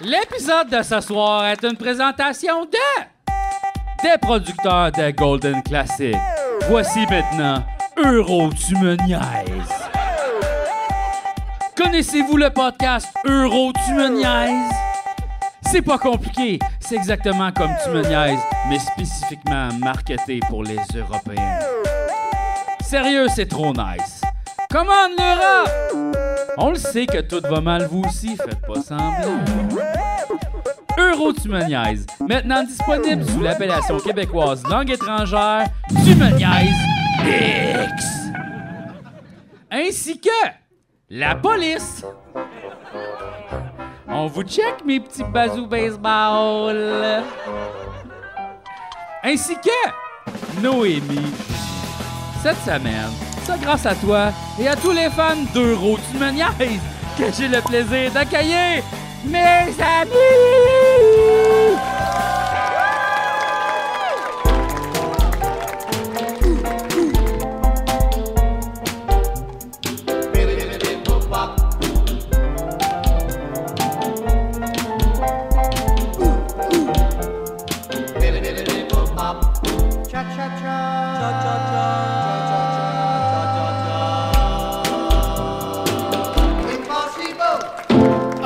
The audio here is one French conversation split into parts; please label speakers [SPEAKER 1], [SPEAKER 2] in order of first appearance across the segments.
[SPEAKER 1] L'épisode de ce soir est une présentation de des producteurs de Golden Classic. Voici maintenant Euro tu me niaises. Connaissez-vous le podcast Euro tu me niaises? C'est pas compliqué, c'est exactement comme tu me niaises, mais spécifiquement marketé pour les Européens. Sérieux, c'est trop nice. Commande l'Europe! On le sait que tout va mal, vous aussi, faites pas semblant. Euro tu me niaises, maintenant disponible sous l'appellation québécoise langue étrangère, tu me niaises X. Ainsi que la police. On vous check, mes petits bazous baseball. Ainsi que Noémie. Cette semaine, c'est grâce à toi et à tous les fans d'Euro Tu me niaises que j'ai le plaisir d'accueillir mes amis!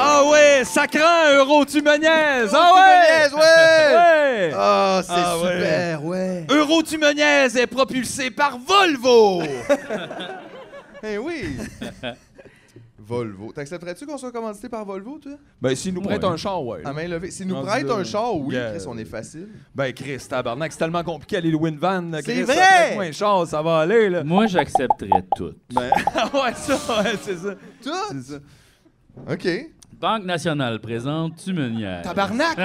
[SPEAKER 2] Ah ouais, sacrant Euro, tu me niaises! Ah
[SPEAKER 3] Ah
[SPEAKER 2] ouais!
[SPEAKER 3] ouais!
[SPEAKER 2] Ouais!
[SPEAKER 3] Ah, c'est
[SPEAKER 2] Ah ouais.
[SPEAKER 3] super, ouais!
[SPEAKER 2] Euro, tu me niaises est propulsé par Volvo!
[SPEAKER 3] Eh oui! Volvo. T'accepterais-tu qu'on soit commandité par Volvo, toi?
[SPEAKER 2] ben, s'il nous prête
[SPEAKER 1] Ouais.
[SPEAKER 2] un char, ouais.
[SPEAKER 3] À main levée. S'ils nous
[SPEAKER 2] Rendu
[SPEAKER 3] prêtent
[SPEAKER 2] là,
[SPEAKER 3] un char, oui,
[SPEAKER 2] yeah.
[SPEAKER 3] Chris, on est facile.
[SPEAKER 2] Ben, Chris, tabarnak, c'est tellement compliqué aller louer une van. là,
[SPEAKER 3] C'est
[SPEAKER 2] Chris,
[SPEAKER 3] vrai!
[SPEAKER 2] ça prête moi un char, ça va aller, là.
[SPEAKER 1] Moi, j'accepterais tout.
[SPEAKER 2] Ah ouais, ça, ouais, c'est ça.
[SPEAKER 3] Tout! OK. Ben
[SPEAKER 1] Banque nationale présente, tu me niaises.
[SPEAKER 2] Tabarnak!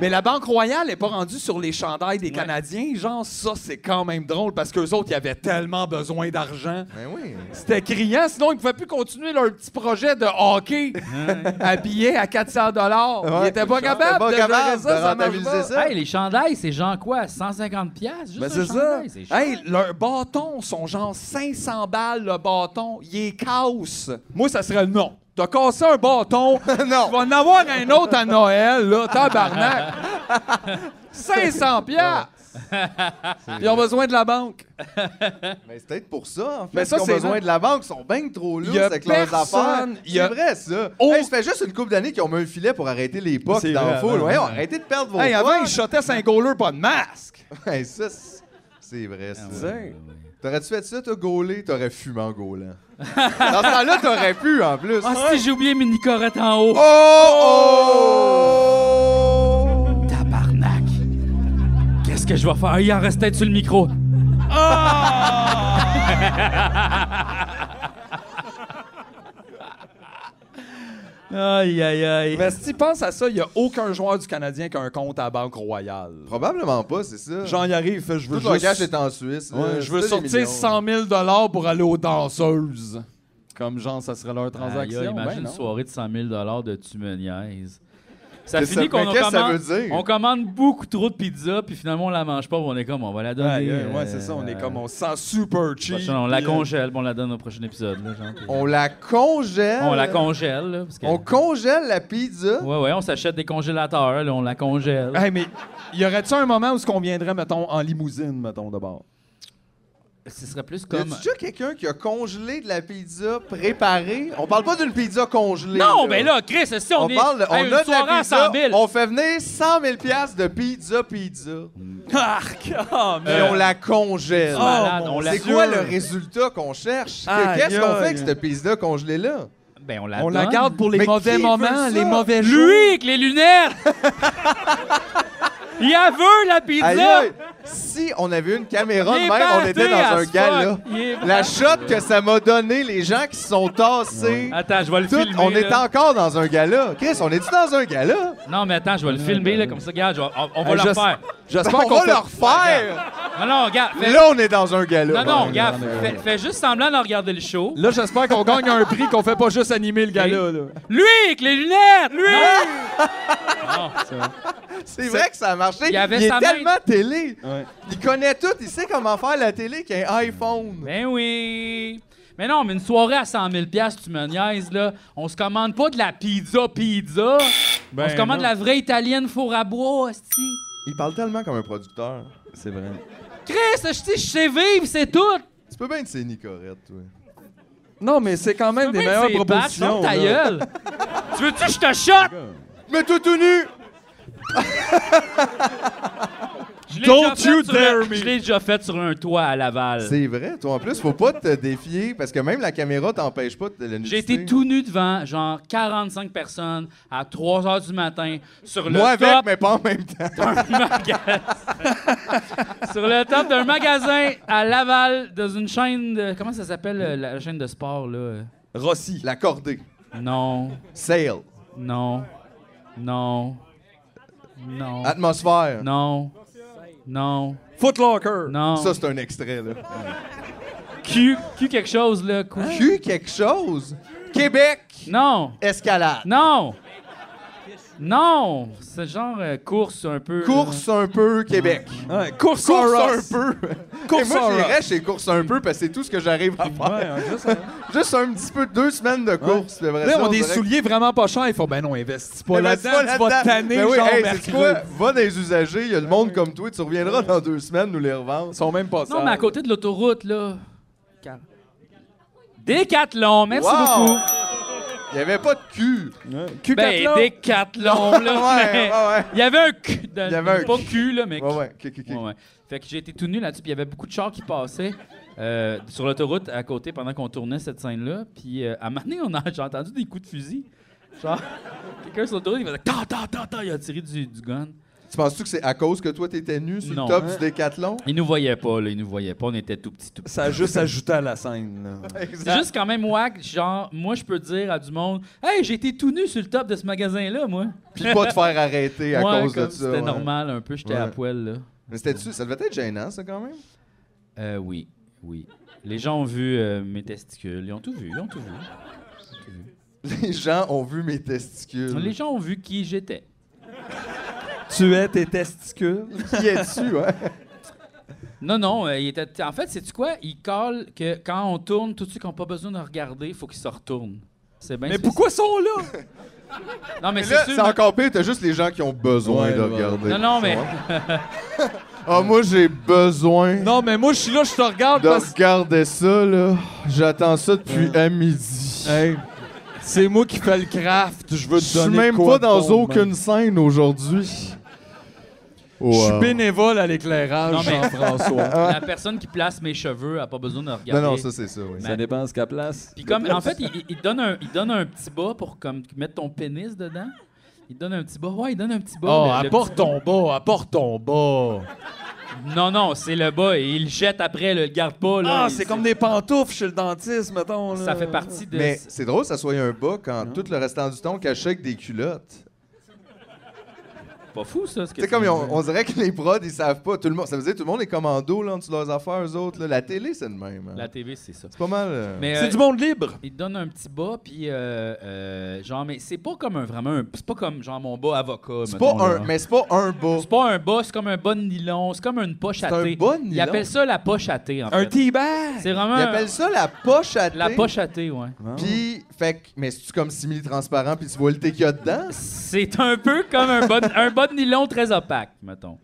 [SPEAKER 2] Mais la Banque Royale est pas rendue sur les chandails des Canadiens. Genre, ça, c'est quand même drôle parce qu'eux autres, ils avaient tellement besoin d'argent.
[SPEAKER 3] Ben oui.
[SPEAKER 2] C'était criant, sinon ils pouvaient plus continuer leur petit projet de hockey habillé à 400 dollars.
[SPEAKER 3] Ouais,
[SPEAKER 2] ils étaient pas
[SPEAKER 3] ils étaient
[SPEAKER 2] capables
[SPEAKER 3] pas
[SPEAKER 2] de
[SPEAKER 3] capables
[SPEAKER 2] gérer ça,
[SPEAKER 3] de
[SPEAKER 2] ça marche
[SPEAKER 3] rentabiliser
[SPEAKER 2] pas.
[SPEAKER 3] ça.
[SPEAKER 1] Hey, les chandails, c'est genre quoi? 150 pièces Juste
[SPEAKER 2] Ben,
[SPEAKER 1] un
[SPEAKER 2] c'est ça.
[SPEAKER 1] chandail, c'est cher.
[SPEAKER 2] Hey, leurs bâtons sont genre 500 balles le bâton. Il est casse. Moi, ça serait non. T'as cassé un bâton. Tu
[SPEAKER 3] non!
[SPEAKER 2] vas en avoir un autre à Noël, là, tabarnak. 500 piastres. Ils ont besoin de la banque.
[SPEAKER 3] Mais c'est peut-être pour ça, en fait.
[SPEAKER 2] Mais Ben ça,
[SPEAKER 3] qu'ils ont
[SPEAKER 2] c'est
[SPEAKER 3] besoin
[SPEAKER 2] vrai.
[SPEAKER 3] de la banque, ils sont bien trop lourds
[SPEAKER 2] Y a
[SPEAKER 3] avec leurs affaires.
[SPEAKER 2] personne, y
[SPEAKER 3] C'est
[SPEAKER 2] a-
[SPEAKER 3] vrai, ça.
[SPEAKER 2] Oh!
[SPEAKER 3] Hey, ça fait juste une couple d'années qu'ils ont mis un filet pour arrêter les pocs
[SPEAKER 2] C'est
[SPEAKER 3] dans
[SPEAKER 2] vrai,
[SPEAKER 3] la foule.
[SPEAKER 2] ouais.
[SPEAKER 3] Voyons, arrêtez de perdre vos
[SPEAKER 2] Hey, avant, ils
[SPEAKER 3] pocs.
[SPEAKER 2] shotaient 5 goalers, pas de masque.
[SPEAKER 3] Hey, ça, c'est- c'est vrai, ça.
[SPEAKER 2] ouais.
[SPEAKER 3] T'aurais-tu fait ça, toi, gaulé? T'aurais fumé en gaulant. Dans ce temps-là, t'aurais pu, en plus.
[SPEAKER 1] Ah, si j'ai oublié mes nicorettes en haut.
[SPEAKER 3] Oh! oh!
[SPEAKER 1] Tabarnak! Qu'est-ce que je vais faire? Il en reste peut-être sur le micro. Ah! aïe, aïe, aïe.
[SPEAKER 2] Mais si tu penses à ça, il n'y a aucun joueur du Canadien qui a un compte à la Banque Royale.
[SPEAKER 3] Probablement pas, c'est ça.
[SPEAKER 2] Jean y arrive, il fait, je veux
[SPEAKER 3] Tout le cash
[SPEAKER 2] juste...
[SPEAKER 3] est en Suisse. là.
[SPEAKER 2] Ouais, Euh, je veux
[SPEAKER 3] C'est tous des millions.
[SPEAKER 2] sortir 100 000 pour aller aux danseuses. Comme genre, ça serait leur
[SPEAKER 1] Aïe,
[SPEAKER 2] transaction.
[SPEAKER 1] aïe, imagine
[SPEAKER 2] Ben
[SPEAKER 1] une
[SPEAKER 2] non.
[SPEAKER 1] soirée de 100 000 de tu me niaises. Ça
[SPEAKER 3] Mais ça-
[SPEAKER 1] finit qu'on
[SPEAKER 3] mais
[SPEAKER 1] en
[SPEAKER 3] qu'est-ce que ça
[SPEAKER 1] commande-
[SPEAKER 3] veut dire?
[SPEAKER 1] on commande beaucoup trop de pizza, puis finalement on la mange pas, puis on est comme on va la donner.
[SPEAKER 2] Aïe, aïe, ouais,
[SPEAKER 1] euh,
[SPEAKER 2] c'est ça, on est
[SPEAKER 1] euh,
[SPEAKER 2] comme, on se sent super cheap.
[SPEAKER 1] prochain, on la
[SPEAKER 2] puis, euh,
[SPEAKER 1] congèle, puis on la donne au prochain épisode. là, genre, puis-
[SPEAKER 3] On la congèle.
[SPEAKER 1] on la congèle. là, parce que-
[SPEAKER 3] On congèle la pizza.
[SPEAKER 1] Ouais, ouais, on s'achète des congélateurs, là, on la congèle.
[SPEAKER 2] Hey, mais y aurait-tu un moment où ce qu'on viendrait, mettons, en limousine, mettons, de bord?
[SPEAKER 1] Ce serait plus
[SPEAKER 3] Y a-tu
[SPEAKER 1] comme.
[SPEAKER 3] déjà quelqu'un qui a congelé de la pizza préparée? On parle pas d'une pizza congelée.
[SPEAKER 1] Non, mais là, Chris, si on,
[SPEAKER 3] euh, on,
[SPEAKER 1] est.
[SPEAKER 3] parle, on
[SPEAKER 1] Hey, une
[SPEAKER 3] a de la
[SPEAKER 1] soirée à
[SPEAKER 3] pizza,
[SPEAKER 1] 100 000.
[SPEAKER 3] on fait venir 100 000 piastres de pizza pizza
[SPEAKER 1] Ah,
[SPEAKER 2] Arc! Oh,
[SPEAKER 3] et on la congèle.
[SPEAKER 1] Oh, malade, on la-
[SPEAKER 3] c'est quoi le résultat qu'on cherche? Que-
[SPEAKER 2] Aïe,
[SPEAKER 3] Qu'est-ce qu'on fait
[SPEAKER 2] aïe.
[SPEAKER 3] avec cette pizza congelée-là?
[SPEAKER 1] Ben, on la
[SPEAKER 2] On la
[SPEAKER 1] donne.
[SPEAKER 2] garde pour les
[SPEAKER 3] Mais qui
[SPEAKER 2] mauvais
[SPEAKER 3] veut
[SPEAKER 2] moments,
[SPEAKER 3] ça?
[SPEAKER 2] les mauvais jours.
[SPEAKER 1] Lui, avec les lunettes! Il a veut la pizza!
[SPEAKER 3] Aïe, aïe. Si on avait une caméra de
[SPEAKER 1] Il est
[SPEAKER 3] même, on était dans
[SPEAKER 1] parti à
[SPEAKER 3] un
[SPEAKER 1] ce
[SPEAKER 3] gala.
[SPEAKER 1] fuck. Il est
[SPEAKER 3] La
[SPEAKER 1] parti.
[SPEAKER 3] shot que ça m'a donné, les gens qui se sont tassés.
[SPEAKER 1] Attends, je vais le
[SPEAKER 3] Tout,
[SPEAKER 1] filmer.
[SPEAKER 3] on
[SPEAKER 1] là.
[SPEAKER 3] est encore dans un gala. Chris, on est-tu dans un gala?
[SPEAKER 1] Non, mais attends, je vais le filmer, là, comme ça, regarde, je vais- on, on va
[SPEAKER 2] Hey,
[SPEAKER 1] le
[SPEAKER 2] je-
[SPEAKER 1] refaire.
[SPEAKER 2] J'espère
[SPEAKER 3] On
[SPEAKER 2] qu'on
[SPEAKER 3] va
[SPEAKER 2] fait-
[SPEAKER 3] le refaire!
[SPEAKER 1] Non, non, regarde. fais-
[SPEAKER 3] Là, on est dans un gala.
[SPEAKER 1] Non, non,
[SPEAKER 3] Bon,
[SPEAKER 1] regarde,
[SPEAKER 3] on est-
[SPEAKER 1] fais, fais juste semblant de regarder le show.
[SPEAKER 2] Là, j'espère qu'on gagne un prix, qu'on fait pas juste animer le gala. Là.
[SPEAKER 1] Lui, avec les lunettes! Lui!
[SPEAKER 3] C'est vrai que ça a marché.
[SPEAKER 1] Il y avait
[SPEAKER 3] est
[SPEAKER 1] sa main.
[SPEAKER 3] tellement télé. Il connaît tout. Il sait comment faire la télé qu'il a un iPhone.
[SPEAKER 1] Ben oui! Mais non, mais une soirée à 100 000 tu me niaises, là. On se commande pas de la pizza pizza.
[SPEAKER 2] Ben
[SPEAKER 1] on se commande
[SPEAKER 2] non.
[SPEAKER 1] la vraie italienne four à bois, hostie.
[SPEAKER 3] Il parle tellement comme un producteur. C'est vrai.
[SPEAKER 1] Chris, hostie, je sais vivre, c'est tout.
[SPEAKER 3] Tu peux bien être c'est Nicorette, toi.
[SPEAKER 4] Non, mais c'est quand même des meilleures propositions.
[SPEAKER 1] ta
[SPEAKER 4] là.
[SPEAKER 1] gueule. tu veux-tu que je te shot?
[SPEAKER 3] Mais tout tout nu!
[SPEAKER 1] Je l'ai
[SPEAKER 2] Don't
[SPEAKER 1] déjà fait
[SPEAKER 2] you
[SPEAKER 1] sur
[SPEAKER 2] dare
[SPEAKER 1] un-
[SPEAKER 2] me.
[SPEAKER 1] Je l'ai déjà fait sur un toit à Laval.
[SPEAKER 3] C'est vrai, toi. En plus, faut pas te défier parce que même la caméra t'empêche pas de le
[SPEAKER 1] J'ai été tout nu devant, genre 45 personnes, à 3 h du matin, sur le
[SPEAKER 3] Moi avec,
[SPEAKER 1] top
[SPEAKER 3] mais pas en même temps.
[SPEAKER 1] d'un magasin. sur le top d'un magasin à Laval, dans une chaîne de. Comment ça s'appelle, euh, la, la chaîne de sport, là? euh?
[SPEAKER 3] Rossi. La cordée.
[SPEAKER 1] Non,
[SPEAKER 3] Sail.
[SPEAKER 1] non, non, non,
[SPEAKER 3] Ah. Atmosphère.
[SPEAKER 1] non, non,
[SPEAKER 2] Footlocker.
[SPEAKER 1] non.
[SPEAKER 3] Ça, c'est un extrait, là.
[SPEAKER 1] Q, Q quelque chose, là. cou-
[SPEAKER 3] Cul quelque chose. Québec.
[SPEAKER 1] Non,
[SPEAKER 3] Escalade.
[SPEAKER 1] non, non. C'est genre euh, course un peu.
[SPEAKER 3] Course un peu Québec.
[SPEAKER 2] Ouais, course,
[SPEAKER 3] Course
[SPEAKER 2] en
[SPEAKER 3] un
[SPEAKER 2] Ross.
[SPEAKER 3] peu.
[SPEAKER 2] Course
[SPEAKER 3] Et moi,
[SPEAKER 2] en
[SPEAKER 3] j'irais
[SPEAKER 2] Ross.
[SPEAKER 3] chez Course un peu parce que c'est tout ce que j'arrive à faire.
[SPEAKER 2] Ouais, ouais, juste, hein.
[SPEAKER 3] Juste un petit peu, deux semaines de course. puis après
[SPEAKER 4] Là,
[SPEAKER 3] ça,
[SPEAKER 4] on a des
[SPEAKER 3] dirait que-
[SPEAKER 4] souliers vraiment pas chers. Il faut, ben non, investis pas
[SPEAKER 3] Eh ben,
[SPEAKER 4] là-dedans.
[SPEAKER 3] c'est pas
[SPEAKER 4] Tu vas
[SPEAKER 3] là-dedans.
[SPEAKER 4] te tanner,
[SPEAKER 3] Ben oui,
[SPEAKER 4] genre,
[SPEAKER 3] hey, c'est
[SPEAKER 4] mercredi.
[SPEAKER 3] quoi? Va dans les usagers, il y a le monde comme toi, tu reviendras dans deux semaines nous les revendre.
[SPEAKER 4] Ils sont même pas
[SPEAKER 1] Non, mais à côté de l'autoroute, là. Car- Décathlon, merci
[SPEAKER 3] Wow!
[SPEAKER 1] beaucoup.
[SPEAKER 3] Il n'y avait pas de cul.
[SPEAKER 2] Q4
[SPEAKER 1] Ben,
[SPEAKER 2] là.
[SPEAKER 1] décathlon, là.
[SPEAKER 3] Ouais,
[SPEAKER 1] mais-
[SPEAKER 3] ouais, ouais.
[SPEAKER 1] Il y avait un cul. de-
[SPEAKER 3] y avait un
[SPEAKER 1] pas
[SPEAKER 3] cul.
[SPEAKER 1] cul, là, mais
[SPEAKER 3] Ouais, ouais, ok, ok, ok.
[SPEAKER 1] Ouais, ouais. Fait que j'ai été tout nu là-dessus, puis il y avait beaucoup de chars qui passaient euh, sur l'autoroute à côté pendant qu'on tournait cette scène-là. Puis euh, à un moment donné, on a- j'ai entendu des coups de fusil. Genre, quelqu'un sur l'autoroute, il faisait ta ta ta ta, il a tiré du, du gun.
[SPEAKER 3] Tu penses-tu que c'est à cause que toi, t'étais nu sur
[SPEAKER 1] Non.
[SPEAKER 3] le top du décathlon?
[SPEAKER 1] Il nous voyait pas, là, il nous voyait pas, on était tout petits, tout petits.
[SPEAKER 2] Ça a juste ajouté à la scène. là.
[SPEAKER 1] C'est juste quand même wack, genre, moi je peux dire à du monde, hey, j'ai été tout nu sur le top de ce magasin-là, moi.
[SPEAKER 3] Puis pas te faire arrêter à
[SPEAKER 1] Ouais,
[SPEAKER 3] cause de
[SPEAKER 1] comme
[SPEAKER 3] ça.
[SPEAKER 1] C'était
[SPEAKER 3] ouais.
[SPEAKER 1] normal un peu, j'étais à
[SPEAKER 3] Ouais.
[SPEAKER 1] poil, là.
[SPEAKER 3] Mais c'était-tu- ça devait être gênant, ça, quand même?
[SPEAKER 1] Euh, oui, oui. Les gens ont vu euh, mes testicules, ils ont tout vu, ils ont tout vu.
[SPEAKER 3] Les gens ont vu mes testicules.
[SPEAKER 2] Euh,
[SPEAKER 1] Les gens ont vu qui j'étais.
[SPEAKER 2] Tu es tes
[SPEAKER 1] Ben,
[SPEAKER 2] testicules.
[SPEAKER 3] Qui es-tu, hein?
[SPEAKER 1] Non, non, euh, il était. En fait, c'est quoi? Il colle que quand on tourne, tout de suite qu'on n'a pas besoin de regarder, il faut qu'il se retourne. C'est bien
[SPEAKER 2] Mais
[SPEAKER 1] spécifique.
[SPEAKER 2] pourquoi sont là?
[SPEAKER 1] Non, mais,
[SPEAKER 3] Mais là,
[SPEAKER 1] c'est
[SPEAKER 3] c'est
[SPEAKER 1] sûr.
[SPEAKER 3] encore pire, t'as juste les gens qui ont besoin
[SPEAKER 2] Ouais,
[SPEAKER 3] de
[SPEAKER 2] ouais.
[SPEAKER 3] regarder.
[SPEAKER 1] Non, non, mais.
[SPEAKER 3] Ah, moi, j'ai besoin
[SPEAKER 2] Non, mais moi, je suis là, je te regarde
[SPEAKER 3] de
[SPEAKER 2] parce que.
[SPEAKER 3] regarder ça, là. J'attends ça depuis à midi.
[SPEAKER 2] Hey, c'est moi qui fais le craft. Je veux
[SPEAKER 3] Je
[SPEAKER 2] te
[SPEAKER 3] suis
[SPEAKER 2] donner.
[SPEAKER 3] même pas
[SPEAKER 2] quoi de
[SPEAKER 3] dans
[SPEAKER 2] bon,
[SPEAKER 3] aucune
[SPEAKER 2] man.
[SPEAKER 3] scène aujourd'hui.
[SPEAKER 2] Je suis
[SPEAKER 3] Wow.
[SPEAKER 2] bénévole à
[SPEAKER 1] Non,
[SPEAKER 2] l'éclairage,
[SPEAKER 1] mais-
[SPEAKER 2] Jean-François.
[SPEAKER 1] La personne qui place mes cheveux n'a pas besoin de regarder.
[SPEAKER 3] Non, non, ça, c'est ça, oui.
[SPEAKER 1] Mais-
[SPEAKER 2] Ça dépend ce qu'à place.
[SPEAKER 1] Puis comme, en fait, il, il- il donne un, il donne un petit bas pour comme, mettre ton pénis dedans. Il donne un petit bas. Ouais, il donne un petit bas.
[SPEAKER 2] Oh,
[SPEAKER 1] Le- le
[SPEAKER 2] apporte ton bas, apporte ton bas.
[SPEAKER 1] petit- Non, non, c'est le bas. Et il le jette après, là, il le garde pas. Là,
[SPEAKER 2] Ah,
[SPEAKER 1] Il-
[SPEAKER 2] c'est comme des pantoufles chez le dentiste, mettons. là.
[SPEAKER 1] Ça fait partie de.
[SPEAKER 3] Mais c'est drôle, ça soit un bas quand tout le restant du temps caché avec des culottes.
[SPEAKER 1] C'est pas fou, ça. ce que
[SPEAKER 3] Tu sais,
[SPEAKER 1] tu
[SPEAKER 3] comme
[SPEAKER 1] dis.
[SPEAKER 3] ils ont- on dirait que les prods, ils savent pas. Tout le monde, ça veut dire tout le monde est commando, là, en dessous de leurs affaires, eux autres. là. La télé, c'est le même. hein.
[SPEAKER 1] La TV, c'est ça.
[SPEAKER 3] C'est pas mal. euh.
[SPEAKER 1] Mais,
[SPEAKER 2] C'est
[SPEAKER 1] euh,
[SPEAKER 2] du monde libre.
[SPEAKER 1] Il te donne un petit bas, puis euh, euh, genre, mais c'est pas comme un vraiment un. C'est pas comme genre mon bas avocat.
[SPEAKER 3] C'est
[SPEAKER 1] mettons,
[SPEAKER 3] pas un,
[SPEAKER 1] là.
[SPEAKER 3] mais c'est pas un bas.
[SPEAKER 1] C'est pas un bas, c'est comme un bas de nylon, c'est comme une poche à
[SPEAKER 3] un
[SPEAKER 1] thé.
[SPEAKER 3] bas de
[SPEAKER 1] Ils
[SPEAKER 3] nylon?
[SPEAKER 1] appellent ça la poche à thé, en
[SPEAKER 2] Un
[SPEAKER 1] fait.
[SPEAKER 2] teabag.
[SPEAKER 1] C'est vraiment
[SPEAKER 3] Ils
[SPEAKER 1] un-
[SPEAKER 3] appellent ça la poche à
[SPEAKER 1] la
[SPEAKER 3] thé.
[SPEAKER 1] poche à thé,
[SPEAKER 2] Ah.
[SPEAKER 1] ouais.
[SPEAKER 3] Puis, fait que, mais c'est-tu comme simili-transparent, puis tu vois le thé qu'il y a dedans?
[SPEAKER 1] C'est un peu comme un bas, de, un bas de nylon très opaque, mettons.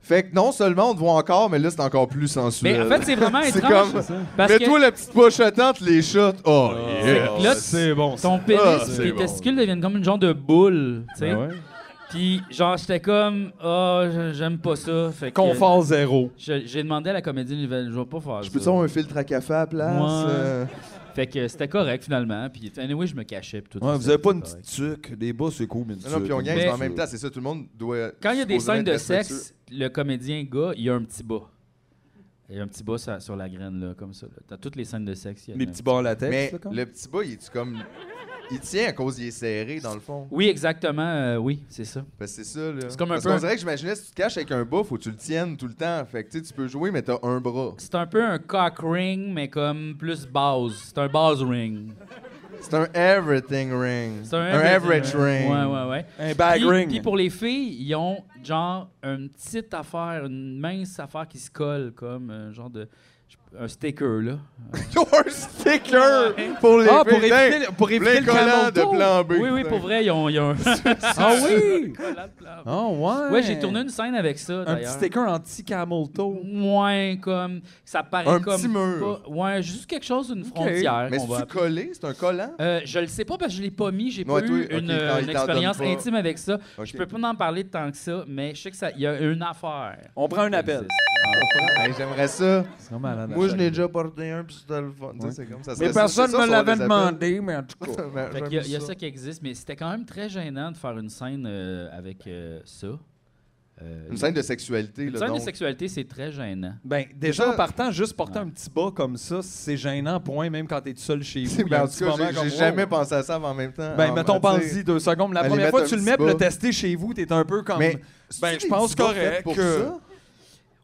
[SPEAKER 3] Fait que non seulement on te voit encore, mais là, c'est encore plus sensuel.
[SPEAKER 1] Mais en fait, c'est vraiment
[SPEAKER 3] C'est
[SPEAKER 1] étrange.
[SPEAKER 3] comme-
[SPEAKER 1] Parce que
[SPEAKER 3] Mets-toi la petite poche à tente, les shots. Oh,
[SPEAKER 1] Ah,
[SPEAKER 3] yeah.
[SPEAKER 1] là,
[SPEAKER 2] c'est bon.
[SPEAKER 1] ton pénis,
[SPEAKER 3] Ah,
[SPEAKER 1] tes
[SPEAKER 3] c'est bon. Ben
[SPEAKER 1] testicules deviennent comme une genre de boule, tu sais.
[SPEAKER 2] Ah ouais?
[SPEAKER 1] Puis genre, j'étais comme, ah, oh, j'aime pas ça. Fait que-
[SPEAKER 2] Confort zéro.
[SPEAKER 1] Je- J'ai demandé à la comédienne, je vais pas faire
[SPEAKER 3] Je
[SPEAKER 1] ça.
[SPEAKER 3] peux-tu avoir un filtre à café à la place?
[SPEAKER 1] Ouais.
[SPEAKER 3] Euh,
[SPEAKER 1] Fait que c'était correct finalement. Puis anyway, je me cachais. Puis tout
[SPEAKER 2] Ouais,
[SPEAKER 1] ça,
[SPEAKER 2] vous avez pas une
[SPEAKER 1] c'était
[SPEAKER 2] petite tuque. Les bas, c'est cool, mais une
[SPEAKER 3] Non, non,
[SPEAKER 2] tuque.
[SPEAKER 3] puis on gagne,
[SPEAKER 1] Mais-
[SPEAKER 3] en même temps, c'est ça, tout le monde doit.
[SPEAKER 1] correct. Quand il y a des
[SPEAKER 3] supposément
[SPEAKER 1] scènes de
[SPEAKER 3] être respectueux.
[SPEAKER 1] sexe, le comédien gars, il y a un petit bas. Il y a un petit bas sur, sur la graine, là, comme ça. là. Dans toutes les scènes de sexe, il y a
[SPEAKER 2] Mes
[SPEAKER 1] un-
[SPEAKER 2] petits bas à la tête.
[SPEAKER 3] Mais
[SPEAKER 2] là, comme.
[SPEAKER 3] le petit bas, il est comme. Il tient à cause il est serré, dans le fond.
[SPEAKER 1] Oui, exactement. euh, oui, c'est ça.
[SPEAKER 3] Parce que c'est ça, là.
[SPEAKER 1] C'est comme un
[SPEAKER 3] Parce
[SPEAKER 1] peu
[SPEAKER 3] qu'on
[SPEAKER 1] un-
[SPEAKER 3] dirait que j'imaginais, si tu te caches avec un bas, faut que tu le tiennes tout le temps. Fait que tu sais, tu peux jouer, mais t'as un bras.
[SPEAKER 1] C'est un peu un cock ring, mais comme plus base. C'est un base ring.
[SPEAKER 3] C'est un everything ring.
[SPEAKER 1] C'est
[SPEAKER 3] average ring.
[SPEAKER 1] Ouais, ouais, ouais.
[SPEAKER 2] Un bag
[SPEAKER 1] Puis-
[SPEAKER 2] ring.
[SPEAKER 1] Puis pour les filles, ils ont euh, genre une petite affaire, une mince affaire qui se colle, comme un genre de. je- un sticker, là.
[SPEAKER 3] un sticker pour les
[SPEAKER 2] Ah, pour
[SPEAKER 3] bulletins.
[SPEAKER 2] éviter le- pour éviter
[SPEAKER 3] Les
[SPEAKER 2] le
[SPEAKER 3] collants
[SPEAKER 2] canon
[SPEAKER 3] de
[SPEAKER 2] de
[SPEAKER 3] plan B.
[SPEAKER 1] Oui, oui, pour vrai, ils ont, ils ont un
[SPEAKER 2] Ah oui!
[SPEAKER 1] collant de plan.
[SPEAKER 2] Ah ouais!
[SPEAKER 1] Ouais, j'ai tourné une scène avec ça,
[SPEAKER 2] un petit
[SPEAKER 1] d'ailleurs.
[SPEAKER 2] sticker anti-camel toe.
[SPEAKER 1] Moins comme. Ça paraît
[SPEAKER 3] Un
[SPEAKER 1] comme.
[SPEAKER 3] petit mur.
[SPEAKER 1] pas- ouais, juste quelque chose, une frontière.
[SPEAKER 3] Mais
[SPEAKER 1] qu'on va
[SPEAKER 3] c'est collé, c'est un collant.
[SPEAKER 1] Euh, je le sais pas parce que je l'ai pas mis, j'ai
[SPEAKER 3] Ouais,
[SPEAKER 1] pas
[SPEAKER 3] toi,
[SPEAKER 1] eu
[SPEAKER 3] ok,
[SPEAKER 1] une,
[SPEAKER 3] non,
[SPEAKER 1] euh, une
[SPEAKER 3] il t'en donne
[SPEAKER 1] expérience
[SPEAKER 3] pas.
[SPEAKER 1] intime avec ça.
[SPEAKER 3] Ok.
[SPEAKER 1] Je peux pas en parler tant que ça, mais je sais que ça il y a une affaire.
[SPEAKER 2] On prend un
[SPEAKER 1] qui
[SPEAKER 2] appel.
[SPEAKER 1] existe.
[SPEAKER 3] Hey, J'aimerais ça.
[SPEAKER 2] C'est vraiment malade.
[SPEAKER 3] Moi, je l'ai déjà porté un, puis c'était le fun. Tu sais, c'est comme ça.
[SPEAKER 2] Mais
[SPEAKER 3] serait ça,
[SPEAKER 2] personne
[SPEAKER 3] c'est ça,
[SPEAKER 2] ne
[SPEAKER 3] ça,
[SPEAKER 2] me
[SPEAKER 3] on
[SPEAKER 2] l'avait
[SPEAKER 3] les appelle.
[SPEAKER 2] demandé, mais en tout cas.
[SPEAKER 3] Mais
[SPEAKER 1] Fait qu'il y a- il y, a
[SPEAKER 3] j'aime
[SPEAKER 1] ça qui existe, mais c'était quand même très gênant de faire une scène euh, avec euh, ça. Euh,
[SPEAKER 3] Une scène de sexualité,
[SPEAKER 1] une
[SPEAKER 3] là,
[SPEAKER 1] scène de
[SPEAKER 3] donc.
[SPEAKER 1] sexualité, c'est très gênant.
[SPEAKER 2] Ben, déjà
[SPEAKER 3] Ça-
[SPEAKER 2] en partant, juste porter un petit bas comme ça, c'est gênant, point, même quand t'es tout seul chez vous.
[SPEAKER 3] C'est-
[SPEAKER 2] il y
[SPEAKER 3] mais
[SPEAKER 2] a un
[SPEAKER 3] en tout
[SPEAKER 2] petit
[SPEAKER 3] cas,
[SPEAKER 2] moment
[SPEAKER 3] j'ai-
[SPEAKER 2] comme,
[SPEAKER 3] j'ai
[SPEAKER 2] wow.
[SPEAKER 3] jamais pensé à ça en même temps.
[SPEAKER 2] Ben,
[SPEAKER 3] En-
[SPEAKER 2] mettons,
[SPEAKER 3] tu sais,
[SPEAKER 2] pense-y deux secondes. La
[SPEAKER 3] Aller
[SPEAKER 2] première
[SPEAKER 3] mettre
[SPEAKER 2] fois que
[SPEAKER 3] un
[SPEAKER 2] tu le
[SPEAKER 3] petit
[SPEAKER 2] mets pour le
[SPEAKER 3] bas.
[SPEAKER 2] tester chez vous, t'es un peu comme.
[SPEAKER 3] Mais
[SPEAKER 2] ben,
[SPEAKER 3] c'est-tu
[SPEAKER 2] je pense
[SPEAKER 3] des petits gars faits
[SPEAKER 2] correct
[SPEAKER 3] pour
[SPEAKER 2] que-
[SPEAKER 3] ça?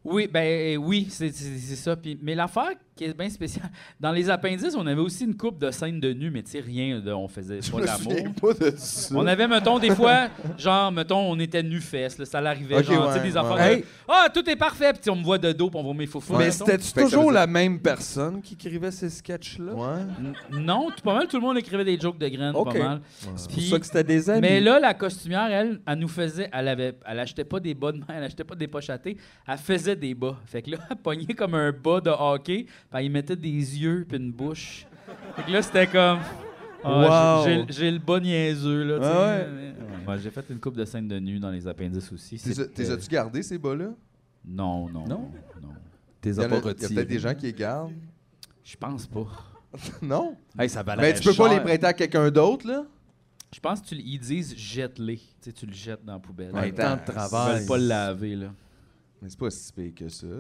[SPEAKER 1] Oui, ben euh, oui, c'est c'est- c'est ça. Puis, mais l'affaire qui est bien spéciale, dans les appendices, on avait aussi une coupe de scènes de nu, mais tu sais, rien, de, on faisait
[SPEAKER 3] Je
[SPEAKER 1] pas
[SPEAKER 3] me
[SPEAKER 1] d'amour.
[SPEAKER 3] souviens pas de ça.
[SPEAKER 1] On avait, mettons, des fois, genre, mettons, on était nu-fesse, là, ça l'arrivait,
[SPEAKER 3] Ok,
[SPEAKER 1] genre, tu sais,
[SPEAKER 3] ouais,
[SPEAKER 1] des
[SPEAKER 3] ouais.
[SPEAKER 1] affaires.
[SPEAKER 2] Hey,
[SPEAKER 1] Ah, tout est parfait, puis tu sais, on me voit de dos, puis on voit mes faux
[SPEAKER 2] mais
[SPEAKER 3] Ouais. Fait que
[SPEAKER 2] c'était-tu
[SPEAKER 3] ça veut
[SPEAKER 2] toujours
[SPEAKER 3] dire-
[SPEAKER 2] la même personne qui écrivait ces sketchs-là?
[SPEAKER 3] Ouais.
[SPEAKER 1] Non, tout, pas mal, tout le monde écrivait des jokes de graines,
[SPEAKER 2] Ok.
[SPEAKER 1] pas mal.
[SPEAKER 2] C'est pour
[SPEAKER 1] Puis-
[SPEAKER 2] ça que c'était des amis.
[SPEAKER 1] mais là, la costumière, elle, elle nous faisait, elle avait, elle achetait pas des bas de main, elle achetait pas des poches à thé, elle faisait des bas. Fait que là, elle pognait comme un bas de hockey, puis elle y mettait des yeux puis une bouche. Fait que là, c'était comme. ah,
[SPEAKER 2] Wow.
[SPEAKER 1] j'ai- j'ai- J'ai le bas niaiseux, là, tu sais.
[SPEAKER 2] Ah ouais.
[SPEAKER 1] Mais- Ouais, j'ai fait une coupe de scène de nu dans les appendices aussi.
[SPEAKER 3] T'es-
[SPEAKER 1] C'était-
[SPEAKER 3] T'es as-tu gardé ces bas-là?
[SPEAKER 1] Non, non.
[SPEAKER 2] Non?
[SPEAKER 1] non.
[SPEAKER 2] T'es
[SPEAKER 3] Il y en a,
[SPEAKER 2] pas
[SPEAKER 3] il y a
[SPEAKER 2] retirés.
[SPEAKER 3] peut-être des gens qui les gardent.
[SPEAKER 1] Je pense pas.
[SPEAKER 3] Non?
[SPEAKER 2] Hey, ça valait
[SPEAKER 3] Mais tu peux
[SPEAKER 2] cher.
[SPEAKER 3] pas les prêter à quelqu'un d'autre, là?
[SPEAKER 1] Je pense qu'ils disent jette-les. Tu sais, tu le jettes dans la poubelle.
[SPEAKER 3] Ouais,
[SPEAKER 2] Hey, tant de
[SPEAKER 1] Ils
[SPEAKER 2] travail.
[SPEAKER 1] veulent pas le laver, là.
[SPEAKER 3] Mais c'est pas si pire que ça, là.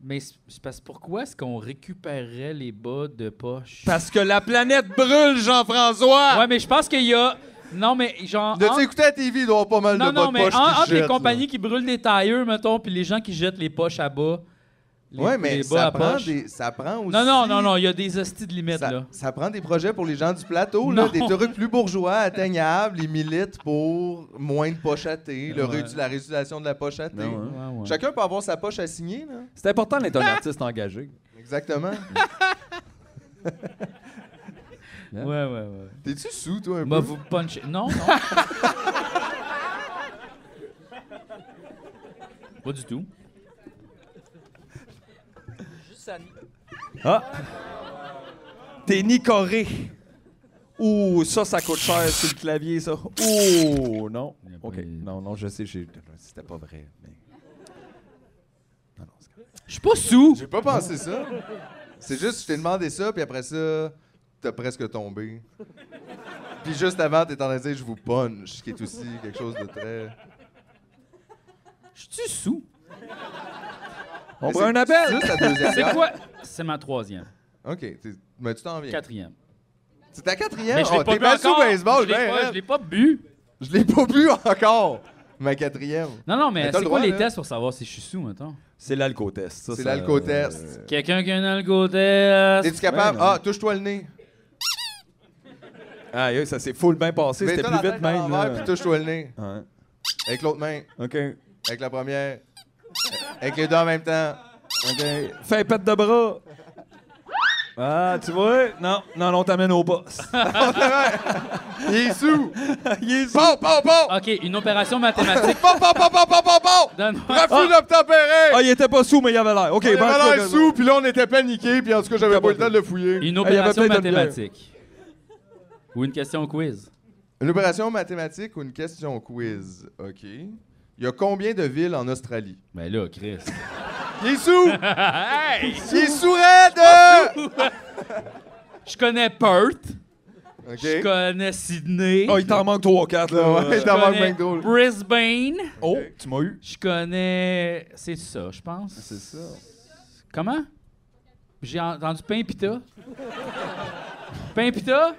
[SPEAKER 1] Mais c'est c'est parce pourquoi est-ce qu'on récupérerait les bas de poche?
[SPEAKER 2] Parce que la planète brûle, Jean-François!
[SPEAKER 1] Ouais, mais je pense qu'il y a. Non, mais genre.
[SPEAKER 3] De
[SPEAKER 1] en-
[SPEAKER 3] tu écouter à TV, il doit y avoir pas mal
[SPEAKER 1] Non,
[SPEAKER 3] de bas
[SPEAKER 1] non,
[SPEAKER 3] de
[SPEAKER 1] mais
[SPEAKER 3] poche
[SPEAKER 1] en-
[SPEAKER 3] qui
[SPEAKER 1] entre
[SPEAKER 3] jettent,
[SPEAKER 1] les
[SPEAKER 3] là.
[SPEAKER 1] compagnies qui brûlent des tailleurs, mettons, puis les gens qui jettent les poches à bas. Les,
[SPEAKER 3] Ouais, mais
[SPEAKER 1] les
[SPEAKER 3] ça,
[SPEAKER 1] à
[SPEAKER 3] prend
[SPEAKER 1] poche.
[SPEAKER 3] des, ça prend aussi...
[SPEAKER 1] Non, non, non, non, il y a des hosties de limites,
[SPEAKER 3] Ça,
[SPEAKER 1] là.
[SPEAKER 3] ça prend des projets pour les gens du plateau,
[SPEAKER 1] Non.
[SPEAKER 3] là, des trucs plus bourgeois, atteignables. Ils militent pour moins de poches à thé, le
[SPEAKER 1] Ah Ouais. Ah
[SPEAKER 3] rédu- la réutilisation de la poche à thé.
[SPEAKER 2] Non, hein.
[SPEAKER 1] Ouais, ouais.
[SPEAKER 3] Chacun peut avoir sa poche à signer, là.
[SPEAKER 2] C'est important d'être un artiste engagé.
[SPEAKER 3] Exactement.
[SPEAKER 1] Ouais, ouais, ouais.
[SPEAKER 3] T'es-tu sous, toi, un
[SPEAKER 1] Bah,
[SPEAKER 3] peu?
[SPEAKER 1] vous punchez. Non, non. pas du tout. Juste à
[SPEAKER 2] Ah! T'es nicoré. Ouh, ça, ça coûte cher sur le clavier, ça. Ouh, non.
[SPEAKER 1] Il y a pas
[SPEAKER 2] OK.
[SPEAKER 1] eu-
[SPEAKER 2] Non, non, je sais, j'ai- c'était pas vrai. Mais... Non, non, c'est correct.
[SPEAKER 1] Je suis pas sous.
[SPEAKER 3] J'ai pas pensé ça. C'est juste, je t'ai demandé ça, puis après ça, t'as presque tombé. Puis juste avant, t'es en train de dire « je vous punch », ce qui est aussi quelque chose de très...
[SPEAKER 1] Je suis sous.
[SPEAKER 2] On
[SPEAKER 3] Mais
[SPEAKER 2] prend
[SPEAKER 3] c'est-
[SPEAKER 2] un appel.
[SPEAKER 3] Juste la deuxième
[SPEAKER 1] C'est
[SPEAKER 3] bière.
[SPEAKER 1] quoi C'est ma troisième,
[SPEAKER 3] OK, t'es- mais tu t'en viens.
[SPEAKER 1] quatrième.
[SPEAKER 3] C'est ta quatrième?
[SPEAKER 1] Mais je l'ai
[SPEAKER 3] Oh,
[SPEAKER 1] pas
[SPEAKER 3] t'es
[SPEAKER 1] bu
[SPEAKER 3] pas sous
[SPEAKER 1] encore.
[SPEAKER 3] baseball,
[SPEAKER 1] je l'ai
[SPEAKER 3] ben,
[SPEAKER 1] pas,
[SPEAKER 3] hein.
[SPEAKER 1] je l'ai pas bu.
[SPEAKER 3] Je l'ai pas bu encore, ma quatrième.
[SPEAKER 1] Non, non, mais,
[SPEAKER 3] Mais t'as
[SPEAKER 1] c'est
[SPEAKER 3] le
[SPEAKER 1] quoi
[SPEAKER 3] droit,
[SPEAKER 1] les
[SPEAKER 3] là.
[SPEAKER 1] tests pour savoir si je suis sous, hein, mettons
[SPEAKER 2] C'est l'alcotest. ça,
[SPEAKER 3] C'est
[SPEAKER 2] ça- hein?
[SPEAKER 3] l'alcotest.
[SPEAKER 2] euh,
[SPEAKER 1] Quelqu'un qui a un algo-test.
[SPEAKER 3] Es-tu capable?
[SPEAKER 2] non.
[SPEAKER 3] Ah, touche-toi le nez.
[SPEAKER 2] euh, Aïe, aïe, ça s'est full bien passé. C'était
[SPEAKER 3] Mets-toi
[SPEAKER 2] plus
[SPEAKER 3] la
[SPEAKER 2] vite
[SPEAKER 3] tête à
[SPEAKER 2] même.
[SPEAKER 3] l'envers,
[SPEAKER 2] là.
[SPEAKER 3] Puis touche-toi le nez.
[SPEAKER 2] Ouais.
[SPEAKER 3] Avec l'autre main,
[SPEAKER 2] OK.
[SPEAKER 3] avec la première, avec les deux en même temps.
[SPEAKER 2] OK. Fais un pet de bras. Ah, tu vois? Non, non, non, on t'amène au boss.
[SPEAKER 3] Il est sous!
[SPEAKER 2] Il est sous.
[SPEAKER 3] Bon, bon, bon!
[SPEAKER 1] Ok, une opération mathématique.
[SPEAKER 3] Bon, bon, bon, bon, bon, bon, bon!
[SPEAKER 1] Donne-moi.
[SPEAKER 3] Refus d'obtempérer!
[SPEAKER 2] Ah, il était pas sous, mais il avait l'air. OK,
[SPEAKER 3] On avait
[SPEAKER 2] bon, en tout
[SPEAKER 3] l'air
[SPEAKER 2] cas,
[SPEAKER 3] sous, puis là, on était paniqués, puis en tout cas, j'avais pas eu le temps de le fouiller.
[SPEAKER 1] Une
[SPEAKER 2] Ah, il y avait
[SPEAKER 1] opération
[SPEAKER 2] peut-être une bière.
[SPEAKER 1] mathématique. Ou une question quiz.
[SPEAKER 3] Une opération mathématique ou une question quiz? OK. Il y a combien de villes en Australie?
[SPEAKER 1] Ben là, Chris.
[SPEAKER 3] Il est sous!
[SPEAKER 1] hey!
[SPEAKER 3] Il est sous
[SPEAKER 2] Ah,
[SPEAKER 3] raide!
[SPEAKER 1] Je connais Perth.
[SPEAKER 3] OK. Oh,
[SPEAKER 1] Je connais Sydney.
[SPEAKER 2] Ah, il t'en manque 3 ou 4, là.
[SPEAKER 3] Ouais,
[SPEAKER 2] Euh,
[SPEAKER 3] t'en manques
[SPEAKER 1] connais
[SPEAKER 3] bien que drôle.
[SPEAKER 1] Brisbane.
[SPEAKER 2] Oh, tu m'as eu.
[SPEAKER 1] Je connais. C'est ça, je pense. C'est ça. Comment? J'ai entendu pain pita. pain pita?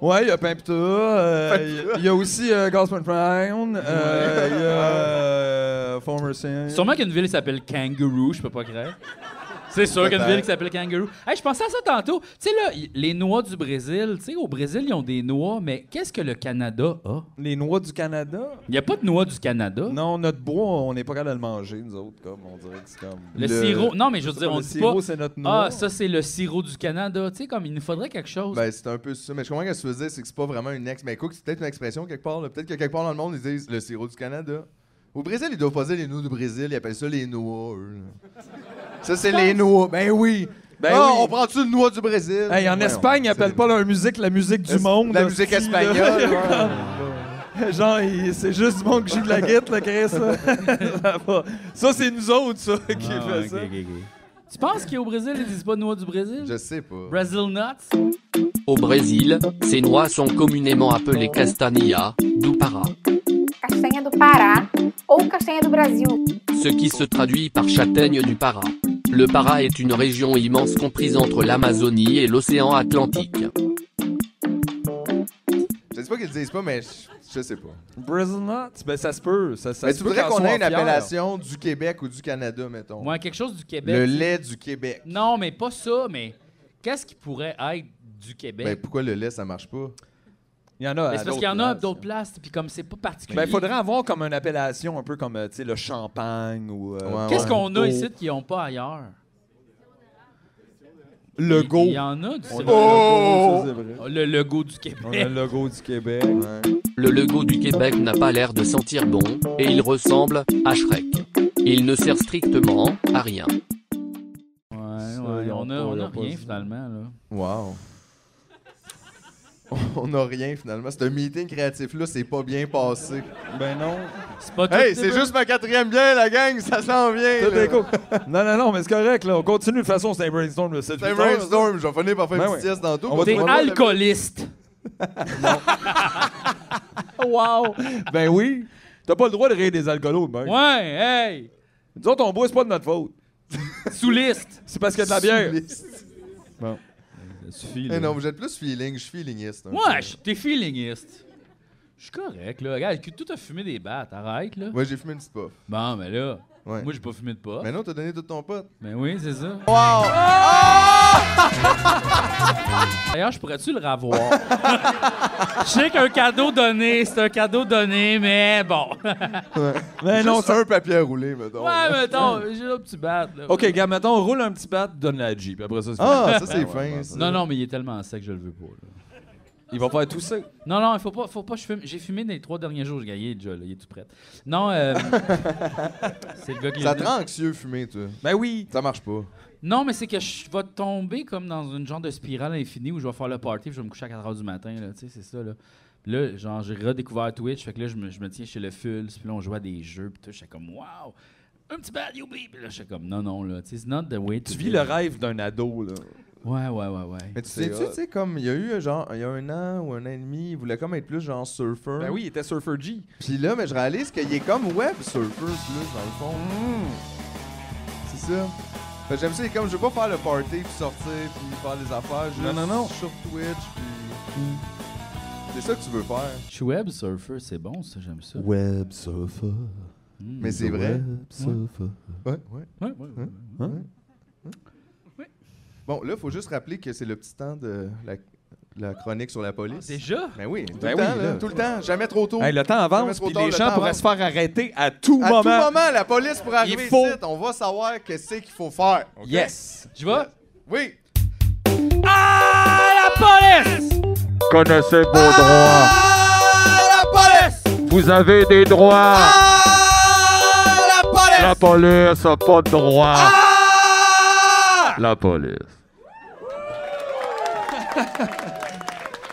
[SPEAKER 2] Ouais, il y a Pimpta. euh, Il y a aussi euh, Gospel Prime. euh, Il y a euh, Former Sin.
[SPEAKER 1] Sûrement qu'une ville s'appelle Kangaroo, je peux pas croire. C'est sûr qu'une
[SPEAKER 3] Peut-être.
[SPEAKER 1] ville qui s'appelle Kangaroo. Hey, je pensais à ça tantôt. Tu sais, là, y- les noix du Brésil, tu sais, au Brésil, ils ont des noix, mais qu'est-ce que le Canada a?
[SPEAKER 2] Les noix du Canada?
[SPEAKER 1] Il n'y a pas de noix du Canada.
[SPEAKER 2] Non, notre bois, on n'est pas capable de le manger, nous autres, comme on dirait que c'est comme.
[SPEAKER 1] Le, sirop. Non, mais je veux
[SPEAKER 2] C'est
[SPEAKER 1] dire,
[SPEAKER 2] pas
[SPEAKER 1] on
[SPEAKER 2] le
[SPEAKER 1] dit pas.
[SPEAKER 2] sirop, c'est notre noix.
[SPEAKER 1] Ah, ça, c'est le sirop du Canada. Tu sais, comme il nous faudrait quelque chose.
[SPEAKER 3] Ben, c'est un peu ça. Mais je comprends que ce que tu veux dire, c'est que c'est pas vraiment une ex. Mais écoute, c'est peut-être une expression quelque part. là. Peut-être que quelque part dans le monde, ils disent le sirop du Canada. Au Brésil, ils doivent pas dire les noix du Brésil, ils appellent ça les noix, eux. là. Ça, c'est les noix. Ben oui.
[SPEAKER 2] Ben
[SPEAKER 3] Ah,
[SPEAKER 2] oui.
[SPEAKER 3] on prend-tu une noix du Brésil?
[SPEAKER 2] Hey, en
[SPEAKER 3] Voyons,
[SPEAKER 2] Espagne, ils
[SPEAKER 3] c'est
[SPEAKER 2] appellent
[SPEAKER 3] des-
[SPEAKER 2] pas leur musique la musique du
[SPEAKER 3] Es-
[SPEAKER 2] monde.
[SPEAKER 3] La musique
[SPEAKER 2] hostie, là.
[SPEAKER 3] espagnole. ouais.
[SPEAKER 2] Genre, il- c'est juste du monde qui joue de la guitare, le Chris. là. ça, va. ça c'est nous autres, ça, qui
[SPEAKER 1] Ah,
[SPEAKER 2] fait
[SPEAKER 1] ouais,
[SPEAKER 2] ça.
[SPEAKER 1] ok, ok, ok. Tu penses qu'au Brésil, ils disent pas noix du Brésil?
[SPEAKER 3] Je sais pas.
[SPEAKER 1] Brazil nuts?
[SPEAKER 5] Au Brésil, ces noix sont communément appelées castanilla, do Pará,
[SPEAKER 6] castanha do Pará ou castanha do Brasil.
[SPEAKER 5] ce qui se traduit par châtaigne du Pará. Le Pará est une région immense comprise entre l'Amazonie et l'océan Atlantique.
[SPEAKER 3] Je sais pas qu'ils le disent pas, mais je, je sais pas.
[SPEAKER 2] Brazil Nuts, ben ça se peut. Ça, ça
[SPEAKER 3] mais
[SPEAKER 2] se
[SPEAKER 3] tu
[SPEAKER 2] peut
[SPEAKER 3] voudrais
[SPEAKER 2] qu'en
[SPEAKER 3] qu'on
[SPEAKER 2] soit
[SPEAKER 3] ait une
[SPEAKER 2] fier.
[SPEAKER 3] appellation du Québec ou du Canada, mettons.
[SPEAKER 1] Ouais, Ben, quelque chose du Québec.
[SPEAKER 3] le lait du Québec.
[SPEAKER 1] Non, mais pas ça, mais qu'est-ce qui pourrait être du Québec?
[SPEAKER 3] Ben pourquoi le lait, ça marche pas?
[SPEAKER 2] Il y en a.
[SPEAKER 1] Mais
[SPEAKER 2] à
[SPEAKER 1] c'est parce qu'il y en a
[SPEAKER 2] places. hein.
[SPEAKER 1] d'autres places, puis comme c'est pas particulier.
[SPEAKER 2] Ben, il faudrait avoir comme une appellation un peu comme, euh, tu sais, le champagne ou. euh,
[SPEAKER 3] Ouais,
[SPEAKER 1] Qu'est-ce
[SPEAKER 3] Ah ouais.
[SPEAKER 1] qu'on
[SPEAKER 2] Oh.
[SPEAKER 1] a ici qu'ils n'ont pas ailleurs?
[SPEAKER 2] Le
[SPEAKER 1] Il-
[SPEAKER 2] go.
[SPEAKER 1] Il y en a du
[SPEAKER 2] On a
[SPEAKER 3] Oh!
[SPEAKER 2] le go, ça, c'est vrai.
[SPEAKER 1] Le logo du
[SPEAKER 2] On a
[SPEAKER 1] Québec.
[SPEAKER 2] le logo du Québec.
[SPEAKER 3] Ouais.
[SPEAKER 5] Le logo du Québec n'a pas l'air de sentir bon, et il ressemble à Shrek. Il ne sert strictement à rien.
[SPEAKER 1] Ouais,
[SPEAKER 2] Ça,
[SPEAKER 1] ouais,
[SPEAKER 2] ils ont
[SPEAKER 1] on a,
[SPEAKER 2] pas-
[SPEAKER 1] on
[SPEAKER 2] ils
[SPEAKER 1] a
[SPEAKER 2] ont pas
[SPEAKER 1] rien
[SPEAKER 2] dit.
[SPEAKER 1] finalement. Là.
[SPEAKER 3] Wow. On n'a rien finalement. Ce meeting créatif-là, c'est pas bien passé.
[SPEAKER 2] Ben non.
[SPEAKER 1] C'est pas tout.
[SPEAKER 3] Hey, c'est juste ma quatrième bière, la gang, ça s'en vient.
[SPEAKER 2] Tout
[SPEAKER 3] là.
[SPEAKER 2] d'un coup. Non, non, non, mais c'est correct, là. On continue. De toute façon, c'est un brainstorm de 7
[SPEAKER 3] C'est un brainstorm, je vais finir par faire
[SPEAKER 2] Ben
[SPEAKER 3] une petite
[SPEAKER 2] oui.
[SPEAKER 3] sieste dans tout.
[SPEAKER 2] On va
[SPEAKER 1] T'es
[SPEAKER 2] trouver-
[SPEAKER 1] alcooliste.
[SPEAKER 2] Wow! Ben oui. T'as pas le droit de rire des alcoolos, ben.
[SPEAKER 1] Ouais, hey.
[SPEAKER 2] Nous autres, on boit, c'est pas de notre faute.
[SPEAKER 1] Souliste.
[SPEAKER 2] C'est parce qu'il y a de la bière.
[SPEAKER 1] Ça suffit.
[SPEAKER 3] Eh non, vous êtes plus feeling, je suis hein. feelingiste. un
[SPEAKER 1] Ouais,
[SPEAKER 3] peu.
[SPEAKER 1] je- t'es feelingiste. Je suis correct, là. Regarde, que tout a fumé des battes. Arrête, là.
[SPEAKER 3] Ouais, j'ai fumé une petite puff.
[SPEAKER 1] Bon, mais là,
[SPEAKER 3] Ouais.
[SPEAKER 1] moi, j'ai pas fumé de pas.
[SPEAKER 3] Mais non, t'as donné tout ton pote.
[SPEAKER 1] Ben oui, c'est ça. Wow! D'ailleurs, je pourrais-tu le ravoir? je sais qu'un cadeau donné, c'est un cadeau donné, mais bon.
[SPEAKER 2] Mais
[SPEAKER 3] Ben non,
[SPEAKER 2] non,
[SPEAKER 3] c'est un papier roulé, mettons.
[SPEAKER 1] ouais, mettons, j'ai un petit bat, là.
[SPEAKER 2] OK, gars, maintenant, on roule un petit bat, donne la Jeep. puis Après ça, c'est fini.
[SPEAKER 3] Ah, ça c'est
[SPEAKER 2] Ouais,
[SPEAKER 3] fin.
[SPEAKER 2] ouais,
[SPEAKER 3] ça.
[SPEAKER 1] Non, non, mais il est tellement sec que je le veux pas, là.
[SPEAKER 2] Il va faire tout ça.
[SPEAKER 1] Non, non, il faut pas, faut pas que je fume. J'ai fumé dans les trois derniers jours, j'ai gagné déjà, là. Il est tout prêt. Non, euh, c'est le gars qui
[SPEAKER 3] Ça
[SPEAKER 1] l'a
[SPEAKER 3] te
[SPEAKER 1] dit.
[SPEAKER 3] rend anxieux fumer, toi.
[SPEAKER 2] Ben oui.
[SPEAKER 3] Ça marche pas.
[SPEAKER 1] Non, mais c'est que je vais tomber comme dans une genre de spirale infinie où je vais faire le party puis je vais me coucher à 4 h du matin. là, Tu sais, c'est ça. Là. Puis là, genre, j'ai redécouvert Twitch. Fait que là, je me, je me tiens chez le Fulls. Puis là, on joue à des jeux. Puis tout. J'étais comme, waouh, un petit bad youbi. Puis là, j'étais comme, non, non, là. Tu sais, it's not the way to
[SPEAKER 2] Tu
[SPEAKER 1] do
[SPEAKER 2] vis le
[SPEAKER 1] it.
[SPEAKER 2] rêve d'un ado, là.
[SPEAKER 1] Ouais, ouais, ouais, ouais.
[SPEAKER 3] Mais tu
[SPEAKER 2] C'est
[SPEAKER 3] sais-tu,
[SPEAKER 2] hot.
[SPEAKER 3] tu sais, comme il y a eu genre, il y a un an ou un an et demi, il voulait comme être plus genre surfer.
[SPEAKER 2] Ben oui, il était Surfer G.
[SPEAKER 3] Puis là, mais je réalise qu'il est comme web surfer plus, dans le fond. C'est ça. Fait que j'aime ça, il est comme, je veux pas faire le party, puis sortir, puis faire des affaires. Juste
[SPEAKER 2] Non, non, non.
[SPEAKER 3] sur Twitch, puis... C'est ça que tu veux faire.
[SPEAKER 1] Je suis web surfer, c'est bon, ça, j'aime ça.
[SPEAKER 2] Web Surfer.
[SPEAKER 1] Mm.
[SPEAKER 3] Mais c'est vrai.
[SPEAKER 2] Surfer.
[SPEAKER 3] Ouais, ouais.
[SPEAKER 1] Ouais, ouais, ouais.
[SPEAKER 3] Bon, là, faut juste rappeler que c'est le petit temps de la, la chronique sur la police.
[SPEAKER 1] Déjà?
[SPEAKER 3] Ben oui, tout
[SPEAKER 2] Ben
[SPEAKER 3] le
[SPEAKER 2] oui,
[SPEAKER 3] temps, là.
[SPEAKER 2] là.
[SPEAKER 3] Tout le temps, jamais trop tôt.
[SPEAKER 2] Hey, le temps
[SPEAKER 3] Jamais
[SPEAKER 2] avance,
[SPEAKER 3] trop
[SPEAKER 2] puis
[SPEAKER 3] tard,
[SPEAKER 2] les
[SPEAKER 3] le
[SPEAKER 2] gens
[SPEAKER 3] temps
[SPEAKER 2] pourraient
[SPEAKER 3] avance.
[SPEAKER 2] se faire arrêter à tout
[SPEAKER 3] à
[SPEAKER 2] moment.
[SPEAKER 3] tout moment, la police pourrait arriver
[SPEAKER 2] Il faut-
[SPEAKER 3] ici, on va savoir que c'est qu'il faut faire. OK?
[SPEAKER 2] Yes.
[SPEAKER 1] Je vais.
[SPEAKER 3] Oui.
[SPEAKER 1] À la police!
[SPEAKER 7] Connaissez vos droits.
[SPEAKER 3] À la police!
[SPEAKER 7] Vous avez des droits. la police n'a pas de droits. la police.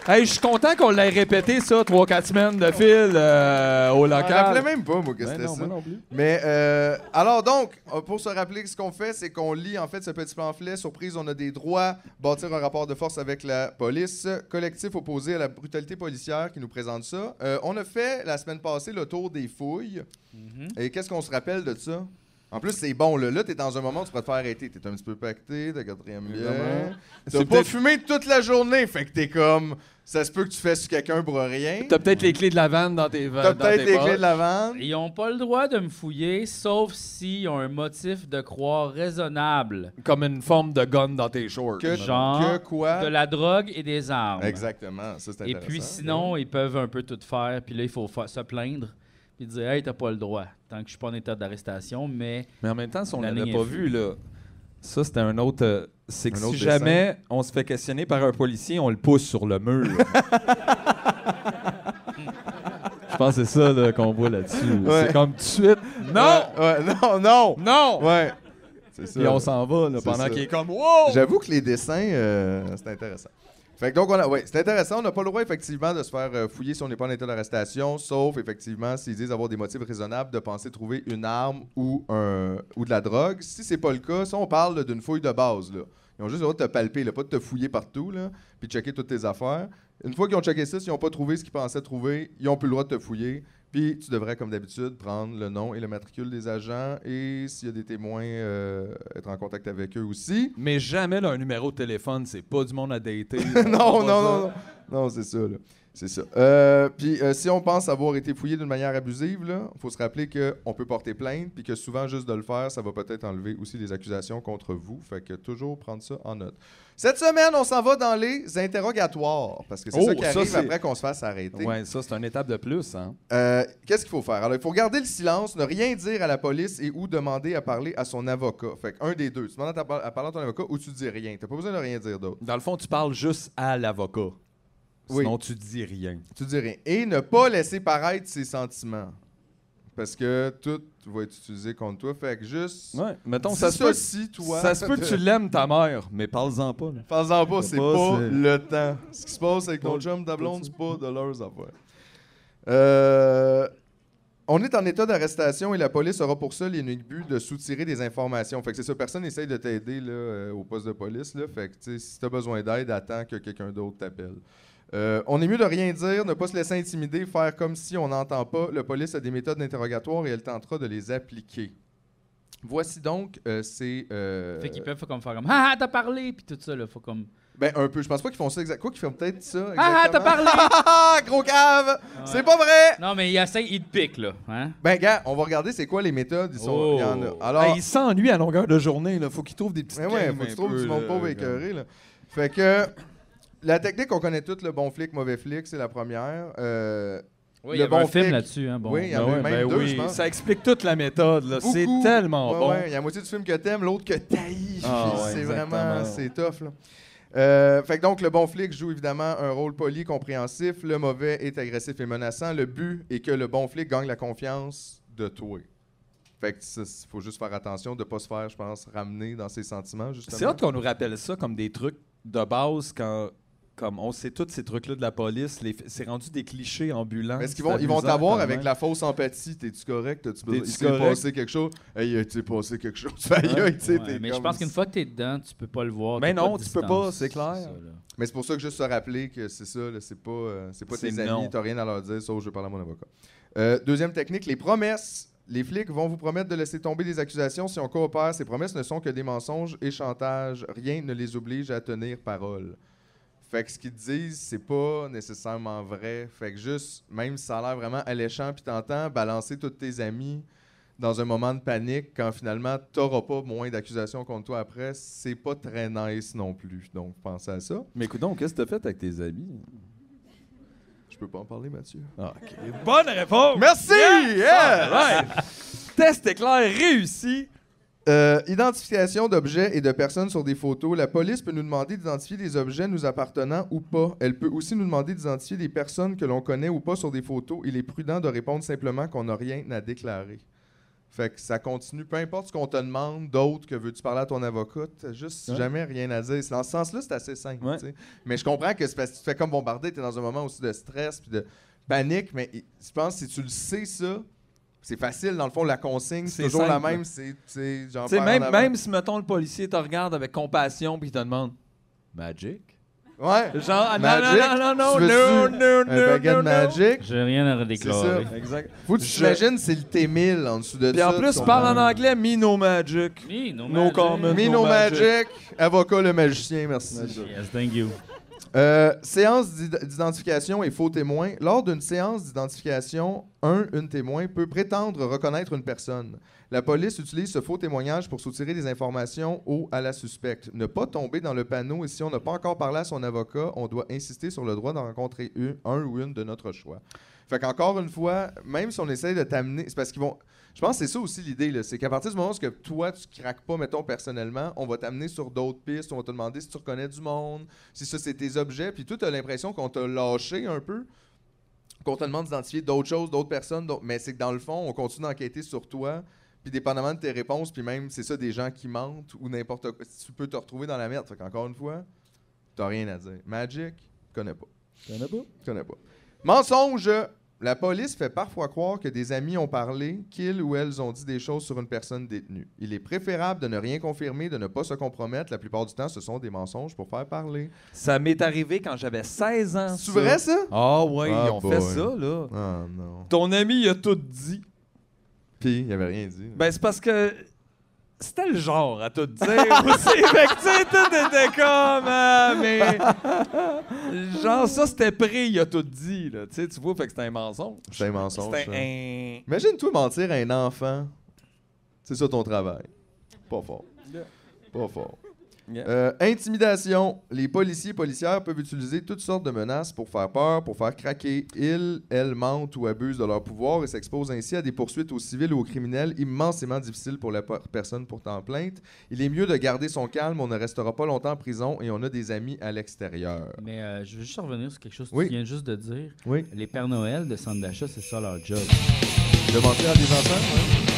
[SPEAKER 2] Hey, je suis content qu'on l'ait répété, ça, 3-4 semaines de fil euh, au
[SPEAKER 3] Je me
[SPEAKER 2] local.
[SPEAKER 3] rappelais même pas, moi, que
[SPEAKER 2] Ben
[SPEAKER 3] c'était
[SPEAKER 2] non,
[SPEAKER 3] ça.
[SPEAKER 2] moi non plus.
[SPEAKER 3] Mais euh, alors donc, euh, pour se rappeler, ce qu'on fait, c'est qu'on lit en fait ce petit pamphlet. Surprise, on a des droits, bâtir un rapport de force avec la police, collectif opposé à la brutalité policière qui nous présente ça. Euh, on a fait la semaine passée le tour des fouilles. Et qu'est-ce qu'on se rappelle de ça? En plus, c'est bon, là, là t'es dans un moment où tu vas te faire arrêter. T'es un petit peu pacté, t'as quatrième bien.
[SPEAKER 2] Évidemment.
[SPEAKER 3] T'as
[SPEAKER 2] C'est
[SPEAKER 3] pas
[SPEAKER 2] peut-être-
[SPEAKER 3] fumé toute la journée, fait que t'es comme... Ça se peut que tu fasses sur quelqu'un pour rien.
[SPEAKER 2] T'as peut-être les clés de la vanne dans tes
[SPEAKER 3] T'as
[SPEAKER 2] vannes.
[SPEAKER 3] peut-être les clés de la vente.
[SPEAKER 1] Ils n'ont pas le droit de me fouiller, sauf s'ils ont un motif de croire raisonnable.
[SPEAKER 2] Comme une forme de gun dans tes shorts.
[SPEAKER 3] Que,
[SPEAKER 1] Genre
[SPEAKER 3] que quoi?
[SPEAKER 2] Ah.
[SPEAKER 1] De la drogue et des armes.
[SPEAKER 3] Exactement, ça c'est
[SPEAKER 1] Et
[SPEAKER 3] intéressant.
[SPEAKER 1] puis sinon, ils peuvent un peu tout faire. Puis là, il faut fa- se plaindre. Puis dire, hey, t'as pas le droit. Tant que je suis pas en état d'arrestation, mais.
[SPEAKER 2] Mais en même temps, si on
[SPEAKER 1] La
[SPEAKER 2] l'avait
[SPEAKER 1] ligne
[SPEAKER 2] pas
[SPEAKER 1] est
[SPEAKER 2] vu, là, ça, c'était un autre. euh, c'est que
[SPEAKER 3] Un
[SPEAKER 2] si
[SPEAKER 3] autre dessin.
[SPEAKER 2] jamais on se fait questionner par un policier, on le pousse sur le mur. Je pense que c'est ça là, qu'on voit là-dessus.
[SPEAKER 3] Ouais.
[SPEAKER 2] C'est comme tout de suite. Non!
[SPEAKER 3] Ouais, ouais, non, non!
[SPEAKER 2] Non!
[SPEAKER 3] Ouais! C'est ça.
[SPEAKER 2] Et on s'en va là,
[SPEAKER 3] C'est
[SPEAKER 2] pendant
[SPEAKER 3] ça.
[SPEAKER 2] qu'il est comme Wow!
[SPEAKER 3] J'avoue que les dessins, euh, c'est intéressant. Fait que donc, on a, ouais, c'est intéressant. On n'a pas le droit, effectivement, de se faire euh, fouiller si on n'est pas en état d'arrestation, sauf, effectivement, s'ils disent avoir des motifs raisonnables de penser trouver une arme ou, un, ou de la drogue. Si c'est pas le cas, ça, on parle là, d'une fouille de base. Là. Ils ont juste le droit de te palper, là, pas de te fouiller partout, là, puis de checker toutes tes affaires. Une fois qu'ils ont checké ça, s'ils n'ont pas trouvé ce qu'ils pensaient trouver, ils n'ont plus le droit de te fouiller. Puis tu devrais, comme d'habitude, prendre le nom et le matricule des agents et s'il y a des témoins, euh, être en contact avec eux aussi.
[SPEAKER 2] Mais jamais là, un numéro de téléphone, c'est pas du monde à dater.
[SPEAKER 3] non, non, non, non. Non, c'est ça, là. C'est ça. Euh, Puis euh, si on pense avoir été fouillé d'une manière abusive, il faut se rappeler qu'on peut porter plainte, puis que souvent, juste de le faire, ça va peut-être enlever aussi les accusations contre vous. Fait que toujours prendre ça en note. Cette semaine, on s'en va dans les interrogatoires, parce que c'est
[SPEAKER 2] Oh,
[SPEAKER 3] ça qui
[SPEAKER 2] ça,
[SPEAKER 3] arrive
[SPEAKER 2] c'est-
[SPEAKER 3] après qu'on se fasse arrêter.
[SPEAKER 2] Ouais, ça, c'est une étape de plus. Hein?
[SPEAKER 3] Euh, Qu'est-ce qu'il faut faire? Alors, il faut garder le silence, ne rien dire à la police et ou demander à parler à son avocat. Fait que un des deux. Tu demandes à, ta- à parler à ton avocat ou tu dis rien. T'as pas besoin de rien dire d'autre.
[SPEAKER 2] Dans le fond, tu parles juste à l'avocat.
[SPEAKER 3] Oui.
[SPEAKER 2] Sinon, tu dis rien.
[SPEAKER 3] Tu dis rien. Et ne pas laisser paraître ses sentiments. Parce que tout va être utilisé contre toi. Fait que juste.
[SPEAKER 2] Ouais, mettons, ça se peut.
[SPEAKER 3] Dissocie, toi.
[SPEAKER 2] Ça se peut que tu l'aimes, ta mère, mais parle-en pas. là.
[SPEAKER 3] Fais-en pas, c'est
[SPEAKER 2] Pas,
[SPEAKER 3] pas
[SPEAKER 2] c'est-
[SPEAKER 3] le temps. Ce qui se passe avec ton
[SPEAKER 2] Pas-
[SPEAKER 3] chum, ta
[SPEAKER 2] pas
[SPEAKER 3] blonde,
[SPEAKER 2] ça.
[SPEAKER 3] c'est pas de leurs affaires. Euh, On est en état d'arrestation et la police aura pour seul et unique but de soutirer des informations. Fait que c'est ça, personne n'essaye de t'aider là, euh, au poste de police. Là. Fait que tu sais, si t'as besoin d'aide, attends que quelqu'un d'autre t'appelle. Euh, on est mieux de rien dire, ne pas se laisser intimider, faire comme si on n'entend pas. La police a des méthodes d'interrogatoire et elle tentera de les appliquer. Voici donc euh, ces. euh,
[SPEAKER 1] Fait qu'ils peuvent faut comme faire comme Ah, ah, t'as parlé, puis tout ça, là. Faut comme
[SPEAKER 3] ben, un peu. Je pense pas qu'ils font ça exact. Quoi qu'ils font peut-être ça.
[SPEAKER 1] Ah, ah, t'as
[SPEAKER 3] exactement.
[SPEAKER 1] parlé!
[SPEAKER 3] Ah, gros cave! C'est pas vrai!
[SPEAKER 1] Non, mais il essaie, il te pique, là. Hein?
[SPEAKER 3] Ben, gars, on va regarder c'est quoi les méthodes. Ils sont,
[SPEAKER 1] Oh.
[SPEAKER 3] il y en a. Alors,
[SPEAKER 2] Hey, il s'ennuie à longueur de journée. Là. Faut qu'il trouve des petites
[SPEAKER 3] ben ouais,
[SPEAKER 2] games
[SPEAKER 3] faut que
[SPEAKER 2] un
[SPEAKER 3] tu trouves
[SPEAKER 2] peu,
[SPEAKER 3] du monde
[SPEAKER 2] là,
[SPEAKER 3] pauvre
[SPEAKER 2] comme-
[SPEAKER 3] écœuré, là. Fait que la technique qu'on connaît toutes, le bon flic, mauvais flic, c'est la première. Euh,
[SPEAKER 1] Oui, il y
[SPEAKER 3] Le
[SPEAKER 1] avait un
[SPEAKER 3] bon
[SPEAKER 1] film
[SPEAKER 3] flic.
[SPEAKER 1] là-dessus. Hein, bon.
[SPEAKER 3] Oui, il y en
[SPEAKER 2] Ben
[SPEAKER 3] a
[SPEAKER 2] ouais,
[SPEAKER 3] même
[SPEAKER 2] ben
[SPEAKER 3] deux,
[SPEAKER 2] oui,
[SPEAKER 3] je pense.
[SPEAKER 2] Ça explique toute la méthode. là. C'est
[SPEAKER 3] beaucoup.
[SPEAKER 2] tellement
[SPEAKER 3] Ouais,
[SPEAKER 2] bon.
[SPEAKER 3] ouais, il y a la moitié du film que t'aimes, l'autre que t'haïs.
[SPEAKER 2] Ah,
[SPEAKER 3] Puis
[SPEAKER 2] ouais,
[SPEAKER 3] c'est
[SPEAKER 2] exactement.
[SPEAKER 3] vraiment, c'est tough, là. Euh, fait que donc, le bon flic joue évidemment un rôle poli, compréhensif. Le mauvais est agressif et menaçant. Le but est que le bon flic gagne la confiance de toi. Fait que ça, c'est- faut juste faire attention de pas se faire, je pense, ramener dans ses sentiments, justement.
[SPEAKER 2] C'est hâte qu'on nous rappelle ça comme des trucs de base quand. Comme on sait tous ces trucs-là de la police, les- c'est rendu des clichés ambulants.
[SPEAKER 3] Est-ce qu'ils
[SPEAKER 2] C'est
[SPEAKER 3] vont, ils vont
[SPEAKER 2] amusant
[SPEAKER 3] t'avoir
[SPEAKER 2] quand
[SPEAKER 3] avec
[SPEAKER 2] même.
[SPEAKER 3] la fausse empathie? T'es-tu correct? T'as-tu besoin-
[SPEAKER 2] T'es-tu
[SPEAKER 3] Il s'est
[SPEAKER 2] correct?
[SPEAKER 3] passé quelque chose? Hey, il s'est passé quelque chose. Aïe, aïe, tu sais,
[SPEAKER 1] Ouais,
[SPEAKER 3] t'es
[SPEAKER 1] mais je
[SPEAKER 3] comme-
[SPEAKER 1] pense qu'une fois que t'es dedans, tu peux pas le voir.
[SPEAKER 2] Mais
[SPEAKER 1] t'as pas
[SPEAKER 2] non,
[SPEAKER 1] de
[SPEAKER 2] tu peux
[SPEAKER 1] distance,
[SPEAKER 2] pas, c'est clair.
[SPEAKER 1] ça, là.
[SPEAKER 3] Mais c'est pour ça que juste se rappeler que c'est ça, là, c'est pas, euh, c'est pas
[SPEAKER 2] C'est
[SPEAKER 3] tes
[SPEAKER 2] non.
[SPEAKER 3] amis, t'as rien à leur dire, sauf je vais parler à mon avocat. Euh, deuxième technique, les promesses. Les flics vont vous promettre de laisser tomber des accusations si on coopère. Ces promesses ne sont que des mensonges et chantages. Rien ne les oblige à tenir parole. Fait que ce qu'ils te disent, c'est pas nécessairement vrai. Fait que juste, même si ça a l'air vraiment alléchant puis t'entends balancer tous tes amis dans un moment de panique quand finalement t'auras pas moins d'accusations contre toi après, c'est pas très nice non plus. Donc pensez à ça.
[SPEAKER 2] Mais écoute donc, qu'est-ce que t'as fait avec tes amis?
[SPEAKER 3] Je peux pas en parler, Mathieu.
[SPEAKER 2] Ah, ok. Bonne réponse!
[SPEAKER 3] Merci! Yeah!
[SPEAKER 2] Alright. Test éclair réussi!
[SPEAKER 3] Euh, identification d'objets et de personnes sur des photos. La police peut nous demander d'identifier des objets nous appartenant ou pas. Elle peut aussi nous demander d'identifier des personnes que l'on connaît ou pas sur des photos. Il est prudent de répondre simplement qu'on n'a rien à déclarer. Fait que ça continue. Peu importe ce qu'on te demande, d'autres que veux-tu parler à ton avocat, t'as juste
[SPEAKER 2] Ouais.
[SPEAKER 3] jamais rien à dire. C'est Dans ce sens-là, c'est assez simple.
[SPEAKER 2] Ouais.
[SPEAKER 3] tu sais. Mais je comprends que c'est parce que tu te fais comme bombarder, t'es dans un moment aussi de stress puis de panique. Mais i- je pense que si tu le sais, ça, c'est facile. Dans le fond, la consigne, c'est
[SPEAKER 2] C'est
[SPEAKER 3] toujours la
[SPEAKER 2] simple.
[SPEAKER 3] même. C'est, c'est genre.
[SPEAKER 2] Tu sais,
[SPEAKER 3] par en
[SPEAKER 2] même,
[SPEAKER 3] avant.
[SPEAKER 2] même si, mettons, le policier te regarde avec compassion puis il te demande Magic?
[SPEAKER 3] Ouais.
[SPEAKER 2] Genre, ah,
[SPEAKER 3] Magic?
[SPEAKER 2] non, non, non, non,
[SPEAKER 3] Tu
[SPEAKER 2] non,
[SPEAKER 3] veux-tu
[SPEAKER 2] non,
[SPEAKER 3] Un
[SPEAKER 2] non,
[SPEAKER 3] paquet de
[SPEAKER 2] non, non.
[SPEAKER 3] Magic.
[SPEAKER 1] J'ai rien à redéclarer.
[SPEAKER 3] C'est
[SPEAKER 2] Exact.
[SPEAKER 3] Faut que tu
[SPEAKER 2] Je-
[SPEAKER 3] t'imagines, c'est le T1000 en dessous de
[SPEAKER 2] Puis
[SPEAKER 3] ça.
[SPEAKER 2] en plus,
[SPEAKER 3] ton-
[SPEAKER 2] parle en anglais, me no magic.
[SPEAKER 1] Oui, no,
[SPEAKER 2] No
[SPEAKER 1] magic.
[SPEAKER 2] comment.
[SPEAKER 3] Mino
[SPEAKER 2] No
[SPEAKER 3] Magic, avocat le magicien, merci.
[SPEAKER 1] Yes, thank you.
[SPEAKER 3] Euh, séance d'id- d'identification et faux témoins. Lors d'une séance d'identification, un, une témoin peut prétendre reconnaître une personne. La police utilise ce faux témoignage pour soutirer des informations au à la suspecte. Ne pas tomber dans le panneau et si on n'a pas encore parlé à son avocat, on doit insister sur le droit d'en rencontrer une- un ou une de notre choix. Fait qu'encore une fois, même si on essaye de t'amener, c'est parce qu'ils vont. Je pense que c'est ça aussi l'idée, là, c'est qu'à partir du moment où ce que toi, tu craques pas, mettons, personnellement, on va t'amener sur d'autres pistes, on va te demander si tu reconnais du monde, si ça, c'est tes objets, puis toi, t'as l'impression qu'on t'a lâché un peu, qu'on te demande d'identifier d'autres choses, d'autres personnes, d'autres- mais c'est que dans le fond, on continue d'enquêter sur toi, puis dépendamment de tes réponses, puis même, c'est ça, des gens qui mentent ou n'importe quoi, tu peux te retrouver dans la merde. Fait qu'encore une fois, t'as rien à dire. Magic, connais pas.
[SPEAKER 8] Connais pas?
[SPEAKER 3] Connais pas. Mensonge. La police fait parfois croire que des amis ont parlé, qu'ils ou elles ont dit des choses sur une personne détenue. Il est préférable de ne rien confirmer, de ne pas se compromettre. La plupart du temps, ce sont des mensonges pour faire parler.
[SPEAKER 2] Ça m'est arrivé quand j'avais 16 ans.
[SPEAKER 3] C'est
[SPEAKER 2] ça.
[SPEAKER 3] vrai, ça?
[SPEAKER 2] Ah ouais,
[SPEAKER 3] Ah
[SPEAKER 2] ils ont
[SPEAKER 3] boy.
[SPEAKER 2] fait ça, là.
[SPEAKER 3] Ah non.
[SPEAKER 2] Ton ami, il a tout dit.
[SPEAKER 3] Puis, il avait rien dit.
[SPEAKER 2] Ben, c'est parce que c'était le genre à tout dire aussi. fait que, tu sais, tout était comme, euh, mais. Genre, ça, c'était pris, il a tout dit, là. Tu sais, tu vois, fait que c'était un mensonge.
[SPEAKER 3] C'est un mensonge. hein.
[SPEAKER 2] C'était
[SPEAKER 3] ça.
[SPEAKER 2] un.
[SPEAKER 3] Imagine-toi mentir à un enfant. C'est ça ton travail. Pas fort. Pas fort.
[SPEAKER 2] Yeah.
[SPEAKER 3] Euh, intimidation. Les policiers et policières peuvent utiliser toutes sortes de menaces pour faire peur, pour faire craquer. Ils, elles mentent ou abusent de leur pouvoir et s'exposent ainsi à des poursuites aux civils ou aux criminels immensément difficiles pour la per- personne portant plainte. Il est mieux de garder son calme, on ne restera pas longtemps en prison et on a des amis à l'extérieur.
[SPEAKER 1] Mais euh, je veux juste revenir sur quelque chose que
[SPEAKER 3] Oui.
[SPEAKER 1] tu viens juste de dire.
[SPEAKER 3] Oui.
[SPEAKER 1] Les Pères Noël de centre d'achat, c'est ça leur job.
[SPEAKER 3] De mentir à des enfants, ouais.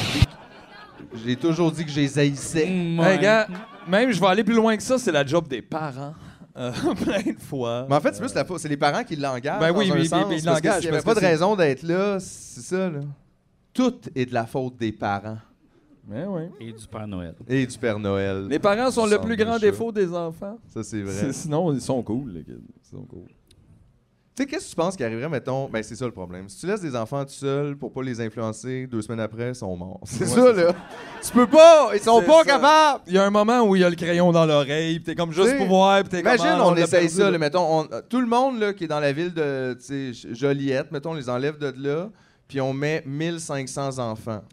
[SPEAKER 3] J'ai toujours dit que je les haïssais.
[SPEAKER 2] Hey, gars, même je vais aller plus loin que ça, c'est la job des parents. Euh, plein de fois.
[SPEAKER 3] Mais en fait, c'est plus la faute. C'est les parents qui l'engagent.
[SPEAKER 2] Ben
[SPEAKER 3] dans
[SPEAKER 2] oui,
[SPEAKER 3] un
[SPEAKER 2] mais- mais-
[SPEAKER 3] sens,
[SPEAKER 2] mais ils
[SPEAKER 3] parce que
[SPEAKER 2] l'engagent,
[SPEAKER 3] S'il n'y avait pas
[SPEAKER 2] parce
[SPEAKER 3] de
[SPEAKER 2] que c'est-
[SPEAKER 3] raison d'être là, c'est ça, là. Tout est de la faute des parents
[SPEAKER 2] Mais oui.
[SPEAKER 1] Et du Père Noël.
[SPEAKER 3] et du Père Noël.
[SPEAKER 2] Les parents sont le
[SPEAKER 3] Centre
[SPEAKER 2] plus
[SPEAKER 3] des
[SPEAKER 2] grand
[SPEAKER 3] chats.
[SPEAKER 2] défaut des enfants.
[SPEAKER 3] Ça, c'est vrai.
[SPEAKER 2] C'est-
[SPEAKER 3] Tu
[SPEAKER 2] Sinon, ils sont cool, les kids. Ils sont cool.
[SPEAKER 3] sais, qu'est-ce que tu penses qui arriverait, mettons. Ben, c'est ça le problème. Si tu laisses des enfants tout seuls pour pas les influencer, deux semaines après, ils sont morts. C'est ça, là. Tu peux pas. Ils sont
[SPEAKER 2] C'est
[SPEAKER 3] pas
[SPEAKER 2] ça.
[SPEAKER 3] capables.
[SPEAKER 2] Il y a un moment où il y a le crayon dans l'oreille, pis t'es comme juste
[SPEAKER 3] T'sais,
[SPEAKER 2] pour voir, pis t'es comme.
[SPEAKER 3] Imagine,
[SPEAKER 2] ah,
[SPEAKER 3] on,
[SPEAKER 2] l'a
[SPEAKER 3] essaye
[SPEAKER 2] perdu,
[SPEAKER 3] ça,
[SPEAKER 2] là.
[SPEAKER 3] là, mettons, on- euh, tout le monde là, qui est dans la ville de tu sais, J- Joliette, mettons, on les enlève de là, puis on met 1500 enfants.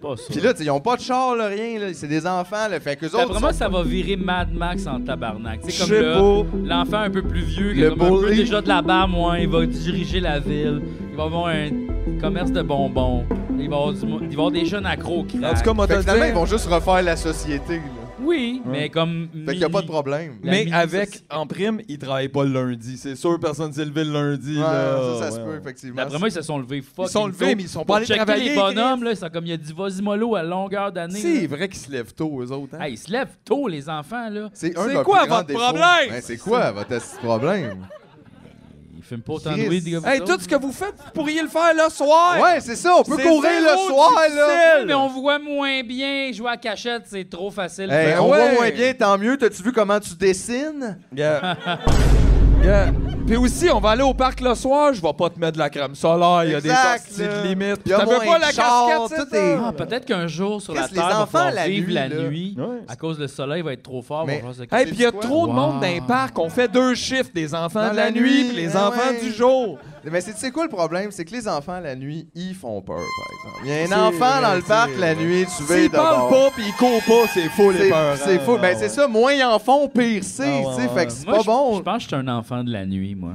[SPEAKER 1] Pas ça.
[SPEAKER 3] Puis là, tu sais, ils ont pas de char, là, rien, là, c'est des enfants, là, fait que autres...
[SPEAKER 1] D'après moi, ça va virer Mad Max en tabarnak. C'est
[SPEAKER 2] Je
[SPEAKER 1] comme
[SPEAKER 2] sais
[SPEAKER 1] là,
[SPEAKER 2] pas.
[SPEAKER 1] l'enfant un peu plus vieux, qui
[SPEAKER 3] Le
[SPEAKER 1] a comme un peu
[SPEAKER 3] bully.
[SPEAKER 1] déjà de la barre moins, il va diriger la ville, il va avoir un commerce de bonbons, il va avoir, du mo- il va avoir des jeunes accros qui
[SPEAKER 2] En tout cas, moi,
[SPEAKER 3] Fait que
[SPEAKER 2] t'as
[SPEAKER 3] finalement, ils
[SPEAKER 2] dit.
[SPEAKER 3] vont juste refaire la société. Là.
[SPEAKER 1] Oui, mais comme...
[SPEAKER 3] Fait qu'il n'y a pas de problème.
[SPEAKER 1] La
[SPEAKER 2] Mais
[SPEAKER 1] mini-
[SPEAKER 2] avec, en prime, ils travaillent pas le lundi. C'est sûr, personne s'est levé le lundi.
[SPEAKER 3] Ouais,
[SPEAKER 2] là.
[SPEAKER 3] ça, ça se
[SPEAKER 2] Ouais,
[SPEAKER 3] peut,
[SPEAKER 2] ouais.
[SPEAKER 3] effectivement.
[SPEAKER 1] D'après moi, ils se sont levés fucking
[SPEAKER 2] Ils sont levés,
[SPEAKER 1] tôt.
[SPEAKER 2] mais ils sont
[SPEAKER 1] Pour
[SPEAKER 2] pas allés
[SPEAKER 1] checker
[SPEAKER 2] travailler.
[SPEAKER 1] les bonhommes, là, c'est comme il y a du Vasimolo à longueur d'année.
[SPEAKER 2] C'est
[SPEAKER 1] là.
[SPEAKER 2] vrai qu'ils se lèvent tôt, eux autres. hein.
[SPEAKER 1] Ah, ils se lèvent tôt, les enfants, là.
[SPEAKER 3] c'est un
[SPEAKER 2] C'est
[SPEAKER 3] de leurs
[SPEAKER 2] quoi
[SPEAKER 3] plus grands
[SPEAKER 2] votre
[SPEAKER 3] défauts.
[SPEAKER 2] problème?
[SPEAKER 3] Ben, c'est quoi votre esti de problème?
[SPEAKER 1] Ils fument pas autant de
[SPEAKER 3] Chris.
[SPEAKER 1] weed que vous
[SPEAKER 2] Hey,
[SPEAKER 1] autres.
[SPEAKER 2] tout ce que vous faites, vous pourriez le faire le soir.
[SPEAKER 3] Ouais, c'est ça, on peut
[SPEAKER 2] C'est
[SPEAKER 3] courir
[SPEAKER 2] zéro
[SPEAKER 3] le soir, là!
[SPEAKER 1] Mais on voit moins bien jouer à cachette, c'est trop facile.
[SPEAKER 3] Hey,
[SPEAKER 1] Ben,
[SPEAKER 3] on
[SPEAKER 2] ouais.
[SPEAKER 3] voit moins bien, tant mieux. T'as-tu vu comment tu dessines?
[SPEAKER 2] Yeah. Yeah. Puis aussi, on va aller au parc le soir, je vais pas te mettre de la crème solaire, il y a des
[SPEAKER 3] Exact,
[SPEAKER 2] sorties
[SPEAKER 3] là.
[SPEAKER 2] de limite.
[SPEAKER 3] Il y a
[SPEAKER 2] T'avais
[SPEAKER 3] moins
[SPEAKER 2] pas
[SPEAKER 3] de
[SPEAKER 2] la
[SPEAKER 3] char,
[SPEAKER 2] casquette,
[SPEAKER 3] tout
[SPEAKER 2] c'est ça?
[SPEAKER 3] est-
[SPEAKER 1] Ah, peut-être qu'un jour sur la
[SPEAKER 3] Qu'est-ce
[SPEAKER 1] Terre,
[SPEAKER 3] les
[SPEAKER 1] va
[SPEAKER 3] enfants,
[SPEAKER 1] falloir
[SPEAKER 3] la
[SPEAKER 1] vivre
[SPEAKER 3] nuit,
[SPEAKER 1] la
[SPEAKER 3] là?
[SPEAKER 1] nuit.
[SPEAKER 2] Ouais.
[SPEAKER 1] À cause du soleil, il va être trop fort.
[SPEAKER 3] Mais-
[SPEAKER 1] on va se-
[SPEAKER 2] Hey, puis il y a
[SPEAKER 3] Quoi?
[SPEAKER 2] trop de monde
[SPEAKER 1] Wow.
[SPEAKER 2] dans les parcs. On fait deux chiffres, des enfants
[SPEAKER 3] Dans
[SPEAKER 2] de
[SPEAKER 3] la
[SPEAKER 2] la, nuit,
[SPEAKER 3] nuit,
[SPEAKER 2] puis les
[SPEAKER 3] ah
[SPEAKER 2] enfants
[SPEAKER 3] ouais.
[SPEAKER 2] du jour.
[SPEAKER 3] Mais c'est tu sais quoi le problème? C'est que les enfants, la nuit, ils font peur, par exemple. Il y a
[SPEAKER 2] C'est
[SPEAKER 3] un enfant dans
[SPEAKER 2] vrai,
[SPEAKER 3] le parc,
[SPEAKER 2] c'est
[SPEAKER 3] la
[SPEAKER 2] vrai.
[SPEAKER 3] nuit, tu veux
[SPEAKER 2] S'ils
[SPEAKER 3] de bord.
[SPEAKER 2] parlent pas puis ils courent pas, c'est faux les
[SPEAKER 3] C'est
[SPEAKER 2] peurs.
[SPEAKER 3] c'est fou. Ben, c'est ça, moins ils en font, pire c'est.
[SPEAKER 2] Ah, ouais,
[SPEAKER 3] tu sais,
[SPEAKER 2] ouais.
[SPEAKER 3] Fait que c'est
[SPEAKER 1] Moi,
[SPEAKER 3] pas
[SPEAKER 1] je- Je
[SPEAKER 3] bon.
[SPEAKER 1] pense que je suis un enfant de la nuit, moi.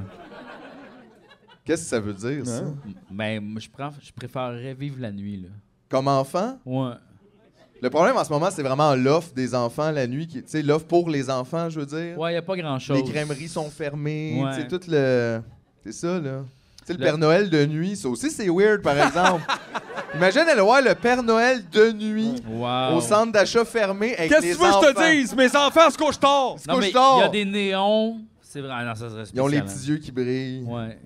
[SPEAKER 3] Qu'est-ce que ça veut dire, ça?
[SPEAKER 1] Mais Ben, moi, je, prends- je préférerais vivre la nuit, là.
[SPEAKER 3] Comme enfant?
[SPEAKER 1] Ouais.
[SPEAKER 3] Le problème en ce moment, c'est vraiment l'offre des enfants la nuit, qui, tu sais, l'offre pour les enfants, je veux dire.
[SPEAKER 1] Ouais, il a pas grand-chose.
[SPEAKER 3] les crèmeries sont fermées,
[SPEAKER 1] Ouais.
[SPEAKER 3] tu sais, tout le. C'est ça, là. Tu sais, le,
[SPEAKER 1] Le-
[SPEAKER 3] Père Noël de nuit, ça aussi, c'est weird, par exemple. Imagine aller voir le Père Noël de nuit
[SPEAKER 1] Wow.
[SPEAKER 3] au centre d'achat fermé avec
[SPEAKER 2] Qu'est-ce que
[SPEAKER 3] les
[SPEAKER 2] tu veux que je
[SPEAKER 3] enfants.
[SPEAKER 2] te dise? Mes enfants se couchent tard.
[SPEAKER 3] Ils se
[SPEAKER 1] Non, mais
[SPEAKER 3] couchent
[SPEAKER 1] il y a
[SPEAKER 3] tard.
[SPEAKER 1] des néons. C'est vrai. Ah, non, ça serait
[SPEAKER 3] Ils ont les
[SPEAKER 1] spécial, hein.
[SPEAKER 3] petits yeux qui brillent.
[SPEAKER 1] Ouais.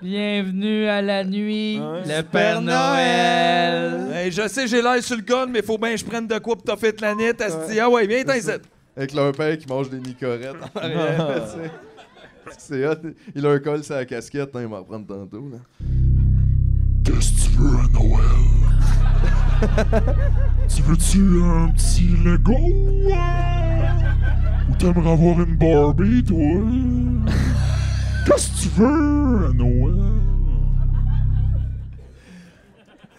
[SPEAKER 1] Bienvenue à la nuit,
[SPEAKER 2] Ouais.
[SPEAKER 1] le Père Noël.
[SPEAKER 2] Hey, je sais, j'ai l'air sur le gun, mais faut bien que je prenne de quoi pour t'as fait la nette. Elle se dit, ah ouais, viens, t'en ici.
[SPEAKER 3] Avec leur père qui mange des nicorettes en
[SPEAKER 2] Ah.
[SPEAKER 3] arrière, tu sais. C'est hot. Il leur colle sa casquette, hein, il va en prendre tantôt, là.
[SPEAKER 9] Qu'est-ce que tu veux à Noël? tu veux-tu un petit Lego? hein? Ou T'aimerais avoir une Barbie, toi? Qu'est-ce que tu veux à Noël?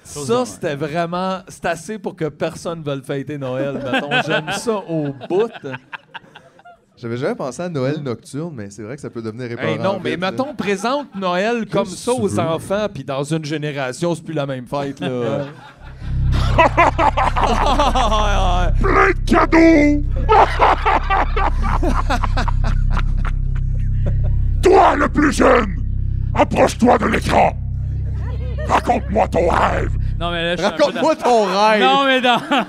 [SPEAKER 2] Ça, c'était vraiment. C'est assez pour que personne ne veuille fêter Noël, mettons. J'aime ça au bout.
[SPEAKER 3] J'avais jamais pensé à Noël nocturne, mais c'est vrai que ça peut devenir épeurant.
[SPEAKER 2] Hey, non, mais
[SPEAKER 3] vite, là.
[SPEAKER 2] mettons, présente Noël comme ça
[SPEAKER 9] tu
[SPEAKER 2] aux
[SPEAKER 9] veux?
[SPEAKER 2] enfants, puis dans une génération, c'est plus la même fête, là.
[SPEAKER 9] Plein de cadeaux! Toi, le plus jeune, approche-toi de l'écran. Raconte-moi ton rêve.
[SPEAKER 1] Non, mais là, je suis un peu
[SPEAKER 3] Raconte-moi ton
[SPEAKER 1] dans-
[SPEAKER 3] rêve.
[SPEAKER 1] Non, mais dans...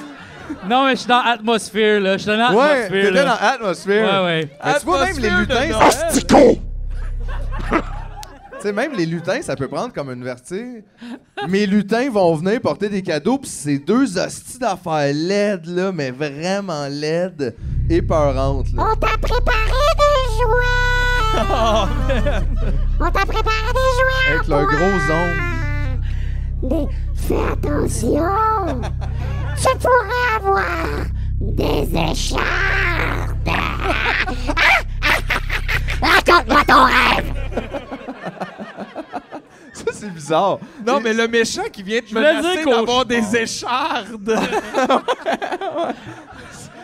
[SPEAKER 1] Non, mais je suis dans Atmosphere, là. Je suis dans
[SPEAKER 3] ouais,
[SPEAKER 1] Atmosphere,
[SPEAKER 3] t'étais dans
[SPEAKER 1] là.
[SPEAKER 3] Atmosphere.
[SPEAKER 1] Ouais, ouais.
[SPEAKER 3] Mais tu vois, même les
[SPEAKER 2] Atmosphère de
[SPEAKER 3] lutins,
[SPEAKER 2] Noël.
[SPEAKER 9] Astico!
[SPEAKER 3] Tu sais, même les lutins, ça peut prendre comme une vertige. Mes lutins vont venir porter des cadeaux, puis c'est deux hosties d'affaires laides, là, mais vraiment laides et peurantes, là.
[SPEAKER 8] On t'a préparé des jouets! On t'a préparé des jouets!
[SPEAKER 3] Avec leurs
[SPEAKER 8] Antoine.
[SPEAKER 3] gros ongles.
[SPEAKER 8] Des... Fais attention! tu pourrais avoir des Ah, échardes! ah, Raconte-moi ton rêve!
[SPEAKER 3] Ça, c'est bizarre.
[SPEAKER 2] non, mais le méchant qui vient te
[SPEAKER 1] voulais dire
[SPEAKER 2] menacer
[SPEAKER 1] qu'au-
[SPEAKER 2] d'avoir des échardes.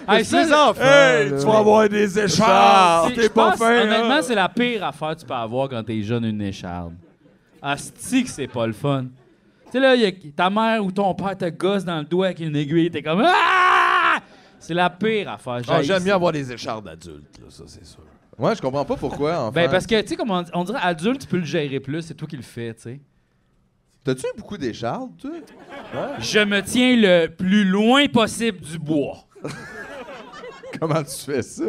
[SPEAKER 1] Hey, ça,
[SPEAKER 3] les enfants,
[SPEAKER 2] hey,
[SPEAKER 3] là.
[SPEAKER 2] tu vas avoir des échardes.
[SPEAKER 1] c'est- je
[SPEAKER 2] Ah, T'es pas
[SPEAKER 1] pense,
[SPEAKER 2] fin,
[SPEAKER 1] Honnêtement,
[SPEAKER 2] hein?
[SPEAKER 1] c'est la pire affaire que tu peux avoir quand t'es jeune, une écharde. Asti que c'est pas le fun. Tu sais, là, y a- ta mère ou ton père te gosse dans le doigt avec une aiguille, t'es comme... Ah! C'est la pire affaire.
[SPEAKER 2] Ah,
[SPEAKER 1] j'haïs
[SPEAKER 2] J'aime mieux
[SPEAKER 1] ça.
[SPEAKER 2] avoir des échardes adultes, là, ça, c'est sûr.
[SPEAKER 3] Ouais, je comprends pas pourquoi, en
[SPEAKER 1] Ben, parce que, tu sais, comme on, on dirait, adulte, tu peux le gérer plus, c'est toi qui le fais, tu sais.
[SPEAKER 3] T'as-tu eu beaucoup d'échardes, toi?
[SPEAKER 1] Je me tiens le plus loin possible du bois.
[SPEAKER 3] Comment tu fais ça?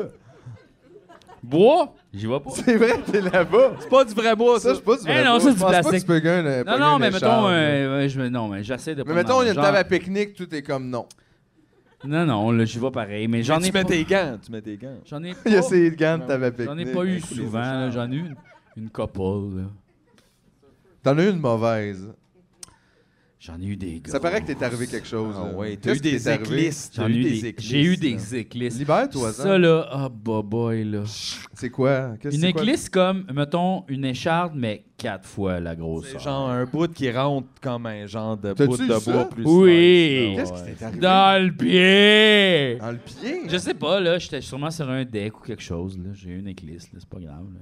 [SPEAKER 1] Bois? J'y vois pas.
[SPEAKER 3] C'est vrai, t'es là-bas.
[SPEAKER 2] C'est pas du vrai bois,
[SPEAKER 3] Ça,
[SPEAKER 2] ça.
[SPEAKER 3] je sais pas si tu
[SPEAKER 1] Eh
[SPEAKER 3] veux
[SPEAKER 1] non, ça,
[SPEAKER 3] pas.
[SPEAKER 1] c'est
[SPEAKER 3] Je
[SPEAKER 1] du
[SPEAKER 3] pense pas que
[SPEAKER 1] plastique.
[SPEAKER 3] tu peux gagner-
[SPEAKER 1] Non, non,
[SPEAKER 3] pas gagner
[SPEAKER 1] mais
[SPEAKER 3] une
[SPEAKER 1] mettons,
[SPEAKER 3] écharde, là.
[SPEAKER 1] euh, ouais, je me- non, mais j'essaie de.
[SPEAKER 3] Mais
[SPEAKER 1] pas
[SPEAKER 3] mettons, il y a une
[SPEAKER 1] m'en-
[SPEAKER 3] table à
[SPEAKER 1] genre-
[SPEAKER 3] pique-nique, tout est comme non.
[SPEAKER 1] Non, non, là, j'y vois pareil, mais j'en
[SPEAKER 2] J'en
[SPEAKER 1] ai.
[SPEAKER 2] tu
[SPEAKER 1] Pas,
[SPEAKER 2] mets tes gants, tu mets tes gants.
[SPEAKER 1] j'en ai.
[SPEAKER 3] Il y a
[SPEAKER 1] pas-
[SPEAKER 3] ces gants de table à
[SPEAKER 1] Oh. Ben J'en ai
[SPEAKER 3] pique-nique.
[SPEAKER 1] pas eu
[SPEAKER 3] avec les
[SPEAKER 1] souvent, là, j'en ai eu une, une couple, là.
[SPEAKER 3] T'en as eu une mauvaise.
[SPEAKER 1] J'en ai eu des gars.
[SPEAKER 3] Ça paraît que t'es arrivé quelque chose. là.
[SPEAKER 2] T'as eu
[SPEAKER 3] Qu'est-ce qui
[SPEAKER 2] des
[SPEAKER 3] t'est arrivé?
[SPEAKER 2] éclisses.
[SPEAKER 1] J'en ai eu des. J'ai eu des éclisses.
[SPEAKER 3] Libère-toi, hein.
[SPEAKER 1] Ça, là, ah, bah, boy, là.
[SPEAKER 3] C'est quoi? Qu'est-ce
[SPEAKER 1] Une
[SPEAKER 3] que c'est quoi?
[SPEAKER 1] éclisse comme, mettons, une écharde, mais quatre fois la
[SPEAKER 2] C'est
[SPEAKER 1] grosseur.
[SPEAKER 2] genre un bout qui rentre comme un genre de
[SPEAKER 3] T'as-tu
[SPEAKER 2] bout de
[SPEAKER 3] eu
[SPEAKER 2] bois
[SPEAKER 3] ça?
[SPEAKER 2] plus
[SPEAKER 1] Oui.
[SPEAKER 2] slice, là,
[SPEAKER 3] Qu'est-ce
[SPEAKER 2] ouais.
[SPEAKER 3] qui t'est arrivé? Ah.
[SPEAKER 1] Dans le pied!
[SPEAKER 3] Dans le pied?
[SPEAKER 1] Je sais pas, là, j'étais sûrement sur un deck ou quelque chose, là. J'ai eu une éclisse, là, c'est pas grave, là.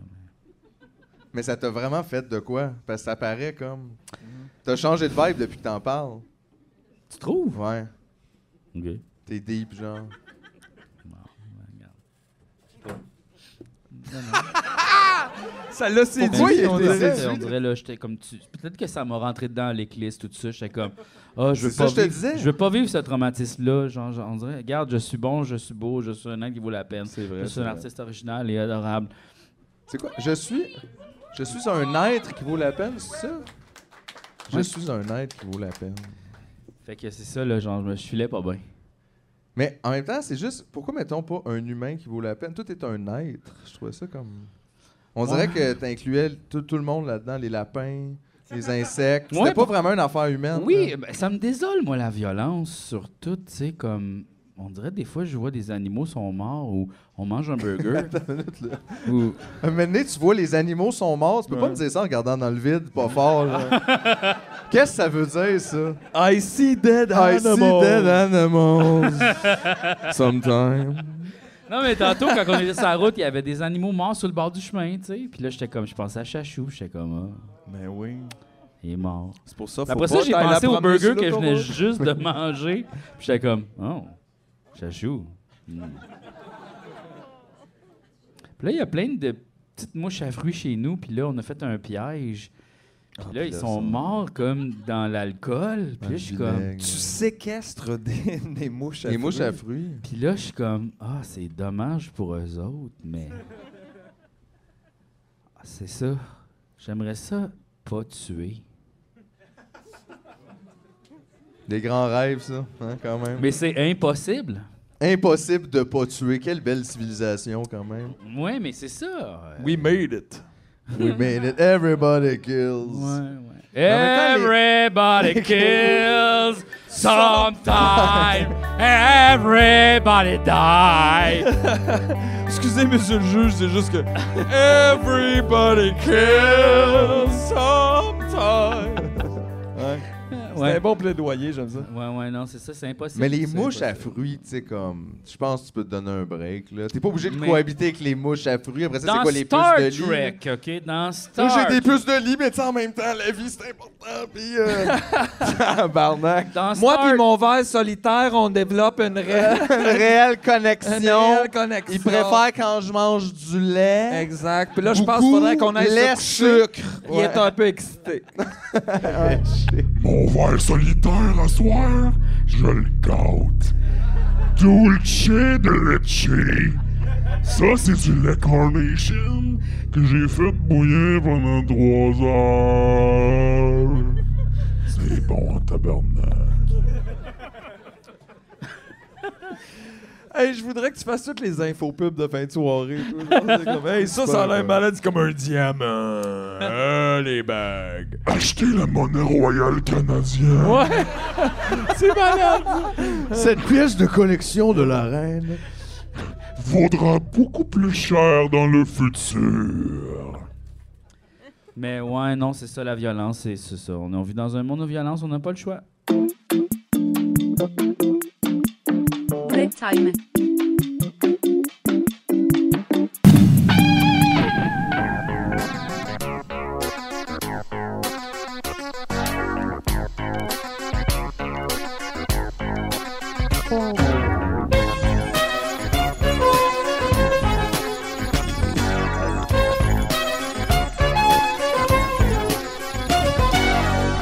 [SPEAKER 3] Mais ça t'a vraiment fait de quoi? Parce que ça paraît comme...
[SPEAKER 1] Mhm.
[SPEAKER 3] T'as changé de vibe depuis que t'en parles.
[SPEAKER 1] Tu trouves?
[SPEAKER 3] Ouais.
[SPEAKER 1] OK.
[SPEAKER 3] T'es deep, genre.
[SPEAKER 1] ben,
[SPEAKER 2] Ça l'a séduit.
[SPEAKER 3] Pourquoi il
[SPEAKER 1] on,
[SPEAKER 3] était
[SPEAKER 1] dirait,
[SPEAKER 3] séduit?
[SPEAKER 1] on dirait, là, j'étais comme... Tu... Peut-être que ça m'a rentré dedans, l'éclisse, tout ça. J'étais comme... Ah, je veux
[SPEAKER 3] C'est ça
[SPEAKER 1] pas
[SPEAKER 3] que je te
[SPEAKER 1] vivre-
[SPEAKER 3] disais.
[SPEAKER 1] Je veux pas vivre ce traumatisme-là. Genre, genre, on dirait, regarde, je suis bon, je suis beau, je suis un homme qui vaut la peine.
[SPEAKER 2] C'est vrai,
[SPEAKER 1] Je
[SPEAKER 2] c'est
[SPEAKER 1] suis un
[SPEAKER 2] vrai.
[SPEAKER 1] artiste original et adorable.
[SPEAKER 3] C'est quoi? Je suis... Je suis un être qui vaut la peine, c'est ça? Je suis un être qui vaut la peine.
[SPEAKER 1] Fait que c'est ça, là, genre, je me filais pas bien.
[SPEAKER 3] Mais en même temps, c'est juste... Pourquoi mettons pas un humain qui vaut la peine? Tout est un être. Je trouvais ça comme... On dirait que t'incluais tout, tout le monde là-dedans, les lapins, les insectes. C'était
[SPEAKER 1] Ouais,
[SPEAKER 3] pas vraiment une affaire humaine.
[SPEAKER 1] Oui,
[SPEAKER 3] là.
[SPEAKER 1] ben, ça me désole, moi, la violence, surtout, tu sais, comme... On dirait des fois, je vois des animaux sont morts ou on mange un burger. ou...
[SPEAKER 3] Euh, Un moment donné, tu vois, les animaux sont morts. Tu peux pas me dire ça en regardant dans le vide, pas fort. là. Qu'est-ce que ça veut dire, ça?
[SPEAKER 2] I see dead
[SPEAKER 3] I see
[SPEAKER 2] animals.
[SPEAKER 3] dead animals. Sometimes.
[SPEAKER 1] Non, mais tantôt, quand on était sur la route, il y avait des animaux morts sur le bord du chemin, tu sais. Puis là, j'étais comme, je pensais à Chachou, puis j'étais comme, ah,
[SPEAKER 2] Mais Ben oui.
[SPEAKER 1] il est mort.
[SPEAKER 2] C'est pour ça faut
[SPEAKER 1] Après ça,
[SPEAKER 2] pas
[SPEAKER 1] j'ai
[SPEAKER 2] t'ailles
[SPEAKER 1] pensé
[SPEAKER 2] la
[SPEAKER 1] au
[SPEAKER 2] promener
[SPEAKER 1] burger
[SPEAKER 2] sur
[SPEAKER 1] que je venais
[SPEAKER 2] l'autoroute.
[SPEAKER 1] juste de manger, puis j'étais comme, oh, Chachou. Hmm. Puis là, il y a plein de petites mouches à fruits chez nous, puis là, on a fait un piège. Puis là, ils sont morts comme dans l'alcool. Puis là, je suis comme.
[SPEAKER 2] Tu séquestres des, des mouches à
[SPEAKER 3] Les
[SPEAKER 2] fruits.
[SPEAKER 3] mouches à fruits.
[SPEAKER 1] Puis là, je suis comme, ah, c'est dommage pour eux autres, mais. Ah, c'est ça. J'aimerais ça pas tuer.
[SPEAKER 3] Des grands rêves, ça, hein, quand même.
[SPEAKER 1] Mais c'est impossible.
[SPEAKER 3] Impossible de pas tuer. Quelle belle civilisation, quand même.
[SPEAKER 1] Ouais, mais c'est ça.
[SPEAKER 2] We made it.
[SPEAKER 3] We made it. Everybody kills.
[SPEAKER 1] Ouais, ouais. Everybody kills Sometime, everybody die.
[SPEAKER 2] Excusez, monsieur le juge, c'est juste que. Everybody kills sometimes. Ouais. C'est un
[SPEAKER 1] Ouais,
[SPEAKER 2] bon plaidoyer, j'aime ça.
[SPEAKER 1] ouais, ouais, non, c'est ça, c'est impossible.
[SPEAKER 3] Mais les
[SPEAKER 1] C'est
[SPEAKER 3] mouches à
[SPEAKER 1] impossible.
[SPEAKER 3] fruits, tu sais, comme. Je pense que tu peux te donner un break, là. T'es pas obligé de
[SPEAKER 1] Mais-
[SPEAKER 3] cohabiter avec les mouches à fruits. Après ça, c'est
[SPEAKER 1] Dans
[SPEAKER 3] quoi les
[SPEAKER 1] Star
[SPEAKER 3] puces de lit?
[SPEAKER 1] Trek, OK? Dans Star
[SPEAKER 3] Moi, j'ai des puces de lit, mais tu sais, en même temps, la vie, c'est important, pis. Euh... Tabarnak.
[SPEAKER 1] Dans
[SPEAKER 2] Moi
[SPEAKER 1] Star-
[SPEAKER 2] puis mon verre solitaire, on développe Euh, une réelle,
[SPEAKER 3] Une réelle
[SPEAKER 2] une
[SPEAKER 3] connexion.
[SPEAKER 2] réelle connexion.
[SPEAKER 3] Il préfère quand je mange du lait.
[SPEAKER 2] Exact. Puis là, Ah, je pense qu'il faudrait qu'on aille
[SPEAKER 3] lait,
[SPEAKER 2] se coucher.
[SPEAKER 3] sucre.
[SPEAKER 2] Il est un peu excité.
[SPEAKER 9] Mon verre solitaire à soir, je le gâte. Dulce de leche. Ça, c'est du lait carnation que j'ai fait bouillir pendant trois heures. C'est bon en tabarnak.
[SPEAKER 2] Hey, je voudrais que tu fasses toutes les infos pubs de fin de soirée. toi. C'est comme, hey, ça, ça a l'air malade, c'est comme un diamant. Ah, les bagues.
[SPEAKER 9] Achetez la monnaie royale canadienne.
[SPEAKER 2] C'est malade.
[SPEAKER 3] Cette pièce de collection de la reine.
[SPEAKER 9] Vaudra beaucoup plus cher dans le futur.
[SPEAKER 1] Mais ouais, non, c'est ça la violence, c'est c'est ça. On vit dans un monde de violence, on n'a pas le choix.
[SPEAKER 10] Break time.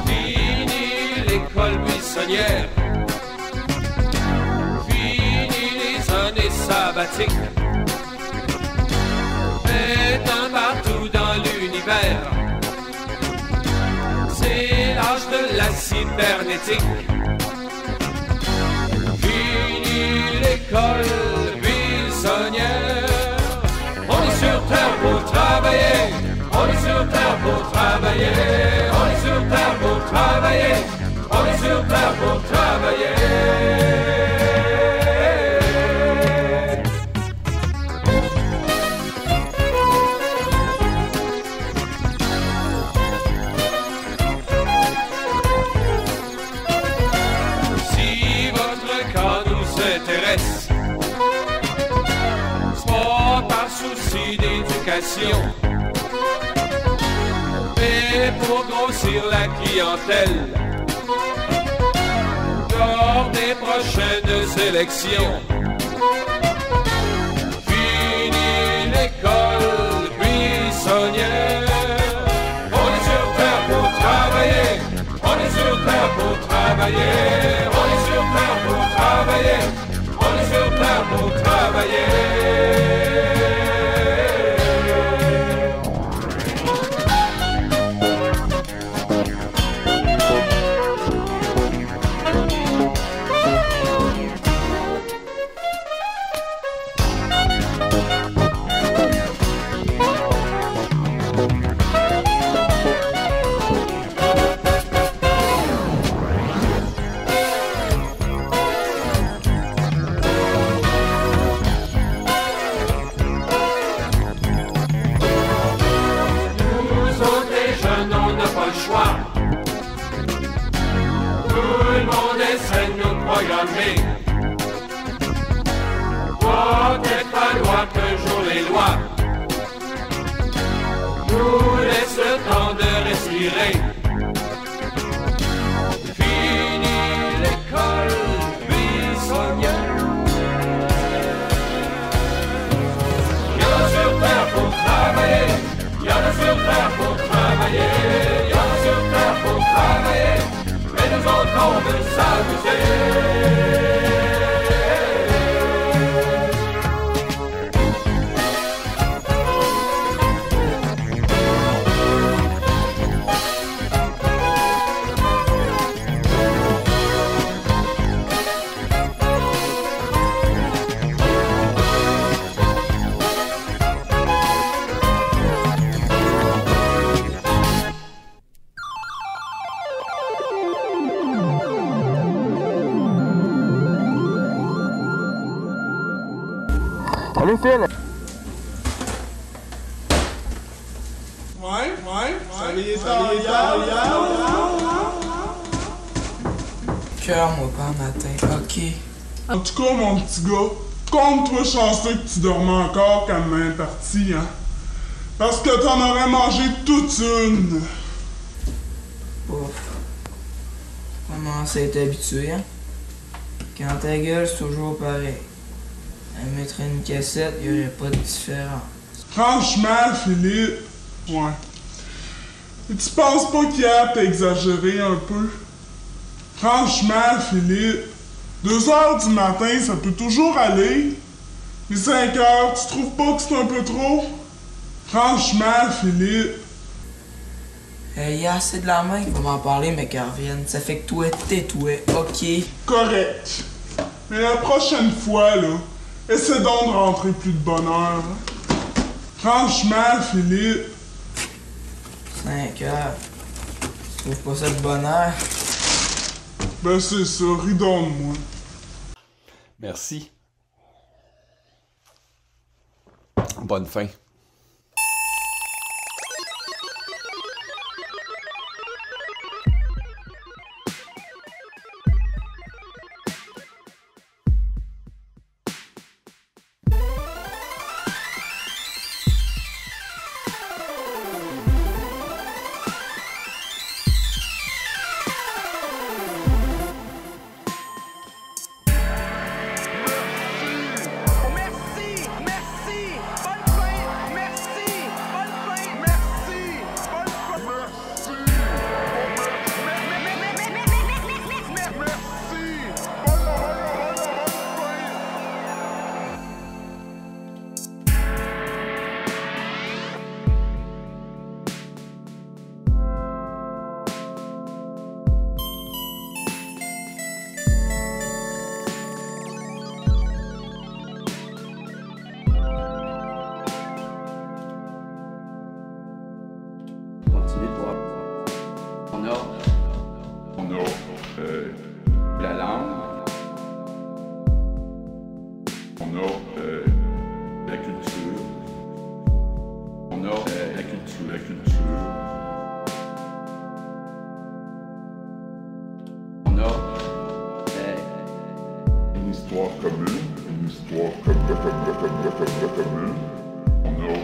[SPEAKER 5] Fini l'école buissonnière. Fini les années sabbatiques. Maintenant partout dans l'univers. C'est l'âge de la cybernétique. Fini l'école buissonnière. On est sur terre pour travailler. On est sur terre pour travailler. On est sur terre pour travailler. On est sur terre pour travailler. Si votre cas nous intéresse, sport par souci d'éducation, mais pour grossir la clientèle, lors des prochaines élections. Fini l'école buissonnière. On est sur terre pour travailler. On est sur terre pour travailler. On est sur terre pour travailler. On est sur terre pour travailler. Nous autres les jeunes, on n'a pas le choix. Tout le monde essaie de nous programmer. Doit être la loi qu'un jour les lois nous laissent le temps de respirer. Fini l'école buissonnière. Y'en a sur terre pour travailler. Y'en a sur terre pour travailler. Y'en a sur terre pour travailler. Mais nous autres, on veut s'amuser.
[SPEAKER 9] Break time.
[SPEAKER 11] Allô, Phil?
[SPEAKER 12] Cœur, moi, pas matin. OK.
[SPEAKER 5] En tout cas, mon petit gars, compte-toi chanceux que tu dormais encore quand main est partie, hein. Parce que t'en aurais mangé toute une.
[SPEAKER 12] Ouf. Comment ça être habitué, hein? Quand ta gueule, c'est toujours pareil. Elle mettrait une cassette, il n'y aurait pas de différence.
[SPEAKER 5] Franchement, Philippe, ouais. Et tu penses pas qu'hier t'as exagéré un peu? Franchement, Philippe, 2 heures du matin, ça peut toujours aller. Mais 5 heures, tu trouves pas que c'est un peu trop? Franchement, Philippe,
[SPEAKER 12] Euh, il y a assez de la main qui va m'en parler, mais qu'elle revienne. Ça fait que toi, t'es toi. OK.
[SPEAKER 5] correct. Mais la prochaine fois, là, essaie donc de rentrer plus de bonne heure. hein. Franchement, Philippe,
[SPEAKER 12] 5 heures. Tu trouves pas ça de bonheur?
[SPEAKER 5] ben c'est ça, ris donc de moi.
[SPEAKER 13] Merci. Bonne fin.
[SPEAKER 7] Continuez pour On a. On a. euh, la langue. On a. euh, la culture. On a. euh, la culture. La culture. On a. euh, une histoire commune. Une histoire com- com- com- com- com- com- commune. On a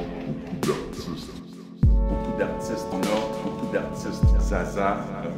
[SPEAKER 7] beaucoup d'artistes beaucoup d'artistes, on a beaucoup d'artistes, Zaza. euh,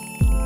[SPEAKER 14] Merci,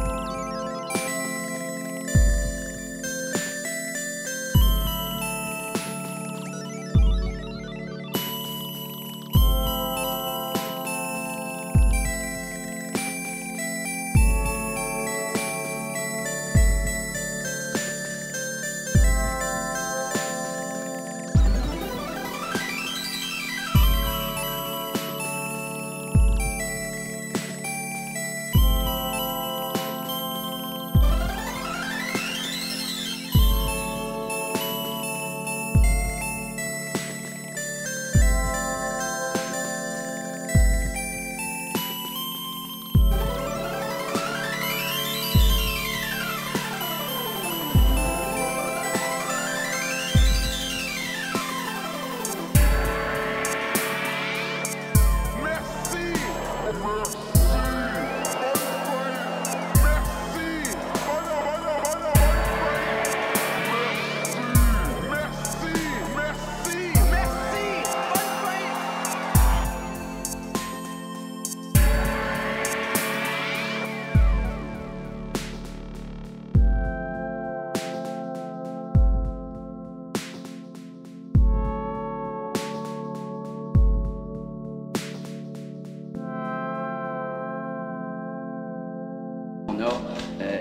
[SPEAKER 7] euh,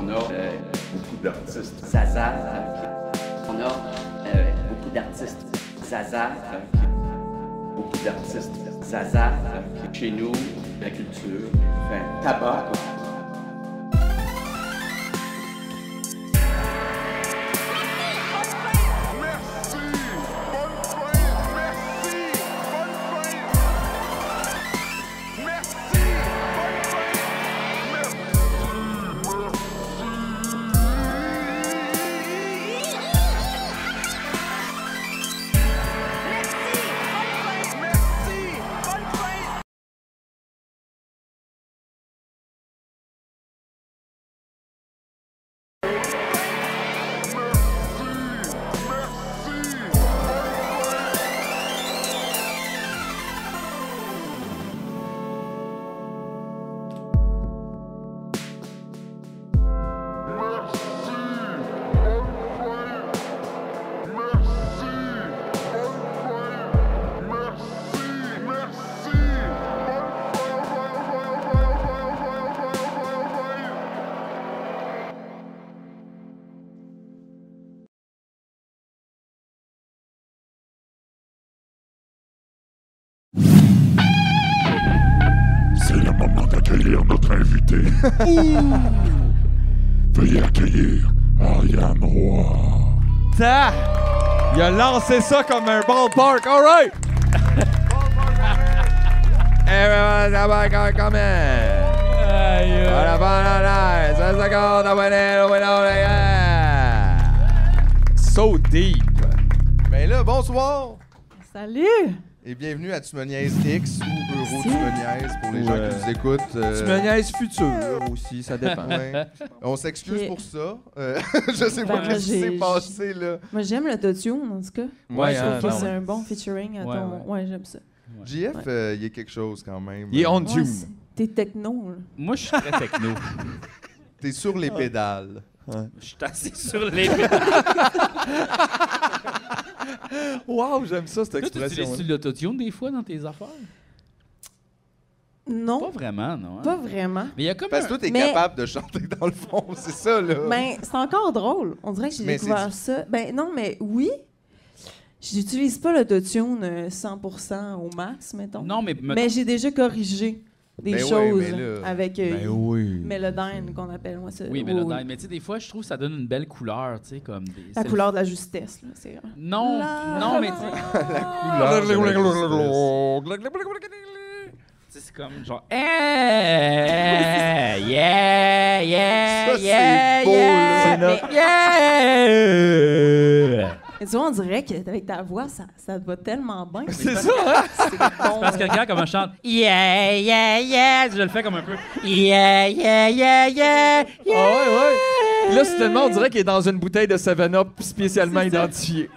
[SPEAKER 7] euh,
[SPEAKER 15] euh, beaucoup d'artistes Zaza, euh, beaucoup d'artistes Zaza, euh, chez nous, la culture, enfin, tabac. quoi.
[SPEAKER 9] C'est le moment d'accueillir notre invité. Veuillez accueillir Ariane Roy.
[SPEAKER 2] Ta! Ah! Il a lancé ça comme un ballpark. All right! Eh, Everyone's a ballpark coming. What a fun of life. It's a goal that went in, we know it, yeah. So deep.
[SPEAKER 3] Ben là, bonsoir
[SPEAKER 16] Salut!
[SPEAKER 3] et bienvenue à Tu me niaises X ou Euro Tu me niaises pour les
[SPEAKER 2] Ou,
[SPEAKER 3] gens
[SPEAKER 2] euh,
[SPEAKER 3] qui nous écoutent. euh,
[SPEAKER 2] Tu me niaises futur aussi, ça dépend.
[SPEAKER 3] Ouais. On s'excuse
[SPEAKER 16] Ok.
[SPEAKER 3] pour ça. Euh, je sais pas
[SPEAKER 16] Ben,
[SPEAKER 3] ce qui
[SPEAKER 16] j'ai-
[SPEAKER 3] s'est passé là.
[SPEAKER 16] Moi, j'aime le Totune, en tout cas.
[SPEAKER 2] Ouais,
[SPEAKER 16] je
[SPEAKER 2] hein,
[SPEAKER 16] trouve
[SPEAKER 2] non,
[SPEAKER 16] que c'est
[SPEAKER 2] ouais.
[SPEAKER 16] un bon featuring à
[SPEAKER 2] Ouais,
[SPEAKER 16] ton. Ouais, j'aime ça.
[SPEAKER 3] JF, euh, il y a quelque chose quand même.
[SPEAKER 2] Il est on
[SPEAKER 16] Ouais, c'est- T'es techno, là.
[SPEAKER 1] Moi, je suis très techno.
[SPEAKER 3] T'es sur
[SPEAKER 1] Ah.
[SPEAKER 3] les pédales.
[SPEAKER 1] Je suis assis sur les pédales.
[SPEAKER 2] Wow, j'aime ça cette
[SPEAKER 1] Toi, tu
[SPEAKER 2] expression.
[SPEAKER 1] utilises-tu l'autotune des fois dans tes affaires?
[SPEAKER 16] Non.
[SPEAKER 1] Pas vraiment, non. hein?
[SPEAKER 16] Pas vraiment.
[SPEAKER 1] Mais il y a comme
[SPEAKER 3] Parce
[SPEAKER 1] un-
[SPEAKER 3] que toi, t'es
[SPEAKER 16] Mais-
[SPEAKER 3] capable de chanter dans le fond, c'est ça là.
[SPEAKER 16] Ben, c'est encore drôle. On dirait que j'ai
[SPEAKER 3] Mais
[SPEAKER 16] découvert ça. Ben non, mais oui. J'utilise pas l'autotune euh, 100% au max, mettons.
[SPEAKER 1] Non, mais mettons-
[SPEAKER 16] Mais j'ai déjà corrigé des
[SPEAKER 1] Ben ouais,
[SPEAKER 16] choses
[SPEAKER 1] mais là-
[SPEAKER 16] avec euh,
[SPEAKER 1] Ben oui.
[SPEAKER 16] Melodyne, qu'on appelle. Moi, ça.
[SPEAKER 1] Oui, mais le dingue. Mais tu sais, des fois, je trouve que ça donne une belle couleur, tu sais, comme des.
[SPEAKER 16] La
[SPEAKER 1] c'est-
[SPEAKER 16] couleur de la justesse, là. c'est-
[SPEAKER 1] Non,
[SPEAKER 16] La-
[SPEAKER 1] non, mais tu
[SPEAKER 3] couleur de
[SPEAKER 1] Tu sais, c'est comme genre. Eh, Hey, yeah, yeah, yeah,
[SPEAKER 16] beau,
[SPEAKER 1] yeah,
[SPEAKER 16] là. C'est
[SPEAKER 1] yeah.
[SPEAKER 16] Mais tu vois, on dirait qu'avec ta voix, ça, ça te va tellement bien.
[SPEAKER 1] C'est ça, hein? Parce que regarde comme je chante. Yeah, yeah, yeah. Je le fais comme un peu. Yeah, yeah, yeah, yeah. yeah.
[SPEAKER 2] Ah ouais, ouais. Là, soudainement, on dirait qu'il est dans une bouteille de 7-Up spécialement identifiée.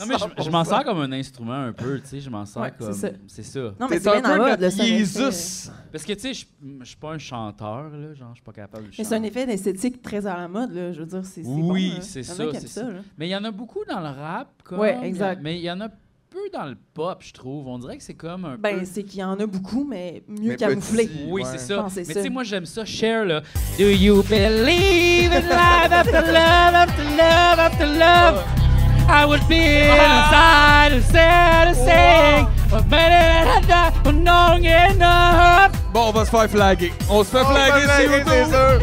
[SPEAKER 1] Non, mais je- je, m'en sers comme un instrument un peu, tu sais. Je m'en sers
[SPEAKER 16] Ouais, c'est
[SPEAKER 1] comme.
[SPEAKER 16] ça.
[SPEAKER 1] C'est ça.
[SPEAKER 16] Non, mais
[SPEAKER 2] T'es
[SPEAKER 16] c'est
[SPEAKER 2] un
[SPEAKER 16] bien dans
[SPEAKER 2] peu
[SPEAKER 16] la mode,
[SPEAKER 2] notre
[SPEAKER 16] là, ça, euh,
[SPEAKER 2] Isus.
[SPEAKER 1] Parce que, tu sais, je je suis pas un chanteur, là. Genre, je suis pas capable de
[SPEAKER 16] Mais
[SPEAKER 1] chanter.
[SPEAKER 16] c'est un effet d'esthétique très à la mode, là. Je veux dire, c'est c'est bon,
[SPEAKER 1] Oui,
[SPEAKER 16] là.
[SPEAKER 1] c'est
[SPEAKER 16] Il y en a
[SPEAKER 1] ça,
[SPEAKER 16] qui aiment
[SPEAKER 1] c'est
[SPEAKER 16] ça,
[SPEAKER 1] ça.
[SPEAKER 16] là.
[SPEAKER 1] Mais il y en a beaucoup dans le rap, comme.
[SPEAKER 16] Ouais, exact.
[SPEAKER 1] Mais il y en a peu dans le pop, je trouve. On dirait que c'est comme un peu.
[SPEAKER 16] Ben, c'est qu'il y en a beaucoup, mais mieux
[SPEAKER 3] Mais
[SPEAKER 16] camouflé.
[SPEAKER 3] petit,
[SPEAKER 1] Oui,
[SPEAKER 3] ouais.
[SPEAKER 1] c'est
[SPEAKER 16] Je
[SPEAKER 1] ça.
[SPEAKER 16] pense que
[SPEAKER 1] Mais
[SPEAKER 16] c'est
[SPEAKER 1] tu
[SPEAKER 16] ça.
[SPEAKER 1] sais, moi, j'aime ça. Cher, là. Do you believe in love after love after love after love? I would be inside and sad and sing. But better than that, but long enough.
[SPEAKER 2] Bon, on va se faire flaguer. On se fait flaguer, c'est
[SPEAKER 3] c'est
[SPEAKER 2] auto.
[SPEAKER 3] sûr.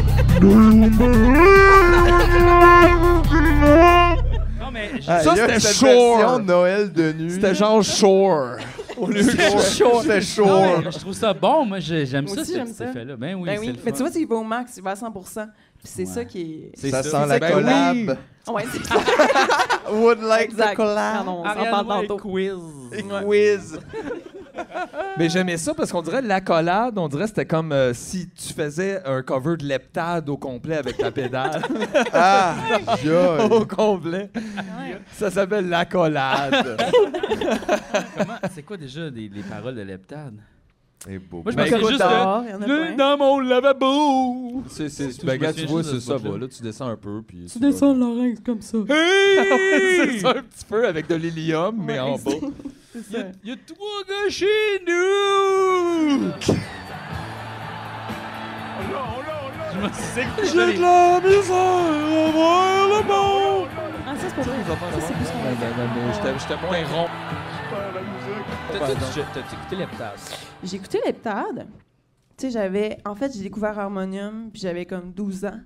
[SPEAKER 1] Non, mais je-
[SPEAKER 2] Ça,
[SPEAKER 3] Il y a
[SPEAKER 2] c'était
[SPEAKER 3] cette
[SPEAKER 2] Shore.
[SPEAKER 3] version Noël de nuit.
[SPEAKER 2] C'était genre Shore. Au lieu de
[SPEAKER 3] Shore. C'était
[SPEAKER 1] non,
[SPEAKER 16] Ah
[SPEAKER 3] Shore.
[SPEAKER 1] mais je trouve ça bon. Moi, je- j'aime
[SPEAKER 16] Moi
[SPEAKER 1] ça,
[SPEAKER 16] aussi,
[SPEAKER 1] cet,
[SPEAKER 16] j'aime
[SPEAKER 1] cet
[SPEAKER 16] ça.
[SPEAKER 1] effet-là. Ben oui,
[SPEAKER 16] Ben
[SPEAKER 1] c'est
[SPEAKER 16] oui.
[SPEAKER 1] le
[SPEAKER 16] Mais tu
[SPEAKER 1] fun.
[SPEAKER 16] vois, tu y vas au max, il va à 100 Puis c'est ça qui est.
[SPEAKER 1] C'est
[SPEAKER 3] Ça
[SPEAKER 1] ça.
[SPEAKER 3] sent la
[SPEAKER 2] Ben
[SPEAKER 3] collab.
[SPEAKER 2] oui.
[SPEAKER 16] Ah Ouais, c'est ça.
[SPEAKER 3] Would like
[SPEAKER 16] exact.
[SPEAKER 3] the collab.
[SPEAKER 16] Pardon, on s'en
[SPEAKER 1] Ariane
[SPEAKER 16] parle
[SPEAKER 1] White
[SPEAKER 16] tantôt.
[SPEAKER 1] Quiz.
[SPEAKER 3] Et quiz.
[SPEAKER 2] Mais j'aimais ça parce qu'on dirait l'accolade, on dirait que c'était comme euh, si tu faisais un cover de Leptade au complet avec ta pédale.
[SPEAKER 3] Ah, yeah.
[SPEAKER 2] au complet. Ça s'appelle l'accolade.
[SPEAKER 1] Comment- C'est quoi déjà des- les paroles de Leptade?
[SPEAKER 3] C'est beau.
[SPEAKER 1] Moi, je
[SPEAKER 2] Ben,
[SPEAKER 1] me souviens
[SPEAKER 2] écoute,
[SPEAKER 1] juste
[SPEAKER 16] dehors, il y en a
[SPEAKER 1] de...
[SPEAKER 16] plein.
[SPEAKER 1] Dans mon lavabo!
[SPEAKER 2] c'est c'est
[SPEAKER 1] tout, je me
[SPEAKER 2] ben, gars, tu
[SPEAKER 1] souviens
[SPEAKER 2] vois
[SPEAKER 1] juste de
[SPEAKER 2] c'est
[SPEAKER 1] ce
[SPEAKER 2] ça
[SPEAKER 1] bout-là.
[SPEAKER 2] voilà, tu descends un peu puis
[SPEAKER 16] Tu descends l'oreille comme ça. Ah
[SPEAKER 2] c'est ça un petit peu avec de l'hélium mais
[SPEAKER 16] Ouais,
[SPEAKER 2] en bas.
[SPEAKER 16] C'est ça.
[SPEAKER 1] Il y a trois gars chez nous! Je Je me suis dit que
[SPEAKER 2] J'ai de la misère à voir le monde.
[SPEAKER 16] Ah, ça, c'est pas vrai. Ça, c'est plus ce qu'on
[SPEAKER 2] Mais, mais, mais, mais j'étais- j'étais moins rond.
[SPEAKER 1] T'as-tu t'as-tu écouté l'heptade?
[SPEAKER 16] J'ai écouté l'heptade. Tu sais, j'avais. En fait, j'ai découvert Harmonium, puis j'avais comme 12 ans.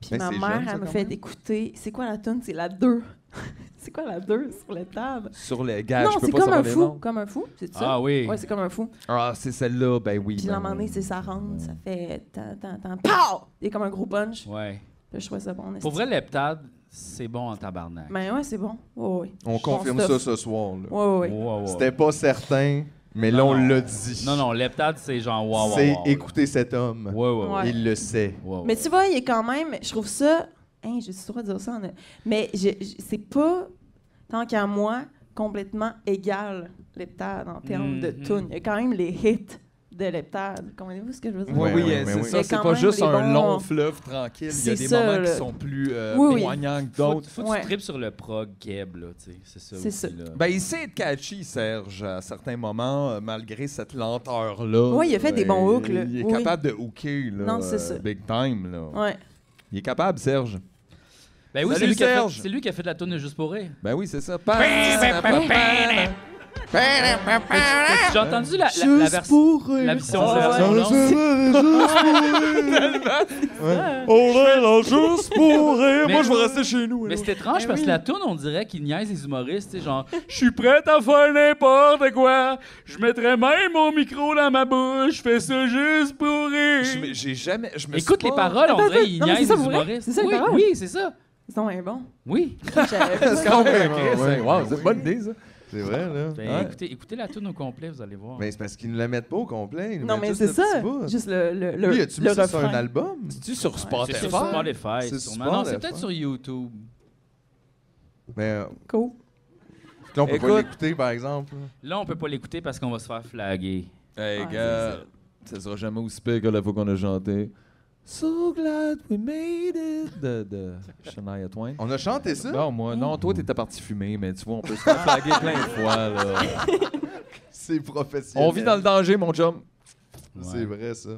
[SPEAKER 16] Puis
[SPEAKER 3] Ben,
[SPEAKER 16] ma
[SPEAKER 3] c'est
[SPEAKER 16] mère,
[SPEAKER 3] jeune, ça,
[SPEAKER 16] elle me
[SPEAKER 3] quand
[SPEAKER 16] fait
[SPEAKER 3] même.
[SPEAKER 16] écouter. C'est quoi la tune? C'est la 2. c'est quoi la 2 sur l'heptade?
[SPEAKER 2] Sur les gars,
[SPEAKER 16] non,
[SPEAKER 2] Ah, je peux
[SPEAKER 16] c'est
[SPEAKER 2] pas
[SPEAKER 16] comme
[SPEAKER 2] savoir
[SPEAKER 16] un
[SPEAKER 2] les
[SPEAKER 16] fou.
[SPEAKER 2] noms.
[SPEAKER 16] Comme un fou, c'est ça?
[SPEAKER 2] Ah oui.
[SPEAKER 16] Ouais, c'est comme un fou.
[SPEAKER 2] Ah, c'est celle-là, ben oui.
[SPEAKER 16] Puis
[SPEAKER 2] ben
[SPEAKER 16] là, à un moment donné,
[SPEAKER 2] oui.
[SPEAKER 16] c'est ça rentre, ça fait. Tant, tant, tant. Pow! Il y a comme un gros punch.
[SPEAKER 1] Ouais.
[SPEAKER 16] Puis je trouvais ça bon.
[SPEAKER 1] Pour vrai, l'heptade, c'est bon en tabarnak.
[SPEAKER 16] Mais ouais, c'est bon. Ouais, ouais.
[SPEAKER 3] On
[SPEAKER 16] Bon
[SPEAKER 3] confirme ça
[SPEAKER 16] stuff.
[SPEAKER 3] ce soir. là.
[SPEAKER 16] Ouais, ouais, ouais.
[SPEAKER 1] Wow, wow.
[SPEAKER 3] C'était pas certain, mais là, on l'a dit.
[SPEAKER 1] Non, non, l'heptade, c'est genre wow, wow,
[SPEAKER 3] C'est
[SPEAKER 1] wow, là.
[SPEAKER 3] écouter cet homme.
[SPEAKER 16] ouais.
[SPEAKER 3] Il le sait.
[SPEAKER 1] Wow,
[SPEAKER 16] Mais tu vois, il est quand même. Je trouve ça. Hein, j'ai le droit de dire ça. en- Mais je- je- c'est pas, tant qu'à moi, complètement égal, l'heptade, en termes de
[SPEAKER 2] Mhm.
[SPEAKER 16] tune. Il y a quand même les hits de l'heptade. Comprenez-vous ce que je veux dire?
[SPEAKER 2] Oui, oui, euh, c'est ça. C'est pas juste un long fleuve tranquille. Il y a
[SPEAKER 16] C'est
[SPEAKER 2] des
[SPEAKER 16] ça,
[SPEAKER 2] moments
[SPEAKER 16] là.
[SPEAKER 2] qui sont plus euh,
[SPEAKER 16] Oui, oui.
[SPEAKER 2] poignants que
[SPEAKER 1] Faut,
[SPEAKER 2] d'autres.
[SPEAKER 1] faut que
[SPEAKER 16] Ouais.
[SPEAKER 1] tu tripes sur le prog Geb, là, tu sais. C'est ça.
[SPEAKER 16] C'est
[SPEAKER 1] aussi,
[SPEAKER 16] ça.
[SPEAKER 1] Là.
[SPEAKER 2] Ben, il sait être catchy, Serge, à certains moments, euh, malgré cette lenteur-là.
[SPEAKER 16] Ouais, il a fait des bons hooks, là.
[SPEAKER 2] Il est
[SPEAKER 16] Oui.
[SPEAKER 2] capable de hooker, là.
[SPEAKER 16] Non, c'est
[SPEAKER 2] euh,
[SPEAKER 16] ça.
[SPEAKER 2] Big time, là.
[SPEAKER 16] Ouais.
[SPEAKER 2] Il est capable, Serge.
[SPEAKER 1] Ben oui,
[SPEAKER 2] Salut,
[SPEAKER 1] c'est lui, qui a fait-
[SPEAKER 2] Serge.
[SPEAKER 1] c'est lui qui a fait de la tournée juste pour rire.
[SPEAKER 2] Ben oui, c'est ça.
[SPEAKER 1] J'ai entendu la, la, la
[SPEAKER 2] Juste
[SPEAKER 1] version.
[SPEAKER 2] pour
[SPEAKER 1] La
[SPEAKER 2] rire.
[SPEAKER 1] version
[SPEAKER 2] Ah,
[SPEAKER 1] version
[SPEAKER 2] ouais.
[SPEAKER 1] longue.
[SPEAKER 2] On est là juste pour rire.
[SPEAKER 1] Mais-
[SPEAKER 2] Moi, je vais rester chez nous.
[SPEAKER 1] Mais c'est étrange
[SPEAKER 16] Ben
[SPEAKER 1] parce
[SPEAKER 16] oui.
[SPEAKER 1] que la tourne, on dirait qu'il niaise les humoristes, tu sais, genre, je suis prête à faire n'importe quoi, je mettrais même mon micro dans ma bouche, je fais ça juste pour rire.
[SPEAKER 2] Je me- J'ai jamais. Je me suis
[SPEAKER 1] Écoute
[SPEAKER 2] pas-
[SPEAKER 1] les paroles,
[SPEAKER 16] Attends,
[SPEAKER 1] on dirait
[SPEAKER 16] attends.
[SPEAKER 1] qu'il
[SPEAKER 16] Non, mais c'est
[SPEAKER 1] niaise
[SPEAKER 16] ça,
[SPEAKER 1] les
[SPEAKER 16] pour vrai?
[SPEAKER 1] humoristes.
[SPEAKER 16] C'est ça, les
[SPEAKER 1] oui,
[SPEAKER 16] paroles?
[SPEAKER 1] oui, c'est ça.
[SPEAKER 16] Ils sont bien bons.
[SPEAKER 1] Oui.
[SPEAKER 16] J'avais pas-
[SPEAKER 2] C'est quand même
[SPEAKER 3] Ouais,
[SPEAKER 2] Chris,
[SPEAKER 3] ouais.
[SPEAKER 2] hein. Wow, c'est une bonne idée, ça.
[SPEAKER 3] C'est vrai, là.
[SPEAKER 1] Ben,
[SPEAKER 2] Ouais.
[SPEAKER 1] écoutez, écoutez la tourne au complet, vous allez voir.
[SPEAKER 3] Mais Ben, c'est parce qu'ils ne la mettent pas au complet. Ils nous
[SPEAKER 16] Non,
[SPEAKER 3] mettent
[SPEAKER 16] mais
[SPEAKER 3] juste
[SPEAKER 16] c'est
[SPEAKER 3] le petit
[SPEAKER 16] ça.
[SPEAKER 3] bout. hein.
[SPEAKER 16] Juste le, le, le,
[SPEAKER 3] Lui, as-tu
[SPEAKER 16] le
[SPEAKER 3] mis ça sur
[SPEAKER 16] refrain.
[SPEAKER 3] un album?
[SPEAKER 2] C'est-tu sur
[SPEAKER 1] c'est
[SPEAKER 2] Spotify?
[SPEAKER 1] sur Spotify,
[SPEAKER 3] C'est
[SPEAKER 1] sûrement.
[SPEAKER 3] sur
[SPEAKER 1] Non, c'est
[SPEAKER 3] Spotify.
[SPEAKER 1] peut-être sur YouTube.
[SPEAKER 3] Mais euh,
[SPEAKER 16] Cool.
[SPEAKER 3] là, on peut
[SPEAKER 2] Écoute.
[SPEAKER 3] pas l'écouter, par exemple.
[SPEAKER 1] Là, on peut pas l'écouter parce qu'on va se faire flaguer.
[SPEAKER 2] Hey,
[SPEAKER 16] Ah,
[SPEAKER 2] gars, ça sera jamais aussi pire que la fois qu'on a chanté. So glad we made it de, de Shania Twain.
[SPEAKER 3] On a chanté ça?
[SPEAKER 2] Non, moi, non, toi, t'étais parti fumer, mais tu vois, on peut se faire flaguer plein de fois, là.
[SPEAKER 3] C'est professionnel.
[SPEAKER 2] On vit dans le danger, mon chum.
[SPEAKER 3] C'est vrai, ça.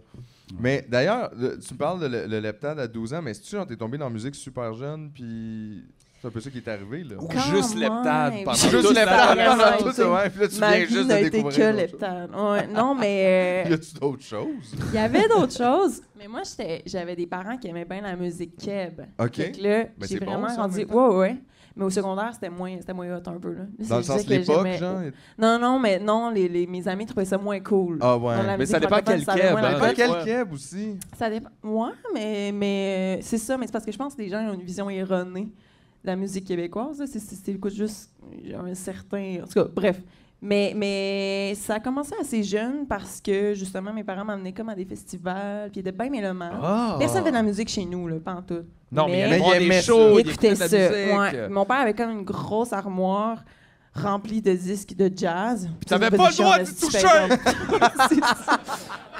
[SPEAKER 3] Mais d'ailleurs, le- tu me parles de le, le leptade à 12 ans, mais si tu genre, t'es tombé dans la musique super jeune, puis c'est un peu ça qui est arrivé, là. Ah,
[SPEAKER 16] Quand
[SPEAKER 2] juste
[SPEAKER 16] même.
[SPEAKER 2] l'heptade, pendant
[SPEAKER 16] Juste
[SPEAKER 2] toute la-
[SPEAKER 16] l'heptade,
[SPEAKER 3] pendant
[SPEAKER 16] ouais,
[SPEAKER 3] toute-
[SPEAKER 16] tu sais.
[SPEAKER 3] ouais, puis là, tu
[SPEAKER 16] Ma
[SPEAKER 3] viens
[SPEAKER 16] vie
[SPEAKER 3] juste de
[SPEAKER 16] n'a été
[SPEAKER 3] découvrir
[SPEAKER 16] que
[SPEAKER 3] d'autres
[SPEAKER 16] l'heptade. Ouais, non, mais. euh,
[SPEAKER 3] Y a-tu d'autres choses?
[SPEAKER 16] Il y avait d'autres choses, mais moi, j'étais- j'avais des parents qui aimaient bien la musique keb.
[SPEAKER 3] OK.
[SPEAKER 16] Fait que là,
[SPEAKER 3] Ben,
[SPEAKER 16] j'ai
[SPEAKER 3] c'est bon,
[SPEAKER 16] vraiment
[SPEAKER 3] ça, en
[SPEAKER 16] rendu...
[SPEAKER 3] même
[SPEAKER 16] grandi. Ouais, ouais. Mais au secondaire, c'était moins, c'était moins hot un peu. Là. Là,
[SPEAKER 3] Dans le
[SPEAKER 16] je
[SPEAKER 3] sens
[SPEAKER 16] disais
[SPEAKER 3] de
[SPEAKER 16] que
[SPEAKER 3] l'époque,
[SPEAKER 16] j'aimais-
[SPEAKER 3] genre?
[SPEAKER 16] Non, non, mais non, les, les- mes amis trouvaient ça moins cool.
[SPEAKER 3] Ah ouais.
[SPEAKER 16] Dans la
[SPEAKER 2] Mais
[SPEAKER 16] musique
[SPEAKER 2] ça dépend
[SPEAKER 16] francophone,
[SPEAKER 2] quel
[SPEAKER 16] ça
[SPEAKER 2] keb,
[SPEAKER 16] avait moins
[SPEAKER 2] hein.
[SPEAKER 16] la
[SPEAKER 3] Pas
[SPEAKER 2] Ouais.
[SPEAKER 16] cote.
[SPEAKER 3] quel keb aussi.
[SPEAKER 16] Ça dépend. Ouais, mais, mais euh, c'est ça. Mais c'est parce que je pense que les gens ont une vision erronée de la musique québécoise. là. C'est- C'est c'est le coup de juste un certain. En tout cas, bref. Mais, mais ça a commencé assez jeune parce que justement, mes parents m'amenaient comme à des festivals, puis ils étaient bien mélomanes.
[SPEAKER 2] Ah.
[SPEAKER 16] Personne fait de la musique chez nous, là, pas en tout.
[SPEAKER 2] Non, mais, il
[SPEAKER 3] Mais
[SPEAKER 2] y avait
[SPEAKER 3] il aimait
[SPEAKER 2] des
[SPEAKER 3] ça.
[SPEAKER 2] shows,
[SPEAKER 16] il
[SPEAKER 2] il
[SPEAKER 16] écoutait
[SPEAKER 2] de
[SPEAKER 16] ça.
[SPEAKER 2] la musique.
[SPEAKER 16] ouais. Mon père avait comme une grosse armoire remplie de disques de jazz. Puis
[SPEAKER 2] t'avais pas le droit d'y
[SPEAKER 16] toucher!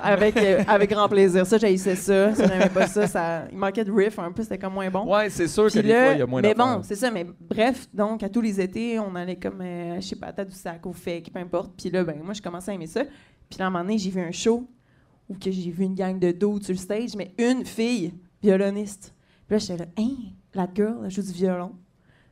[SPEAKER 16] avec, euh, avec grand plaisir. Ça, j'haïssais ça. Ça, j'aimais pas ça, ça. Il manquait de riff un peu, c'était comme moins bon.
[SPEAKER 2] Ouais, c'est sûr que
[SPEAKER 16] Puis
[SPEAKER 2] des
[SPEAKER 16] là,
[SPEAKER 2] fois, il y a moins
[SPEAKER 16] mais
[SPEAKER 2] d'affaires.
[SPEAKER 16] bon, c'est ça, mais bref, donc à tous les étés, on allait comme, euh, je sais pas, à Tadoussac, au FEC, peu importe. Puis là, ben, moi, je commençais à aimer ça. Puis là, à un moment donné, j'ai vu un show où que j'ai vu une gang de dos sur le stage, mais une fille violoniste. Puis là, j'étais là, hein, la girl, elle joue du violon.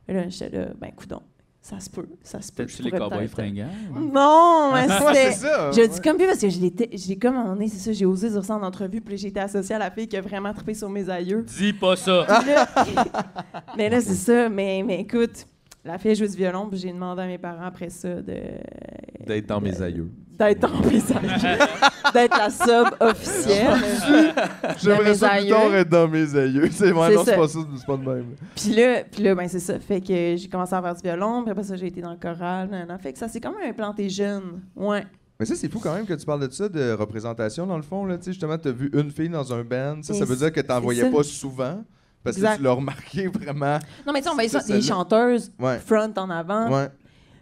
[SPEAKER 16] Et là, j'étais là, ben, coudon, ça se peut, ça se peut.
[SPEAKER 1] Peut-être
[SPEAKER 16] je
[SPEAKER 1] sur les
[SPEAKER 16] pourrais
[SPEAKER 1] cowboys
[SPEAKER 16] peut-être-
[SPEAKER 1] fringants.
[SPEAKER 16] Non, mais
[SPEAKER 3] Ouais, c'est
[SPEAKER 16] c'était.
[SPEAKER 3] ça.
[SPEAKER 16] Je dis comme puis parce que je l'étais- j'ai comme à un moment donné, c'est ça, j'ai osé dire ça en entrevue, puis là, j'ai été associée à la fille qui a vraiment trippé sur mes aïeux.
[SPEAKER 1] Dis pas ça.
[SPEAKER 16] Puis là- mais là, c'est ça. Mais, mais écoute, la fille joue du violon, puis j'ai demandé à mes parents après ça de.
[SPEAKER 2] D'être dans mes aïeux.
[SPEAKER 16] D'être dans mes aïeux. d'être la sub officielle.
[SPEAKER 3] J'aimerais
[SPEAKER 16] mes
[SPEAKER 3] ça plus
[SPEAKER 16] aïeux.
[SPEAKER 3] tard être dans mes aïeux. C'est vrai,
[SPEAKER 16] C'est
[SPEAKER 3] non, c'est
[SPEAKER 16] ça.
[SPEAKER 3] pas ça, c'est pas de même.
[SPEAKER 16] puis là, puis là ben, c'est ça. Fait que j'ai commencé à faire du violon, puis après ça, j'ai été dans le choral. nanana. Fait que ça s'est quand même implanté jeune. Ouais.
[SPEAKER 3] Mais ça, c'est fou quand même que tu parles de ça, de représentation, dans le fond. Là. Tu sais, Justement, tu as vu une fille dans un band. Ça,
[SPEAKER 16] Mais
[SPEAKER 3] ça veut dire que tu
[SPEAKER 16] c'est
[SPEAKER 3] n'en voyais
[SPEAKER 16] ça.
[SPEAKER 3] pas souvent. Parce
[SPEAKER 16] Exact.
[SPEAKER 3] que tu l'as remarqué vraiment.
[SPEAKER 16] Non, mais tu sais, on voyait ça,
[SPEAKER 3] C'est
[SPEAKER 16] des
[SPEAKER 3] celle-là.
[SPEAKER 16] chanteuses,
[SPEAKER 3] Ouais.
[SPEAKER 16] front en avant.
[SPEAKER 3] Ouais.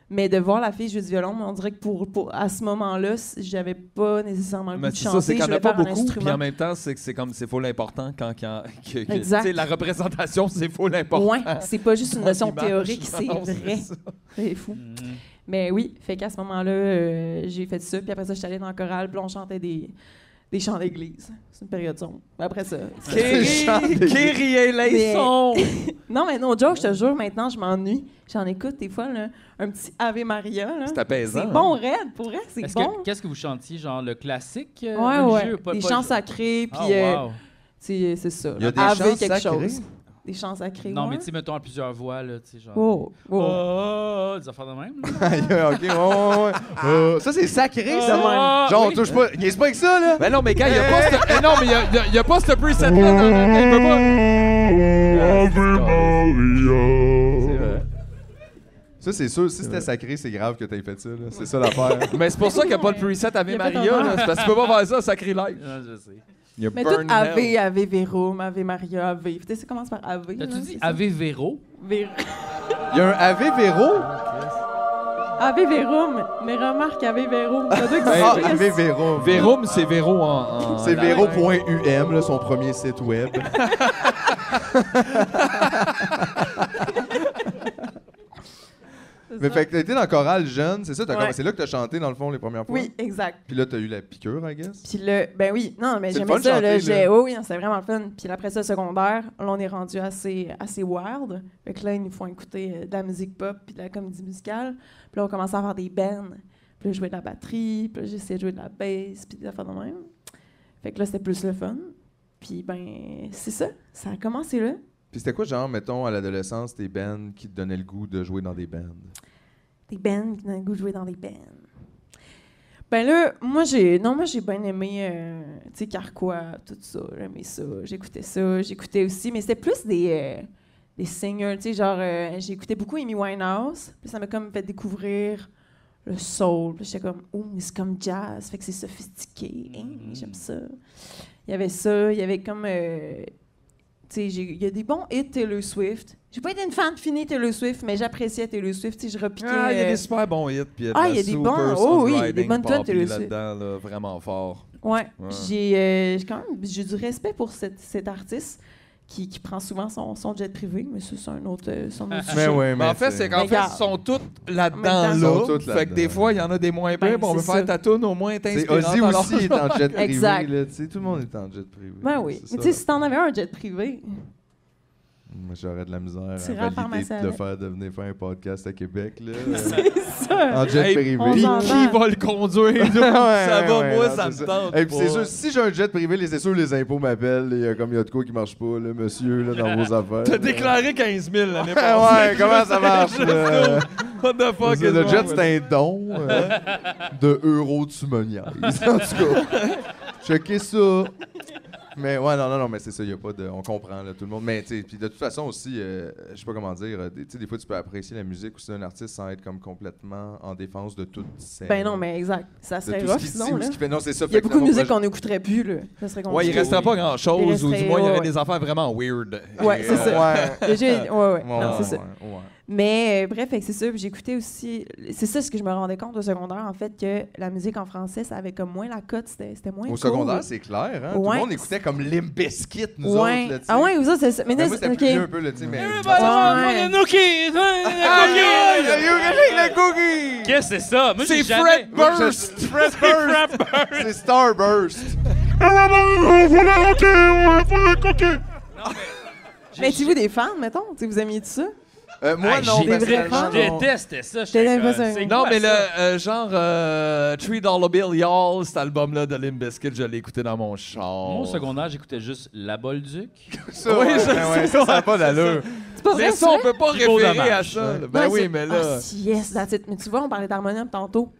[SPEAKER 16] Mais de voir la fille jouer du violon, on dirait que pour, pour- à ce moment-là, c- j'avais pas nécessairement le goût
[SPEAKER 2] Mais
[SPEAKER 16] de
[SPEAKER 2] c'est ça,
[SPEAKER 16] chanter.
[SPEAKER 2] c'est
[SPEAKER 16] je
[SPEAKER 2] qu'il n'y en
[SPEAKER 16] voulais
[SPEAKER 2] a pas
[SPEAKER 16] faire un
[SPEAKER 2] beaucoup. Puis en
[SPEAKER 16] instrument.
[SPEAKER 2] même temps, c'est que c'est comme c'est faux l'important quand. quand que- que-
[SPEAKER 16] Exact.
[SPEAKER 2] tu sais, La représentation, c'est faux l'important.
[SPEAKER 16] Ouais, c'est pas juste une notion
[SPEAKER 2] L'image,
[SPEAKER 16] théorique, c'est
[SPEAKER 2] non,
[SPEAKER 16] vrai.
[SPEAKER 2] ça.
[SPEAKER 16] C'est fou.
[SPEAKER 1] Mm.
[SPEAKER 16] Mais oui, fait qu'à ce moment-là, euh, j'ai fait ça. Puis après ça, j'étais allée dans le choral, puis on chantait des, des chants d'église. C'est une période sombre. Mais après ça.
[SPEAKER 2] Kéry, Kéry et les
[SPEAKER 16] Mais-
[SPEAKER 2] sons!
[SPEAKER 16] non, mais non, joke, je te jure, maintenant, je m'ennuie. J'en écoute des fois, là, un petit Ave Maria. là.
[SPEAKER 2] C'est apaisant,
[SPEAKER 16] C'est
[SPEAKER 2] hein?
[SPEAKER 16] bon, raide, pour vrai, c'est
[SPEAKER 1] Est-ce que-
[SPEAKER 16] bon.
[SPEAKER 1] Qu'est-ce que vous chantiez, genre le classique euh,
[SPEAKER 16] Ouais,
[SPEAKER 1] religieux
[SPEAKER 16] ouais.
[SPEAKER 1] ou pas-
[SPEAKER 16] des
[SPEAKER 1] pas-
[SPEAKER 16] chants sacrés, puis
[SPEAKER 1] Ah,
[SPEAKER 16] euh,
[SPEAKER 1] wow.
[SPEAKER 16] c'est c'est ça.
[SPEAKER 1] Il y a
[SPEAKER 16] là,
[SPEAKER 1] des
[SPEAKER 16] Ave
[SPEAKER 1] chants
[SPEAKER 16] quelque
[SPEAKER 1] sacrés?
[SPEAKER 16] chose. Des chants sacrés.
[SPEAKER 1] Non,
[SPEAKER 16] ouais.
[SPEAKER 1] mais tu sais, mettons à plusieurs voix, là, tu sais, genre.
[SPEAKER 16] Oh, oh.
[SPEAKER 1] Oh, oh, oh, des affaires de même. là.
[SPEAKER 3] Aïe, ok, ouais, ouais, ouais. Euh, ça, c'est
[SPEAKER 16] Ah.
[SPEAKER 3] sacré, ça.
[SPEAKER 1] Ah,
[SPEAKER 3] Genre, on touche pas. Niaise pas avec ça, là.
[SPEAKER 2] Mais Ben non, mais gars, il y a pas ce. eh non, mais il y a- il y a- il y a pas ce preset-là. dans le- il peut pas-
[SPEAKER 3] Ça, c'est sûr. Si c'était sacré, c'est grave que t'aies fait ça, là. C'est ça l'affaire.
[SPEAKER 2] Mais c'est pour ça qu'il n'y a pas de preset
[SPEAKER 16] Il
[SPEAKER 2] avec
[SPEAKER 16] y a pas
[SPEAKER 2] Maria.
[SPEAKER 16] d'honneur.
[SPEAKER 2] là. C'est parce que tu peux pas faire ça, sacrilège.
[SPEAKER 1] Non, Ah, je sais.
[SPEAKER 3] Il y a
[SPEAKER 16] Mais tout
[SPEAKER 2] Burn
[SPEAKER 16] Ave,
[SPEAKER 2] Hell.
[SPEAKER 16] Ave Verum, Ave Maria, Ave. Tu sais, ça commence par Ave.
[SPEAKER 1] T'as-tu
[SPEAKER 16] là,
[SPEAKER 1] dit
[SPEAKER 16] c'est ça?
[SPEAKER 1] Ave Véro?
[SPEAKER 16] Ver-
[SPEAKER 3] Il y a un Ave Véro.
[SPEAKER 16] Ave Verum. Mais remarque, Ave Verum. Ça doit exister.
[SPEAKER 3] Ah, Ave Véro.
[SPEAKER 2] Vérum, c'est Véro en.
[SPEAKER 16] Oh,
[SPEAKER 2] en-
[SPEAKER 3] C'est
[SPEAKER 2] en-
[SPEAKER 3] Véro.um, là, son premier site web.
[SPEAKER 16] C'est
[SPEAKER 3] Mais
[SPEAKER 16] ça.
[SPEAKER 3] fait que t'as été dans Chorale jeune, c'est ça? t'as
[SPEAKER 16] Ouais.
[SPEAKER 3] commencé- C'est là que t'as chanté, dans le fond, les premières fois?
[SPEAKER 16] Oui, exact.
[SPEAKER 3] Puis là, t'as eu la piqûre, I guess?
[SPEAKER 16] Puis là, ben oui, non, mais
[SPEAKER 3] C'est le
[SPEAKER 16] j'aimais
[SPEAKER 3] fun
[SPEAKER 16] ça. là,
[SPEAKER 3] chanter,
[SPEAKER 16] j'ai-
[SPEAKER 3] là.
[SPEAKER 16] oui, oui, non, c'était vraiment le fun. Puis là, après ça, secondaire, là, on est rendu assez, assez wild. Fait que là, ils nous font écouter euh, de la musique pop puis de la comédie musicale. Puis là, on commence à avoir des bands. Puis là, je jouais de la batterie, puis là, j'essayais de jouer de la bass, puis des affaires de même. Fait que là, c'était plus le fun. Puis ben, c'est ça. Ça a commencé là.
[SPEAKER 3] Puis c'était quoi, genre, mettons, à l'adolescence, tes bands qui te donnaient le goût de jouer dans des bands?
[SPEAKER 16] Des bands qui donnaient le goût de jouer dans des bands. Ben là, moi j'ai non moi j'ai bien aimé euh, tu sais Carquois, tout ça, j'aimais ça, j'écoutais ça, j'écoutais aussi mais c'était plus des euh, des singers, tu sais genre euh, j'écoutais beaucoup Amy Winehouse, puis ça m'a comme fait découvrir le soul, puis j'étais comme oh mais c'est comme jazz, fait que c'est sophistiqué, hein,
[SPEAKER 2] Mm-hmm.
[SPEAKER 16] j'aime ça. Il y avait ça, il y avait comme euh, tu sais, j'ai- il y a des bons hits Taylor Swift. J'ai pas été une fan finie Taylor Swift, mais j'appréciais Taylor Swift. tu sais, Je repiquais.
[SPEAKER 2] Ah, il y a
[SPEAKER 16] euh,
[SPEAKER 2] des super bons hits. Puis il y a de
[SPEAKER 16] Ah,
[SPEAKER 2] la
[SPEAKER 16] il y a des
[SPEAKER 2] super
[SPEAKER 16] bons- oh oui, il y a des
[SPEAKER 2] songwriting
[SPEAKER 16] bonnes tunes,
[SPEAKER 2] poppy
[SPEAKER 16] Taylor Swift.
[SPEAKER 2] là-dedans, là, vraiment fort.
[SPEAKER 16] Ouais,
[SPEAKER 2] Ouais.
[SPEAKER 16] j'ai euh, j'ai quand même j'ai du respect pour cette- cet artiste qui, qui prend souvent son, son jet privé, mais ça, c'est un autre, euh, c'est un autre sujet.
[SPEAKER 3] ouais,
[SPEAKER 2] Mais en fait, c'est qu'en
[SPEAKER 16] Mais
[SPEAKER 2] fait,
[SPEAKER 16] regarde.
[SPEAKER 2] ils sont tous
[SPEAKER 16] En
[SPEAKER 2] là-dedans,
[SPEAKER 16] même
[SPEAKER 3] temps. Ils sont
[SPEAKER 2] là.
[SPEAKER 3] tous
[SPEAKER 2] Fait que
[SPEAKER 3] là-dedans.
[SPEAKER 2] des fois, il y en a des moins bien,
[SPEAKER 16] Ben,
[SPEAKER 2] puis on veut
[SPEAKER 16] c'est
[SPEAKER 2] faire
[SPEAKER 16] ça.
[SPEAKER 2] ta tune au moins
[SPEAKER 3] C'est
[SPEAKER 2] t'inspirante.
[SPEAKER 3] Ozzy
[SPEAKER 2] alors-
[SPEAKER 3] aussi est en jet privé,
[SPEAKER 16] Exact.
[SPEAKER 3] là, tu sais, tout le monde est en jet privé.
[SPEAKER 16] Ben oui.
[SPEAKER 3] C'est ça,
[SPEAKER 16] Mais tu sais,
[SPEAKER 3] là.
[SPEAKER 16] si t'en avais un jet privé,
[SPEAKER 3] Moi, J'aurais de la misère à
[SPEAKER 16] Tu iras faire ma
[SPEAKER 3] valider de
[SPEAKER 16] salade.
[SPEAKER 3] faire de venir faire un podcast à Québec, là.
[SPEAKER 16] c'est ça.
[SPEAKER 3] en jet
[SPEAKER 2] Hey,
[SPEAKER 3] privé.
[SPEAKER 16] on
[SPEAKER 2] Puis
[SPEAKER 16] s'en
[SPEAKER 2] qui va le conduire? nous?
[SPEAKER 3] Ouais,
[SPEAKER 2] ça
[SPEAKER 3] ouais,
[SPEAKER 2] va,
[SPEAKER 3] ouais,
[SPEAKER 2] moi,
[SPEAKER 3] non,
[SPEAKER 2] ça
[SPEAKER 3] c'est
[SPEAKER 2] me tente.
[SPEAKER 3] Hey, Eh, puis c'est
[SPEAKER 2] pas.
[SPEAKER 3] sûr, si j'ai un jet privé, les c'est sûr les impôts m'appellent, il y a comme il y a de quoi qui marche pas, là, monsieur, là, dans vos affaires.
[SPEAKER 2] T'as déclaré 15 000 l'année
[SPEAKER 3] Ouais,
[SPEAKER 2] passée.
[SPEAKER 3] ouais, comment ça marche, là?
[SPEAKER 2] What the fuck
[SPEAKER 3] C'est-
[SPEAKER 2] is
[SPEAKER 3] Le
[SPEAKER 2] wrong
[SPEAKER 3] jet,
[SPEAKER 2] with
[SPEAKER 3] c'est un don euh, de euro tu me niaises. En tout cas, checker ça. Mais ouais, non, non, non, mais c'est ça, il a pas de. On comprend, là, tout le monde. Mais, tu sais, puis de toute façon aussi, euh, je sais pas comment dire, euh, des- tu sais, des fois, tu peux apprécier la musique aussi d'un artiste sans être comme complètement en défense de toute scène.
[SPEAKER 16] Ben non, mais exact. Ça
[SPEAKER 3] de
[SPEAKER 16] serait
[SPEAKER 3] tout ce
[SPEAKER 16] rough,
[SPEAKER 3] qu'il dit
[SPEAKER 16] sinon,
[SPEAKER 3] ou
[SPEAKER 16] là.
[SPEAKER 3] ce qu'il fait. Non, c'est ça.
[SPEAKER 16] Il y a
[SPEAKER 3] fait que
[SPEAKER 16] beaucoup de
[SPEAKER 3] dans mon
[SPEAKER 16] musique
[SPEAKER 3] projet-
[SPEAKER 16] qu'on n'écouterait plus, là. Ça serait
[SPEAKER 2] Ouais, il
[SPEAKER 16] compliqué.
[SPEAKER 2] resterait pas
[SPEAKER 16] Il
[SPEAKER 2] grand-chose, ou du
[SPEAKER 16] resterait-
[SPEAKER 2] moins, il y aurait
[SPEAKER 16] ouais.
[SPEAKER 2] des affaires vraiment weird.
[SPEAKER 16] Ouais, c'est ça.
[SPEAKER 3] Ouais.
[SPEAKER 16] Le jet- ouais, ouais.
[SPEAKER 3] Ouais,
[SPEAKER 16] Non, c'est ça.
[SPEAKER 3] ouais, ouais.
[SPEAKER 16] Mais euh, bref, fait que c'est ça. puis J'écoutais aussi. C'est ça ce que je me rendais compte au secondaire, en fait, que la musique en français, ça avait comme moins la cote. C'était c'était moins.
[SPEAKER 3] Au
[SPEAKER 16] cool.
[SPEAKER 3] secondaire, c'est clair. Hein? Tout
[SPEAKER 16] Ouais.
[SPEAKER 3] le monde écoutait comme Limbiskit, nous
[SPEAKER 16] ouais.
[SPEAKER 3] autres. Là, tu sais.
[SPEAKER 16] ah ouais, vous autres, c'est ça. Mais,
[SPEAKER 3] Mais
[SPEAKER 16] là,
[SPEAKER 3] moi,
[SPEAKER 16] c'est
[SPEAKER 3] c'était plus vieux un
[SPEAKER 16] ok.
[SPEAKER 3] peu, là, tu sais, mais...
[SPEAKER 1] Eh ben,
[SPEAKER 3] Ah,
[SPEAKER 16] Ouais.
[SPEAKER 3] Aïe,
[SPEAKER 2] Ah,
[SPEAKER 3] aïe, aïe, aïe,
[SPEAKER 1] Qu'est-ce que c'est ça? Moi, j'ai
[SPEAKER 2] C'est
[SPEAKER 1] jamais-
[SPEAKER 2] Fred
[SPEAKER 3] Moi, je-
[SPEAKER 2] Burst!
[SPEAKER 3] Fred Burst! C'est Starburst!
[SPEAKER 16] Mais tu vous des fans, mettons? Tu sais, vous aimiez tout ça?
[SPEAKER 3] Euh, moi,
[SPEAKER 1] Hey,
[SPEAKER 3] non,
[SPEAKER 1] Ah, j'ai-
[SPEAKER 3] personnellement,
[SPEAKER 1] Je
[SPEAKER 3] non.
[SPEAKER 1] détestais ça.
[SPEAKER 16] J'étais
[SPEAKER 1] j'étais
[SPEAKER 16] nerveuse,
[SPEAKER 1] comme,
[SPEAKER 16] hein.
[SPEAKER 1] c'est
[SPEAKER 2] Non,
[SPEAKER 1] quoi
[SPEAKER 2] mais le
[SPEAKER 1] ça?
[SPEAKER 2] euh, genre euh, $3 Dollar Bill Y'all, cet album-là de Limp Bizkit, je l'ai écouté dans mon char.
[SPEAKER 1] Moi, au secondaire, j'écoutais juste La Bolduc.
[SPEAKER 3] Ça,
[SPEAKER 2] Oui,
[SPEAKER 3] ouais,
[SPEAKER 2] je
[SPEAKER 3] ouais, ouais,
[SPEAKER 2] sais,
[SPEAKER 3] ça, ça a pas d'allure.
[SPEAKER 16] C'est pas vrai,
[SPEAKER 2] Mais ça,
[SPEAKER 16] c'est
[SPEAKER 2] on
[SPEAKER 16] vrai?
[SPEAKER 2] peut pas
[SPEAKER 1] Gros
[SPEAKER 2] référer à
[SPEAKER 1] dommage,
[SPEAKER 2] ça.
[SPEAKER 1] hein.
[SPEAKER 2] là. Ben
[SPEAKER 16] Ouais,
[SPEAKER 2] oui,
[SPEAKER 16] c'est-
[SPEAKER 2] mais
[SPEAKER 16] Ah,
[SPEAKER 2] là...
[SPEAKER 16] si, yes, that's it. Mais tu vois, on parlait d'harmonium tantôt.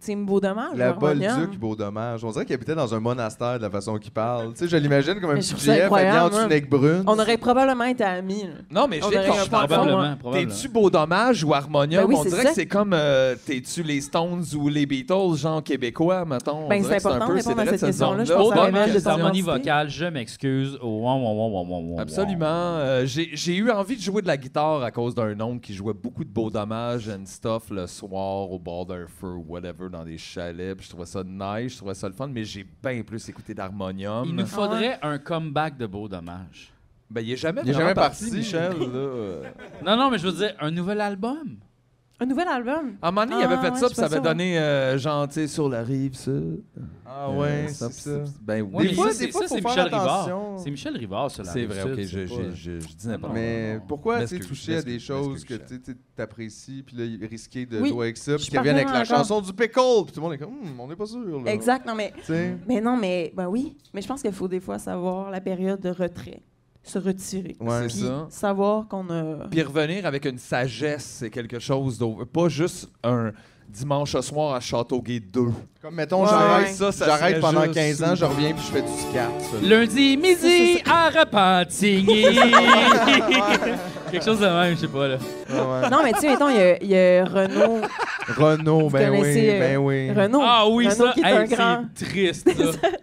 [SPEAKER 16] C'est beau dommage.
[SPEAKER 3] La
[SPEAKER 16] l'harmonium.
[SPEAKER 3] Bolduc, beau dommage. On dirait qu'il habitait dans un monastère de la façon qu'il parle. Tu sais, je l'imagine comme un
[SPEAKER 16] Mais je
[SPEAKER 3] petit
[SPEAKER 16] trouve ça
[SPEAKER 3] GF habillé en
[SPEAKER 16] incroyable,
[SPEAKER 3] dessous
[SPEAKER 16] moi.
[SPEAKER 3] de nec brune.
[SPEAKER 16] On aurait probablement été amis. là.
[SPEAKER 2] Non, mais je
[SPEAKER 16] On
[SPEAKER 2] l'ai
[SPEAKER 16] aurait
[SPEAKER 2] compris.
[SPEAKER 16] un peu ensemble.
[SPEAKER 1] Probablement, probablement.
[SPEAKER 2] T'es-tu Beau Dommage ou Harmonium?
[SPEAKER 16] Ben oui,
[SPEAKER 2] on
[SPEAKER 16] c'est
[SPEAKER 2] dirait
[SPEAKER 16] ça.
[SPEAKER 2] que c'est comme euh, t'es-tu les Stones ou les Beatles, genre québécois, mettons. On
[SPEAKER 16] Ben, c'est
[SPEAKER 2] dirait que
[SPEAKER 16] important
[SPEAKER 2] un
[SPEAKER 16] de
[SPEAKER 2] peu- c'est
[SPEAKER 16] répondre à
[SPEAKER 2] vrai
[SPEAKER 16] cette
[SPEAKER 2] de
[SPEAKER 16] question-là, je
[SPEAKER 2] zone-là.
[SPEAKER 16] pense,
[SPEAKER 2] Beau
[SPEAKER 16] à la
[SPEAKER 2] Dommage,
[SPEAKER 16] même
[SPEAKER 1] Cette
[SPEAKER 16] de
[SPEAKER 1] harmonie
[SPEAKER 16] densité.
[SPEAKER 1] vocale, je m'excuse. Oh, ouah, ouah, ouah, ouah, ouah, ouah.
[SPEAKER 2] Absolument. Euh, J'ai j'ai eu envie de jouer de la guitare à cause d'un oncle qui jouait beaucoup de beaux dommages and stuff le soir au bord d'un feu ou whatever dans des chalets. Puis je trouvais ça nice, je trouvais ça le fun, mais j'ai bien plus
[SPEAKER 1] Il
[SPEAKER 2] écouté
[SPEAKER 16] Ah.
[SPEAKER 2] d'harmonium.
[SPEAKER 1] nous faudrait un comeback de Beau Dommage.
[SPEAKER 2] Ben, il est jamais,
[SPEAKER 3] Il est
[SPEAKER 2] vraiment
[SPEAKER 3] jamais
[SPEAKER 2] parti,
[SPEAKER 3] parti.
[SPEAKER 2] Michel. là.
[SPEAKER 1] Non, non, mais je veux dire, un nouvel album.
[SPEAKER 16] Un nouvel album?
[SPEAKER 2] À un moment donné, il
[SPEAKER 16] Ah,
[SPEAKER 2] avait fait
[SPEAKER 16] ouais,
[SPEAKER 2] ça,
[SPEAKER 16] je
[SPEAKER 2] puis ça
[SPEAKER 16] suis
[SPEAKER 2] avait
[SPEAKER 16] pas sûre.
[SPEAKER 2] donné euh, genre, tu sais, sur la rive, ça.
[SPEAKER 3] Ah ouais, c'est ça.
[SPEAKER 2] Ben oui.
[SPEAKER 3] Ouais, Des mais fois, ça, des
[SPEAKER 1] c'est-
[SPEAKER 3] fois,
[SPEAKER 1] ça,
[SPEAKER 3] faut
[SPEAKER 1] c'est
[SPEAKER 3] faire
[SPEAKER 1] Michel
[SPEAKER 3] attention.
[SPEAKER 1] Rivard. C'est Michel Rivard, sur la
[SPEAKER 2] C'est
[SPEAKER 1] rive
[SPEAKER 2] vrai,
[SPEAKER 1] sud,
[SPEAKER 2] ok,
[SPEAKER 1] c'est
[SPEAKER 2] je-
[SPEAKER 1] pas-
[SPEAKER 2] je- je- je dis n'importe
[SPEAKER 3] Mais
[SPEAKER 2] quoi.
[SPEAKER 3] pourquoi tu
[SPEAKER 2] M'excuse,
[SPEAKER 3] touché à des
[SPEAKER 2] m'excuse,
[SPEAKER 3] choses que
[SPEAKER 2] m'excuse,
[SPEAKER 3] tu tu- t'apprécies, puis là, il- risquer de
[SPEAKER 16] Oui,
[SPEAKER 3] jouer avec ça,
[SPEAKER 16] je
[SPEAKER 3] puis
[SPEAKER 16] suis
[SPEAKER 3] qu'ils reviennent avec la
[SPEAKER 16] parfaitement
[SPEAKER 3] chanson du pickle, puis tout le monde est comme, Hum, on n'est pas sûr. là.
[SPEAKER 16] Exact, non, mais.
[SPEAKER 3] Tu sais.
[SPEAKER 16] Mais non, mais. Ben oui. Mais je pense qu'il faut des fois savoir la période de retrait, se retirer.
[SPEAKER 2] Ouais,
[SPEAKER 16] Puis
[SPEAKER 2] c'est ça.
[SPEAKER 16] Savoir qu'on a.
[SPEAKER 2] Puis revenir avec une sagesse, c'est quelque chose d'autre. Pas juste un dimanche soir à Châteauguay 2.
[SPEAKER 3] Comme mettons,
[SPEAKER 2] Ouais,
[SPEAKER 3] j'arrête
[SPEAKER 2] ouais. Ça, ça
[SPEAKER 3] j'arrête
[SPEAKER 2] serait
[SPEAKER 3] pendant
[SPEAKER 2] juste-
[SPEAKER 3] 15 ans, je reviens, puis je fais du scat. ça.
[SPEAKER 1] Lundi midi à Repentigny. Quelque chose de même, je sais pas, là.
[SPEAKER 2] Ah
[SPEAKER 3] Ouais.
[SPEAKER 16] Non, mais tu sais, mettons, il y a- il y, a Renaud.
[SPEAKER 3] Renaud, ben oui,
[SPEAKER 16] connaissez, euh,
[SPEAKER 3] ben oui.
[SPEAKER 16] Renaud.
[SPEAKER 1] Ah oui,
[SPEAKER 16] Renaud
[SPEAKER 1] ça,
[SPEAKER 16] qui est
[SPEAKER 1] hey,
[SPEAKER 16] un
[SPEAKER 1] c'est
[SPEAKER 16] grand.
[SPEAKER 1] triste, ça.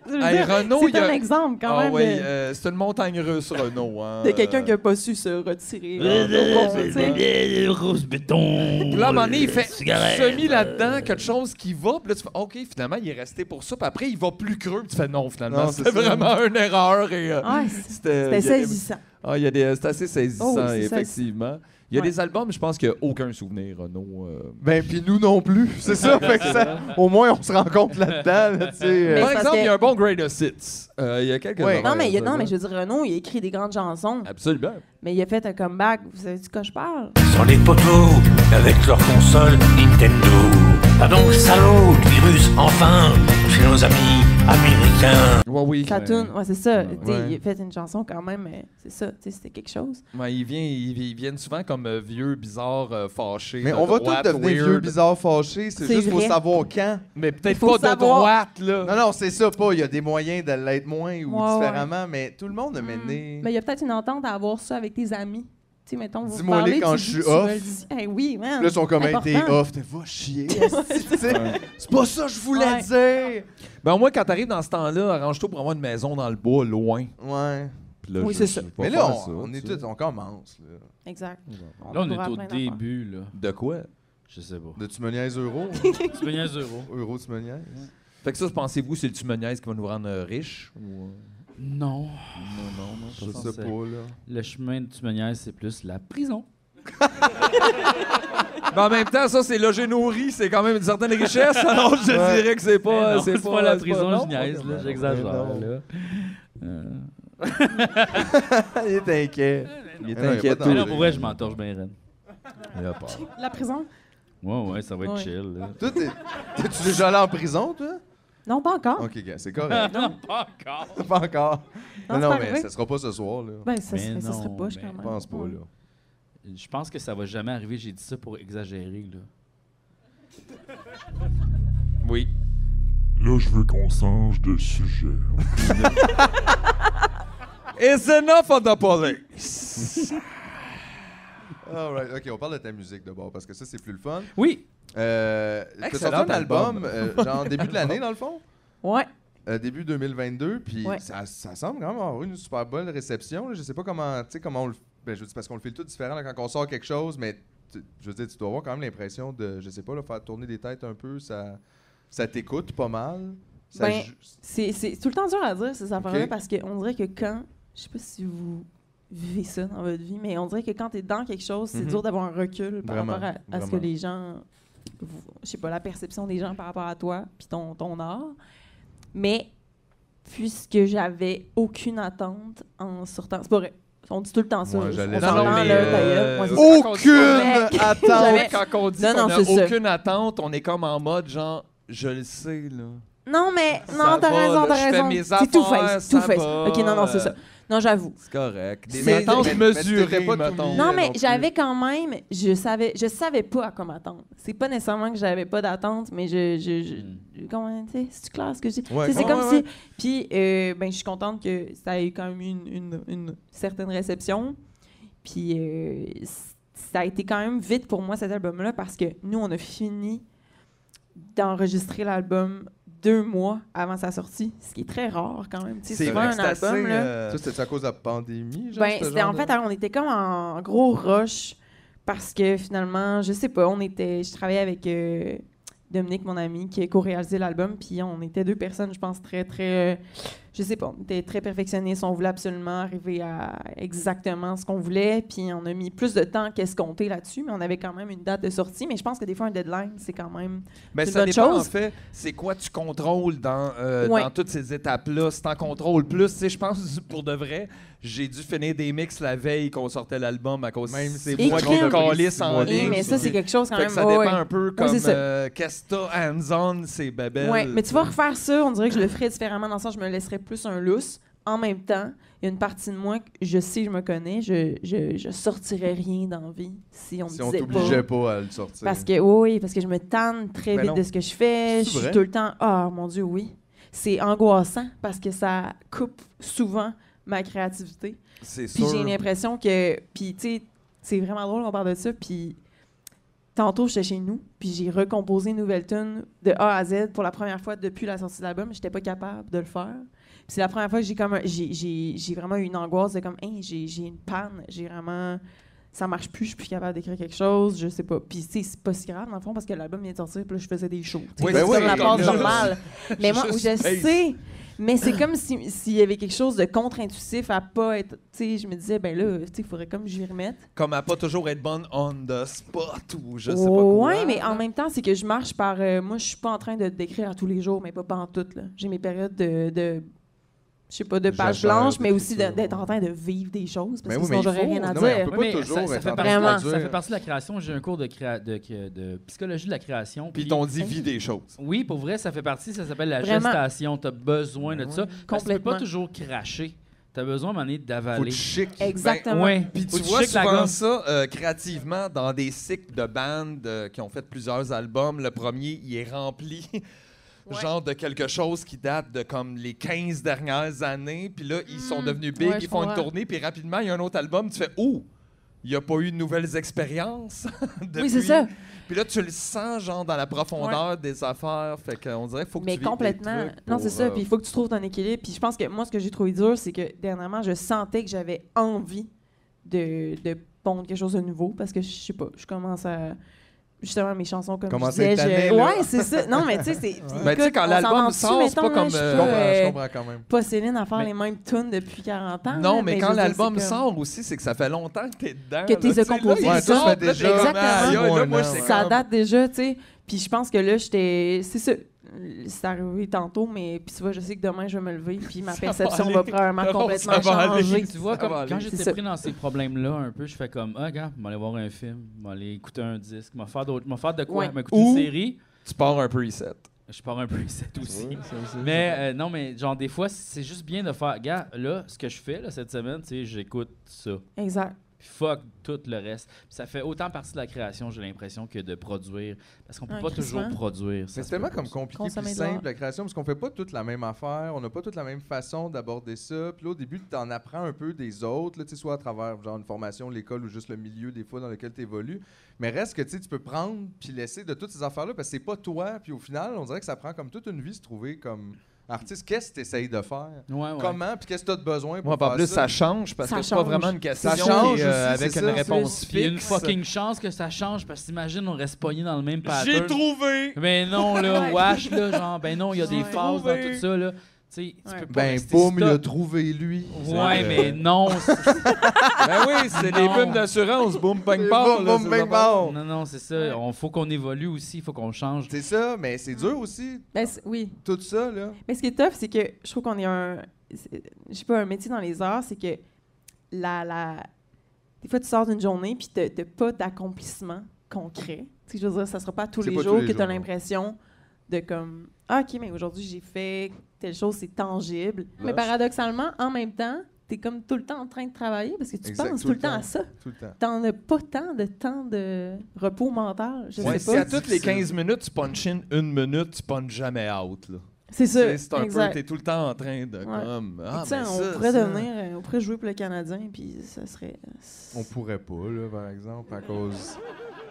[SPEAKER 16] Je veux
[SPEAKER 2] Hey,
[SPEAKER 16] dire,
[SPEAKER 2] Renaud, il y
[SPEAKER 16] c'est
[SPEAKER 2] a-
[SPEAKER 16] un exemple quand
[SPEAKER 2] Ah
[SPEAKER 16] même
[SPEAKER 2] oui,
[SPEAKER 16] de-
[SPEAKER 2] euh, c'est une montagne russe, Renault. Hein,
[SPEAKER 16] de, quelqu'un
[SPEAKER 2] euh.
[SPEAKER 16] qui a pas su se retirer.
[SPEAKER 2] Euh,
[SPEAKER 16] Donc, on-
[SPEAKER 2] euh,
[SPEAKER 16] tu sais.
[SPEAKER 1] Rose béton.
[SPEAKER 2] Puis là, à un moment donné, il fait semi là-dedans, quelque chose qui va. Puis là, tu fais OK, finalement, il est resté pour ça. Puis après, il va plus creux. Puis tu fais non, finalement,
[SPEAKER 3] Non, c'est
[SPEAKER 2] c'était
[SPEAKER 3] ça.
[SPEAKER 2] vraiment une erreur. Et, euh,
[SPEAKER 16] Ouais, c'est-
[SPEAKER 2] c'était
[SPEAKER 16] Ah. C'était
[SPEAKER 2] il y a des-
[SPEAKER 16] saisissant.
[SPEAKER 2] Ah, il y a des- c'est assez saisissant,
[SPEAKER 16] Oh, oui, c'est
[SPEAKER 2] effectivement. Il y a
[SPEAKER 16] Ouais.
[SPEAKER 2] des albums, je pense qu'il n'y a aucun souvenir, Renaud. euh.
[SPEAKER 3] Ben, puis nous non plus, c'est ça. fait que ça, au moins, on se rencontre là-dedans, là, tu sais.
[SPEAKER 16] Mais
[SPEAKER 3] euh.
[SPEAKER 2] Par
[SPEAKER 16] parce
[SPEAKER 2] exemple, il y
[SPEAKER 16] que-
[SPEAKER 2] a un bon Greatest Hits. Euh, Il y a quelques
[SPEAKER 3] Ouais. Ah.
[SPEAKER 2] erreurs,
[SPEAKER 16] Non, mais, il y a-
[SPEAKER 2] ça,
[SPEAKER 16] non,
[SPEAKER 2] là.
[SPEAKER 16] mais je veux dire, Renaud, il a écrit des grandes chansons,
[SPEAKER 2] Absolument.
[SPEAKER 16] mais il a fait un comeback. Vous savez de quoi je parle?
[SPEAKER 17] sont les poteaux avec leur console Nintendo. Ah donc, salaud, le virus, enfin, chez nos amis américains.
[SPEAKER 2] Ouais, oui.
[SPEAKER 16] Ta toune, ouais, c'est ça. Tu sais,
[SPEAKER 2] Ouais.
[SPEAKER 16] Il a fait une chanson quand même, mais c'est ça, tu sais, c'était quelque chose.
[SPEAKER 2] Ouais, ils, viennent, ils, ils viennent souvent comme euh, vieux, bizarres, euh, fâchés.
[SPEAKER 3] Mais
[SPEAKER 2] de
[SPEAKER 3] on va tous
[SPEAKER 2] droite,
[SPEAKER 3] devenir
[SPEAKER 2] weird.
[SPEAKER 3] vieux, bizarres, fâchés. C'est
[SPEAKER 16] C'est
[SPEAKER 3] juste pour
[SPEAKER 16] vrai.
[SPEAKER 3] savoir quand.
[SPEAKER 2] Mais
[SPEAKER 16] Il
[SPEAKER 2] peut-être
[SPEAKER 16] faut
[SPEAKER 2] pas de
[SPEAKER 16] savoir.
[SPEAKER 2] droite, là.
[SPEAKER 3] Non, non, c'est ça, pas. Il y a des moyens de l'être moins ou
[SPEAKER 16] Ouais,
[SPEAKER 3] différemment, mais tout le monde a mené.
[SPEAKER 16] Mais il y a peut-être une entente à avoir ça avec tes amis. Tu sais, mettons, vous
[SPEAKER 3] Dis-moi-les
[SPEAKER 16] parlez,
[SPEAKER 3] quand
[SPEAKER 16] tu
[SPEAKER 3] je
[SPEAKER 16] dis-
[SPEAKER 3] suis
[SPEAKER 16] tu me
[SPEAKER 3] off.
[SPEAKER 16] le dis. Eh oui, man.
[SPEAKER 3] Là, ils sont comme, hey, t'es
[SPEAKER 16] Important.
[SPEAKER 3] off, t'es va chier. esti, tu sais. C'est pas ça que je voulais
[SPEAKER 16] Ouais.
[SPEAKER 3] dire.
[SPEAKER 2] Ben, au moins, quand t'arrives dans ce temps-là, arrange-toi pour avoir une maison dans le bois, loin.
[SPEAKER 3] Ouais.
[SPEAKER 2] Puis là,
[SPEAKER 16] Oui,
[SPEAKER 2] je-
[SPEAKER 16] c'est ça.
[SPEAKER 2] je vais pas
[SPEAKER 3] Mais là,
[SPEAKER 2] faire
[SPEAKER 3] on,
[SPEAKER 2] ça,
[SPEAKER 3] on est
[SPEAKER 2] tu sais.
[SPEAKER 3] tous, on commence. Là,
[SPEAKER 16] Exact.
[SPEAKER 1] Là, on
[SPEAKER 16] pourra
[SPEAKER 1] est au
[SPEAKER 16] plein d'affaires.
[SPEAKER 1] début, là.
[SPEAKER 2] De quoi?
[SPEAKER 1] Je sais pas.
[SPEAKER 3] de tu me niaises euro.
[SPEAKER 1] Tu me niaises, Euro?
[SPEAKER 3] euro, tu me niaises.
[SPEAKER 2] Fait que ça, pensez-vous, c'est le tumoniaise qui va nous rendre euh, riches? Ou...
[SPEAKER 1] Non.
[SPEAKER 2] Non, non, non.
[SPEAKER 3] Je
[SPEAKER 1] pense
[SPEAKER 3] sais
[SPEAKER 1] que-
[SPEAKER 3] pas, là.
[SPEAKER 1] Le chemin de Tumeniaise, c'est plus la prison.
[SPEAKER 2] en même temps, ça, c'est logé nourri, c'est quand même une certaine richesse, alors je dirais que c'est pas...
[SPEAKER 1] Eh non,
[SPEAKER 2] c'est
[SPEAKER 1] c'est pas la
[SPEAKER 2] c'est
[SPEAKER 1] prison,
[SPEAKER 2] non,
[SPEAKER 1] je niaise, là,
[SPEAKER 2] non,
[SPEAKER 1] j'exagère.
[SPEAKER 2] non.
[SPEAKER 1] là. Euh,
[SPEAKER 3] Il est inquiet.
[SPEAKER 2] Il est
[SPEAKER 3] Eh non, y a
[SPEAKER 2] inquiet,
[SPEAKER 3] pas
[SPEAKER 1] mais
[SPEAKER 3] de-
[SPEAKER 1] là, pour vrai, je m'entorche bien raide.
[SPEAKER 2] Il a peur.
[SPEAKER 16] La prison?
[SPEAKER 1] Ouais, ouais, ça va être
[SPEAKER 16] Ouais.
[SPEAKER 1] chill. là.
[SPEAKER 3] Toi, t'es- t'es-tu déjà allé en prison, toi?
[SPEAKER 16] Non, pas encore.
[SPEAKER 3] Ok, gars, c'est correct.
[SPEAKER 1] Non, Ah, pas encore.
[SPEAKER 3] pas encore. Non, non,
[SPEAKER 16] Non, c'est pas
[SPEAKER 3] mais
[SPEAKER 16] arrivé.
[SPEAKER 3] ça sera pas ce soir, là.
[SPEAKER 16] Ben, ça,
[SPEAKER 1] Mais
[SPEAKER 16] serait- ça serait
[SPEAKER 1] non,
[SPEAKER 16] pas, je
[SPEAKER 1] mais
[SPEAKER 16] quand même.
[SPEAKER 3] Je pense pas, là.
[SPEAKER 1] Je pense que ça va jamais arriver. J'ai dit ça pour exagérer. Là.
[SPEAKER 2] Oui.
[SPEAKER 9] Là, je veux qu'on change de sujet.
[SPEAKER 2] It's enough of the police.
[SPEAKER 3] All right, ok, on parle de ta musique d'abord, parce que ça, c'est plus le fun.
[SPEAKER 1] Oui.
[SPEAKER 3] Euh, t'as
[SPEAKER 2] Excellent
[SPEAKER 3] sorti un album,
[SPEAKER 2] album.
[SPEAKER 3] euh, genre début de l'année, dans le fond?
[SPEAKER 16] Ouais.
[SPEAKER 3] Euh, début 2022, puis
[SPEAKER 16] Ouais.
[SPEAKER 3] ça, ça semble quand même avoir une super bonne réception. là. Je sais pas comment, tu sais, comment on le... Ben, je veux dire, parce qu'on le fait tout différent là, quand on sort quelque chose, mais tu- je veux dire, tu dois avoir quand même l'impression de, je sais pas, là, faire tourner des têtes un peu, ça, ça t'écoute pas mal. Ça
[SPEAKER 16] Ben,
[SPEAKER 3] ju-
[SPEAKER 16] C'est c'est tout le temps dur à dire, ces affaires-là,
[SPEAKER 3] Ok.
[SPEAKER 16] parce qu'on dirait que quand, je sais pas si vous vivez ça dans votre vie, mais on dirait que quand t'es dans quelque chose, c'est
[SPEAKER 3] Mhm.
[SPEAKER 16] dur d'avoir un recul par
[SPEAKER 3] Vraiment,
[SPEAKER 16] rapport à, à ce que
[SPEAKER 3] vraiment.
[SPEAKER 16] les gens, vous- je sais pas, la perception des gens par rapport à toi, puis ton, ton art. Mais puisque j'avais aucune attente en sortant, c'est pas vrai. On dit tout le temps ça.
[SPEAKER 3] Ouais,
[SPEAKER 16] là.
[SPEAKER 3] j'allais
[SPEAKER 16] on
[SPEAKER 3] dire,
[SPEAKER 16] s'entend,
[SPEAKER 3] mais,
[SPEAKER 16] là,
[SPEAKER 3] euh,
[SPEAKER 16] d'ailleurs. Ouais, c'est ça.
[SPEAKER 3] Aucune
[SPEAKER 2] Euh,
[SPEAKER 16] Mais-
[SPEAKER 3] attente!
[SPEAKER 16] J'avais-
[SPEAKER 2] Quand on dit
[SPEAKER 16] Non,
[SPEAKER 2] qu'on
[SPEAKER 16] non,
[SPEAKER 2] n'a
[SPEAKER 16] c'est ça.
[SPEAKER 2] aucune attente, on est comme en mode genre, je le sais, là.
[SPEAKER 16] Non, mais,
[SPEAKER 2] Ça
[SPEAKER 16] non, t'as
[SPEAKER 2] va,
[SPEAKER 16] raison,
[SPEAKER 2] là,
[SPEAKER 16] t'as
[SPEAKER 2] je fais mes
[SPEAKER 16] raison. C'est tout
[SPEAKER 2] affaires,
[SPEAKER 16] face,
[SPEAKER 2] ça
[SPEAKER 16] tout face.
[SPEAKER 2] va,
[SPEAKER 16] Ok, non, non, c'est
[SPEAKER 2] euh,
[SPEAKER 16] ça. Non, j'avoue.
[SPEAKER 2] C'est correct. Des
[SPEAKER 3] Mais-
[SPEAKER 2] attentes
[SPEAKER 3] mais- mais tu t'étais
[SPEAKER 2] mesurées,
[SPEAKER 3] pas tout
[SPEAKER 2] mettons.
[SPEAKER 3] mis,
[SPEAKER 16] Non,
[SPEAKER 3] euh,
[SPEAKER 16] mais
[SPEAKER 3] non plus.
[SPEAKER 16] j'avais quand même, je savais, je savais pas à quoi m'attendre. C'est pas nécessairement que j'avais pas d'attente, mais je, je, je- comment, tu sais, c'est clair ce que je dis.
[SPEAKER 3] Hmm. Ouais,
[SPEAKER 16] Tu sais, c'est
[SPEAKER 3] ouais,
[SPEAKER 16] comme
[SPEAKER 3] ouais,
[SPEAKER 16] si,
[SPEAKER 3] ouais.
[SPEAKER 16] puis, euh, ben, je suis contente que ça ait quand même eu une, une- une certaine réception. Puis, euh, c- ça a été quand même vite pour moi cet album-là parce que nous, on a fini d'enregistrer l'album deux mois avant sa sortie, ce qui est très rare quand même. Tu sais, souvent
[SPEAKER 2] vrai
[SPEAKER 16] un
[SPEAKER 2] que c'est
[SPEAKER 16] album
[SPEAKER 2] assez,
[SPEAKER 16] là.
[SPEAKER 2] euh,
[SPEAKER 3] Ça, c'était à cause de la pandémie, genre?
[SPEAKER 16] Ben,
[SPEAKER 3] ce
[SPEAKER 16] c'était
[SPEAKER 3] genre
[SPEAKER 16] en
[SPEAKER 3] de-
[SPEAKER 16] fait, alors, on était comme en gros rush parce que finalement, je sais pas, on était, je travaillais avec euh, Dominique, mon ami, qui a co-réalisé l'album, puis on était deux personnes, je pense, très, très euh, je sais pas, on était très perfectionniste, on voulait absolument arriver à exactement ce qu'on voulait, puis on a mis plus de temps qu'escompté là-dessus, mais on avait quand même une date de sortie. Mais je pense que des fois, un deadline, c'est quand même
[SPEAKER 2] Mais Ben,
[SPEAKER 16] une
[SPEAKER 2] ça
[SPEAKER 16] bonne
[SPEAKER 2] dépend,
[SPEAKER 16] chose.
[SPEAKER 2] en fait, c'est quoi tu contrôles dans, euh,
[SPEAKER 16] Ouais.
[SPEAKER 2] dans toutes ces étapes-là. Si t'en contrôles plus, tu sais, je pense, pour de vrai, j'ai dû finir des mix la veille qu'on sortait l'album à cause même c'est
[SPEAKER 16] Et
[SPEAKER 2] moi qui
[SPEAKER 16] crime.
[SPEAKER 2] calisse en
[SPEAKER 16] Et
[SPEAKER 2] ligne.
[SPEAKER 16] mais ça, c'est quelque chose quand
[SPEAKER 2] Fait que
[SPEAKER 16] même,
[SPEAKER 2] ça
[SPEAKER 16] ouais,
[SPEAKER 2] dépend
[SPEAKER 16] ouais.
[SPEAKER 2] un peu
[SPEAKER 16] Ouais,
[SPEAKER 2] comme
[SPEAKER 16] c'est ça.
[SPEAKER 2] euh, qu'est-ce que t'as hands-on, c'est babel.
[SPEAKER 16] Ouais, mais
[SPEAKER 3] euh,
[SPEAKER 16] tu vas refaire ça, on dirait que je le ferais différemment dans le sens je me laisserais plus un lousse. En même temps, il y a une partie de moi que je sais, je me connais, je, je, je sortirais rien d'envie si on
[SPEAKER 3] Si
[SPEAKER 16] me
[SPEAKER 3] on
[SPEAKER 16] disait
[SPEAKER 3] t'obligeait pas à le sortir.
[SPEAKER 16] Parce que oui, oui, parce que je me tanne très
[SPEAKER 3] Ben
[SPEAKER 16] vite
[SPEAKER 3] non.
[SPEAKER 16] de ce que je fais.
[SPEAKER 3] C'est
[SPEAKER 16] Je suis
[SPEAKER 3] vrai?
[SPEAKER 16] tout le temps ah mon dieu oui. C'est angoissant parce que ça coupe souvent ma créativité.
[SPEAKER 2] C'est
[SPEAKER 16] Puis
[SPEAKER 2] sûr.
[SPEAKER 16] j'ai l'impression que puis tu sais c'est vraiment drôle qu'on parle de ça puis tantôt j'étais chez nous puis j'ai recomposé une nouvelle tune de A à Z pour la première fois depuis la sortie de l'album, j'étais pas capable de le faire. Puis c'est la première fois que j'ai comme un- j'ai- j'ai j'ai vraiment eu une angoisse de comme Hey, j'ai j'ai une panne, j'ai vraiment ça marche plus, je suis plus capable d'écrire quelque chose, je sais pas. Puis tu sais, c'est pas si grave dans le fond parce que l'album vient de sortir, puis là je faisais des shows. tu sais,
[SPEAKER 2] Oui,
[SPEAKER 16] c'est
[SPEAKER 2] ben
[SPEAKER 16] comme
[SPEAKER 2] oui, comme
[SPEAKER 16] la passe
[SPEAKER 2] là.
[SPEAKER 16] normale. mais moi, je
[SPEAKER 2] Juste space.
[SPEAKER 16] sais, mais c'est comme si- s'il y avait quelque chose de contre-intuitif à pas être. Tu sais, je me disais, ben là, tu sais, il faudrait comme j'y remette.
[SPEAKER 2] Comme à pas toujours être bonne on the spot ou je sais pas quoi.
[SPEAKER 16] Oui, mais en même temps, c'est que je marche par. euh, moi, je suis pas en train de décrire à tous les jours, mais pas, pas en tout. là. J'ai mes périodes de. de je sais pas, de page
[SPEAKER 3] J'adore
[SPEAKER 16] blanche, mais aussi de- d'être en train de vivre des choses, parce
[SPEAKER 3] Mais
[SPEAKER 16] que
[SPEAKER 3] oui,
[SPEAKER 16] sinon,
[SPEAKER 3] mais il
[SPEAKER 16] j'aurais
[SPEAKER 3] faut.
[SPEAKER 16] rien à
[SPEAKER 3] Non,
[SPEAKER 16] dire.
[SPEAKER 3] mais on peut pas
[SPEAKER 1] Oui, mais
[SPEAKER 3] toujours
[SPEAKER 1] ça- ça,
[SPEAKER 3] être
[SPEAKER 1] fait
[SPEAKER 3] en
[SPEAKER 1] partie,
[SPEAKER 3] train de
[SPEAKER 1] ça
[SPEAKER 3] dire.
[SPEAKER 1] fait partie de la création. J'ai un cours de, créa- de, que- de psychologie de la création.
[SPEAKER 2] Puis t'on dit vis des choses.
[SPEAKER 1] Oui, pour vrai, ça fait partie. Ça s'appelle la
[SPEAKER 16] Vraiment.
[SPEAKER 1] gestation. T'as besoin de
[SPEAKER 16] Ouais.
[SPEAKER 1] ça. Parce que tu peux
[SPEAKER 16] Complètement.
[SPEAKER 1] pas toujours cracher. T'as besoin, à un moment donné,
[SPEAKER 2] Faut
[SPEAKER 1] d'avaler.
[SPEAKER 2] du chic.
[SPEAKER 16] Exactement.
[SPEAKER 1] ouais.
[SPEAKER 2] Puis
[SPEAKER 1] Faut
[SPEAKER 2] Ben, tu
[SPEAKER 1] du
[SPEAKER 2] vois
[SPEAKER 1] chic, la
[SPEAKER 2] souvent
[SPEAKER 1] gomme.
[SPEAKER 2] ça euh, créativement dans des cycles de bandes euh, qui ont fait plusieurs albums. Le premier, il est rempli genre de quelque chose qui date de comme les 15 dernières années. Puis là, ils sont devenus big,
[SPEAKER 16] Mm. Ouais, je
[SPEAKER 2] ils font une
[SPEAKER 16] comprends.
[SPEAKER 2] tournée. Puis rapidement, il y a un autre album. Tu fais « Oh! Il n'y a pas eu de nouvelles expériences
[SPEAKER 16] Oui, c'est ça.
[SPEAKER 2] Puis là, tu le sens genre dans la profondeur des affaires. Fait qu'on dirait qu'il faut que
[SPEAKER 16] mais
[SPEAKER 2] tu vives des
[SPEAKER 16] complètement.
[SPEAKER 2] trucs
[SPEAKER 16] Non,
[SPEAKER 2] pour,
[SPEAKER 16] c'est ça.
[SPEAKER 2] euh,
[SPEAKER 16] Puis il faut que tu trouves ton équilibre. Puis je pense que moi, ce que j'ai trouvé dur, c'est que dernièrement, je sentais que j'avais envie de, de pondre quelque chose de nouveau parce que je sais pas, je commence à. Justement, mes chansons comme
[SPEAKER 3] Commence
[SPEAKER 16] je disais,
[SPEAKER 3] à être tanné,
[SPEAKER 16] je...
[SPEAKER 3] là.
[SPEAKER 16] Ouais, c'est ça. Non, mais tu sais, c'est.
[SPEAKER 3] Ouais.
[SPEAKER 2] Ben, tu sais,
[SPEAKER 16] écoute,
[SPEAKER 2] quand
[SPEAKER 16] on s'en
[SPEAKER 2] l'album
[SPEAKER 16] vend-tu,
[SPEAKER 2] sort, c'est pas
[SPEAKER 16] mettons, là,
[SPEAKER 2] comme.
[SPEAKER 16] je
[SPEAKER 2] euh,
[SPEAKER 16] peux, euh,
[SPEAKER 3] quand même.
[SPEAKER 16] pas Céline à faire
[SPEAKER 2] Mais-
[SPEAKER 16] les mêmes tunes depuis 40 ans.
[SPEAKER 2] Non,
[SPEAKER 16] là,
[SPEAKER 2] mais
[SPEAKER 16] ben, je
[SPEAKER 2] quand
[SPEAKER 16] veux dire,
[SPEAKER 2] l'album
[SPEAKER 16] c'est comme-
[SPEAKER 2] sort aussi, c'est que ça fait longtemps que t'es dedans.
[SPEAKER 16] Que
[SPEAKER 2] là,
[SPEAKER 16] t'es
[SPEAKER 2] tu sais,
[SPEAKER 16] composé,
[SPEAKER 2] là, il
[SPEAKER 16] ça.
[SPEAKER 2] sort, là, t'es
[SPEAKER 16] Exactement.
[SPEAKER 2] comme, aïe, aïe, là, moi,
[SPEAKER 3] Ça
[SPEAKER 2] c'est
[SPEAKER 16] ça
[SPEAKER 2] comme-
[SPEAKER 16] date déjà, tu sais. Puis je pense que là, j'étais. C'est ça. C'est arrivé tantôt, mais puis tu vois, je sais que demain, je vais me lever, puis ma
[SPEAKER 2] Ça va
[SPEAKER 16] perception va,
[SPEAKER 2] aller.
[SPEAKER 16] probablement
[SPEAKER 2] Non,
[SPEAKER 16] complètement
[SPEAKER 2] ça va aller.
[SPEAKER 16] changer.
[SPEAKER 1] Tu vois,
[SPEAKER 2] Ça va
[SPEAKER 1] comme, quand
[SPEAKER 2] aller.
[SPEAKER 16] C'est
[SPEAKER 1] j'étais
[SPEAKER 16] ça.
[SPEAKER 1] pris dans ces problèmes-là, un peu, je fais comme, ah, gars, je vais aller voir un film, je vais aller écouter un disque, je vais faire d'autres, je vais faire de quoi,
[SPEAKER 16] Ouais.
[SPEAKER 1] je vais écouter
[SPEAKER 2] Ou-
[SPEAKER 1] une série.
[SPEAKER 2] Tu pars un preset.
[SPEAKER 1] Je pars un peu set aussi. mais euh, non, mais genre, des fois, c'est juste bien de faire, gars, là, ce que je fais là, cette semaine, tu sais, j'écoute ça.
[SPEAKER 16] Exact.
[SPEAKER 1] Puis fuck tout le reste. Puis ça fait autant partie de la création, j'ai l'impression, que de produire. Parce qu'on peut
[SPEAKER 16] Ouais,
[SPEAKER 1] pas toujours
[SPEAKER 16] crissement.
[SPEAKER 1] produire. ça se
[SPEAKER 3] Mais c'est tellement
[SPEAKER 1] peut
[SPEAKER 3] comme
[SPEAKER 1] pas.
[SPEAKER 3] compliqué
[SPEAKER 16] Consommer
[SPEAKER 3] puis
[SPEAKER 16] de l'art.
[SPEAKER 3] simple la création parce qu'on fait pas toute la même affaire, on n'a pas toute la même façon d'aborder ça. Puis là, au début, tu en apprends un peu des autres, là, tu sais, soit à travers genre une formation, l'école ou juste le milieu des fois dans lequel tu évolues. Mais reste que tu sais, tu peux prendre puis laisser de toutes ces affaires-là parce que c'est pas toi. Puis au final, on dirait que ça prend comme toute une vie se trouver comme artiste. Qu'est-ce que tu essayes de faire?
[SPEAKER 1] Ouais, ouais.
[SPEAKER 3] Comment? Puis qu'est-ce que tu as de besoin pour
[SPEAKER 2] Moi, en
[SPEAKER 3] faire
[SPEAKER 2] plus,
[SPEAKER 3] ça?
[SPEAKER 2] ça change parce
[SPEAKER 16] Ça
[SPEAKER 2] que c'est pas
[SPEAKER 16] change.
[SPEAKER 2] vraiment une question
[SPEAKER 3] Ça change
[SPEAKER 2] qui est, euh,
[SPEAKER 3] aussi,
[SPEAKER 2] avec
[SPEAKER 3] c'est
[SPEAKER 2] une
[SPEAKER 3] ça.
[SPEAKER 2] réponse
[SPEAKER 1] Puis il y a une
[SPEAKER 2] fixe.
[SPEAKER 1] fucking chance que ça change, parce que t'imagines, on reste pogné dans le même pattern.
[SPEAKER 2] J'ai trouvé!
[SPEAKER 1] Mais non, là, wesh, là, genre, ben non, il y a des
[SPEAKER 16] Ouais.
[SPEAKER 1] phases dans
[SPEAKER 2] Trouvé.
[SPEAKER 1] tout ça, là. Tu sais, tu
[SPEAKER 16] Ouais.
[SPEAKER 1] peux pas
[SPEAKER 3] Ben,
[SPEAKER 1] rester
[SPEAKER 3] boum, il a
[SPEAKER 1] stop.
[SPEAKER 3] trouvé lui.
[SPEAKER 1] Ouais, mais non, c'est-
[SPEAKER 2] ben oui, c'est des
[SPEAKER 1] Non.
[SPEAKER 2] pubs d'assurance, boom, bang,
[SPEAKER 3] Boum,
[SPEAKER 2] bang. là,
[SPEAKER 3] boum,
[SPEAKER 2] ces
[SPEAKER 3] bang,
[SPEAKER 2] affaires.
[SPEAKER 3] bang.
[SPEAKER 1] non, non, c'est ça. On faut qu'on évolue aussi, il faut qu'on change.
[SPEAKER 3] C'est ça, mais c'est dur aussi,
[SPEAKER 16] Ben, c'est- oui.
[SPEAKER 3] tout ça, là.
[SPEAKER 16] Mais ce qui est tough, c'est que je trouve qu'on est un. c'est- Je sais pas, un métier dans les arts, c'est que la, la. Des fois, tu sors d'une journée puis t'as t'as pas d'accomplissement concret. Tu sais, je veux dire, ça sera pas tous
[SPEAKER 3] C'est
[SPEAKER 16] les
[SPEAKER 3] pas tous
[SPEAKER 16] jours
[SPEAKER 3] les
[SPEAKER 16] que t'as
[SPEAKER 3] jours, non.
[SPEAKER 16] l'impression de comme. Ah, OK, mais aujourd'hui, j'ai fait telle chose, c'est tangible. Mais
[SPEAKER 2] Lâche.
[SPEAKER 16] paradoxalement, en même temps, t'es comme tout le temps en train de travailler parce que tu
[SPEAKER 3] Exact,
[SPEAKER 16] penses
[SPEAKER 3] tout
[SPEAKER 16] tout le
[SPEAKER 3] le
[SPEAKER 16] temps à ça.
[SPEAKER 3] Tout le temps.
[SPEAKER 16] T'en as pas tant de temps de repos mental. Je
[SPEAKER 2] Ouais, si
[SPEAKER 16] sais
[SPEAKER 2] à
[SPEAKER 16] pas.
[SPEAKER 2] toutes les 15 minutes, tu punch in une minute, tu punch jamais out. là.
[SPEAKER 16] C'est
[SPEAKER 2] Tu sais,
[SPEAKER 16] ça.
[SPEAKER 2] C'est un peu,
[SPEAKER 16] exact.
[SPEAKER 2] t'es tout le temps en train de comme. Ah,
[SPEAKER 16] Tu sais,
[SPEAKER 2] ben
[SPEAKER 16] on
[SPEAKER 2] ça,
[SPEAKER 16] pourrait
[SPEAKER 2] ça.
[SPEAKER 16] devenir, euh, on pourrait jouer pour le Canadien, puis ça serait.
[SPEAKER 3] On pourrait pas, là, par exemple, à cause.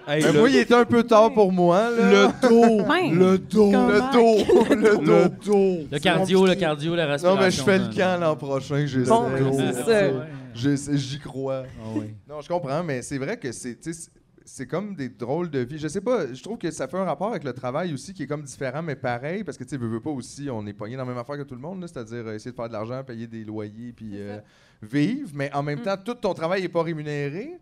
[SPEAKER 2] Hey,
[SPEAKER 3] Mais
[SPEAKER 2] le-
[SPEAKER 3] moi, il était un peu tard pour moi, là.
[SPEAKER 2] le dos!
[SPEAKER 16] Man,
[SPEAKER 2] le dos!
[SPEAKER 16] comment-
[SPEAKER 3] Le dos, le dos,
[SPEAKER 1] Le cardio, le cardio, la
[SPEAKER 3] Non,
[SPEAKER 1] respiration.
[SPEAKER 3] mais je fais le
[SPEAKER 1] ça.
[SPEAKER 3] camp l'an prochain, j'ai
[SPEAKER 16] Bon,
[SPEAKER 3] le
[SPEAKER 16] ben,
[SPEAKER 3] dos.
[SPEAKER 16] c'est ça.
[SPEAKER 3] J'essa- J'y crois.
[SPEAKER 1] Ah oui.
[SPEAKER 3] Non, je comprends, mais c'est vrai que c'est. tu sais, c'est- c'est comme des drôles de vie. Je sais pas, je trouve que ça fait un rapport avec le travail aussi qui est comme différent, mais pareil, parce que tu sais, veux, veux pas aussi, on est pogné dans la même affaire que tout le monde, là, c'est-à-dire euh, essayer de faire de l'argent, payer des loyers, puis euh, vivre, mais en même temps, tout ton travail n'est pas rémunéré.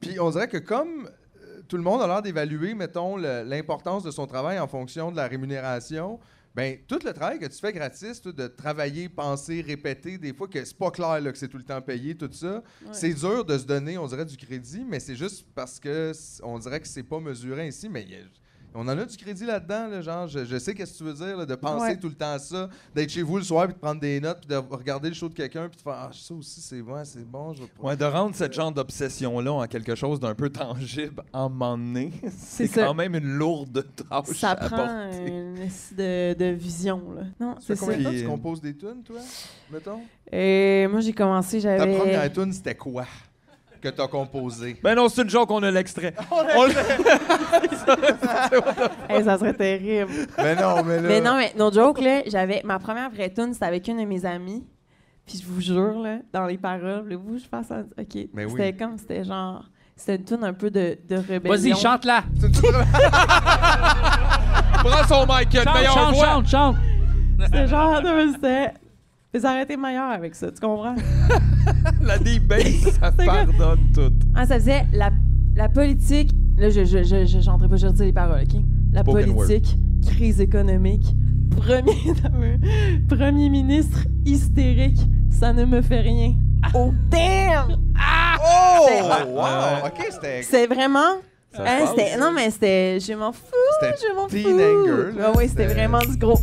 [SPEAKER 3] Puis on dirait que comme euh, tout le monde a l'air d'évaluer, mettons, le- l'importance de son travail en fonction de la rémunération, ben tout le travail que tu fais gratis, toi, de travailler, penser, répéter, des fois que c'est pas clair là, que c'est tout le temps payé, tout ça, c'est dur de se donner, on dirait, du crédit, mais c'est juste parce que c- on dirait que c'est pas mesuré ainsi, mais il y a- on en a du crédit là-dedans, là, genre, je, je sais qu'est-ce que tu veux dire, là, de penser
[SPEAKER 4] Ouais.
[SPEAKER 3] tout le temps à ça, d'être chez vous le soir, puis de prendre des notes, puis de regarder le show de quelqu'un, puis de faire, ah, ça aussi, c'est bon, c'est bon, je vais pas-
[SPEAKER 2] Ouais, de rendre cette genre d'obsession-là en quelque chose d'un peu tangible en un moment donné, c'est
[SPEAKER 16] ça.
[SPEAKER 2] quand même une lourde tâche
[SPEAKER 16] Ça
[SPEAKER 2] à
[SPEAKER 16] prend
[SPEAKER 2] porter.
[SPEAKER 16] une espèce de, de vision. Là. Non,
[SPEAKER 3] Ça
[SPEAKER 16] c'est
[SPEAKER 3] fait
[SPEAKER 16] ça.
[SPEAKER 3] combien de temps tu composes des tunes, toi, mettons?
[SPEAKER 16] Euh, moi, j'ai commencé,
[SPEAKER 3] Ta
[SPEAKER 16] j'avais.
[SPEAKER 3] première tune, c'était quoi que t'as composé?
[SPEAKER 2] Ben non, c'est une joke, on a l'extrait.
[SPEAKER 3] On
[SPEAKER 16] Hey, ça serait terrible.
[SPEAKER 3] Mais non, mais là-
[SPEAKER 16] Mais non, mais no joke, là, j'avais. Ma première vraie tune, c'était avec une de mes amies. Puis je vous jure, là, dans les paroles, là, vous, je passe à. OK.
[SPEAKER 3] Mais oui.
[SPEAKER 16] c'était comme, c'était genre. C'était une tune un peu de, de
[SPEAKER 1] Vas-y,
[SPEAKER 16] rébellion.
[SPEAKER 1] chante-la.
[SPEAKER 2] Prends son mic,
[SPEAKER 1] Chante,
[SPEAKER 16] meilleure
[SPEAKER 1] chante,
[SPEAKER 16] voix.
[SPEAKER 1] chante, chante.
[SPEAKER 16] C'était genre. non, mais C'était. Ils auraient été meilleurs avec ça, tu comprends?
[SPEAKER 2] La deep bass, ça pardonne tout.
[SPEAKER 16] Ah, ça faisait la, la politique. Là, je je, je, je chanterai pas, je retire les paroles, OK? La
[SPEAKER 2] Spoken word.
[SPEAKER 16] politique, crise économique, premier, premier ministre hystérique, ça ne me fait rien. Oh, damn!
[SPEAKER 3] Oh!
[SPEAKER 16] C'est-
[SPEAKER 3] Wow! OK, c'était...
[SPEAKER 16] C'est vraiment.
[SPEAKER 3] Ça
[SPEAKER 16] Hein,
[SPEAKER 3] se
[SPEAKER 16] c'était-
[SPEAKER 3] passe.
[SPEAKER 16] non, mais c'était. Je m'en fous!
[SPEAKER 3] C'était
[SPEAKER 16] Je m'en fous!
[SPEAKER 3] Teen Anger, là,
[SPEAKER 16] Ah oui, c'était
[SPEAKER 3] c'était-
[SPEAKER 16] vraiment du gros.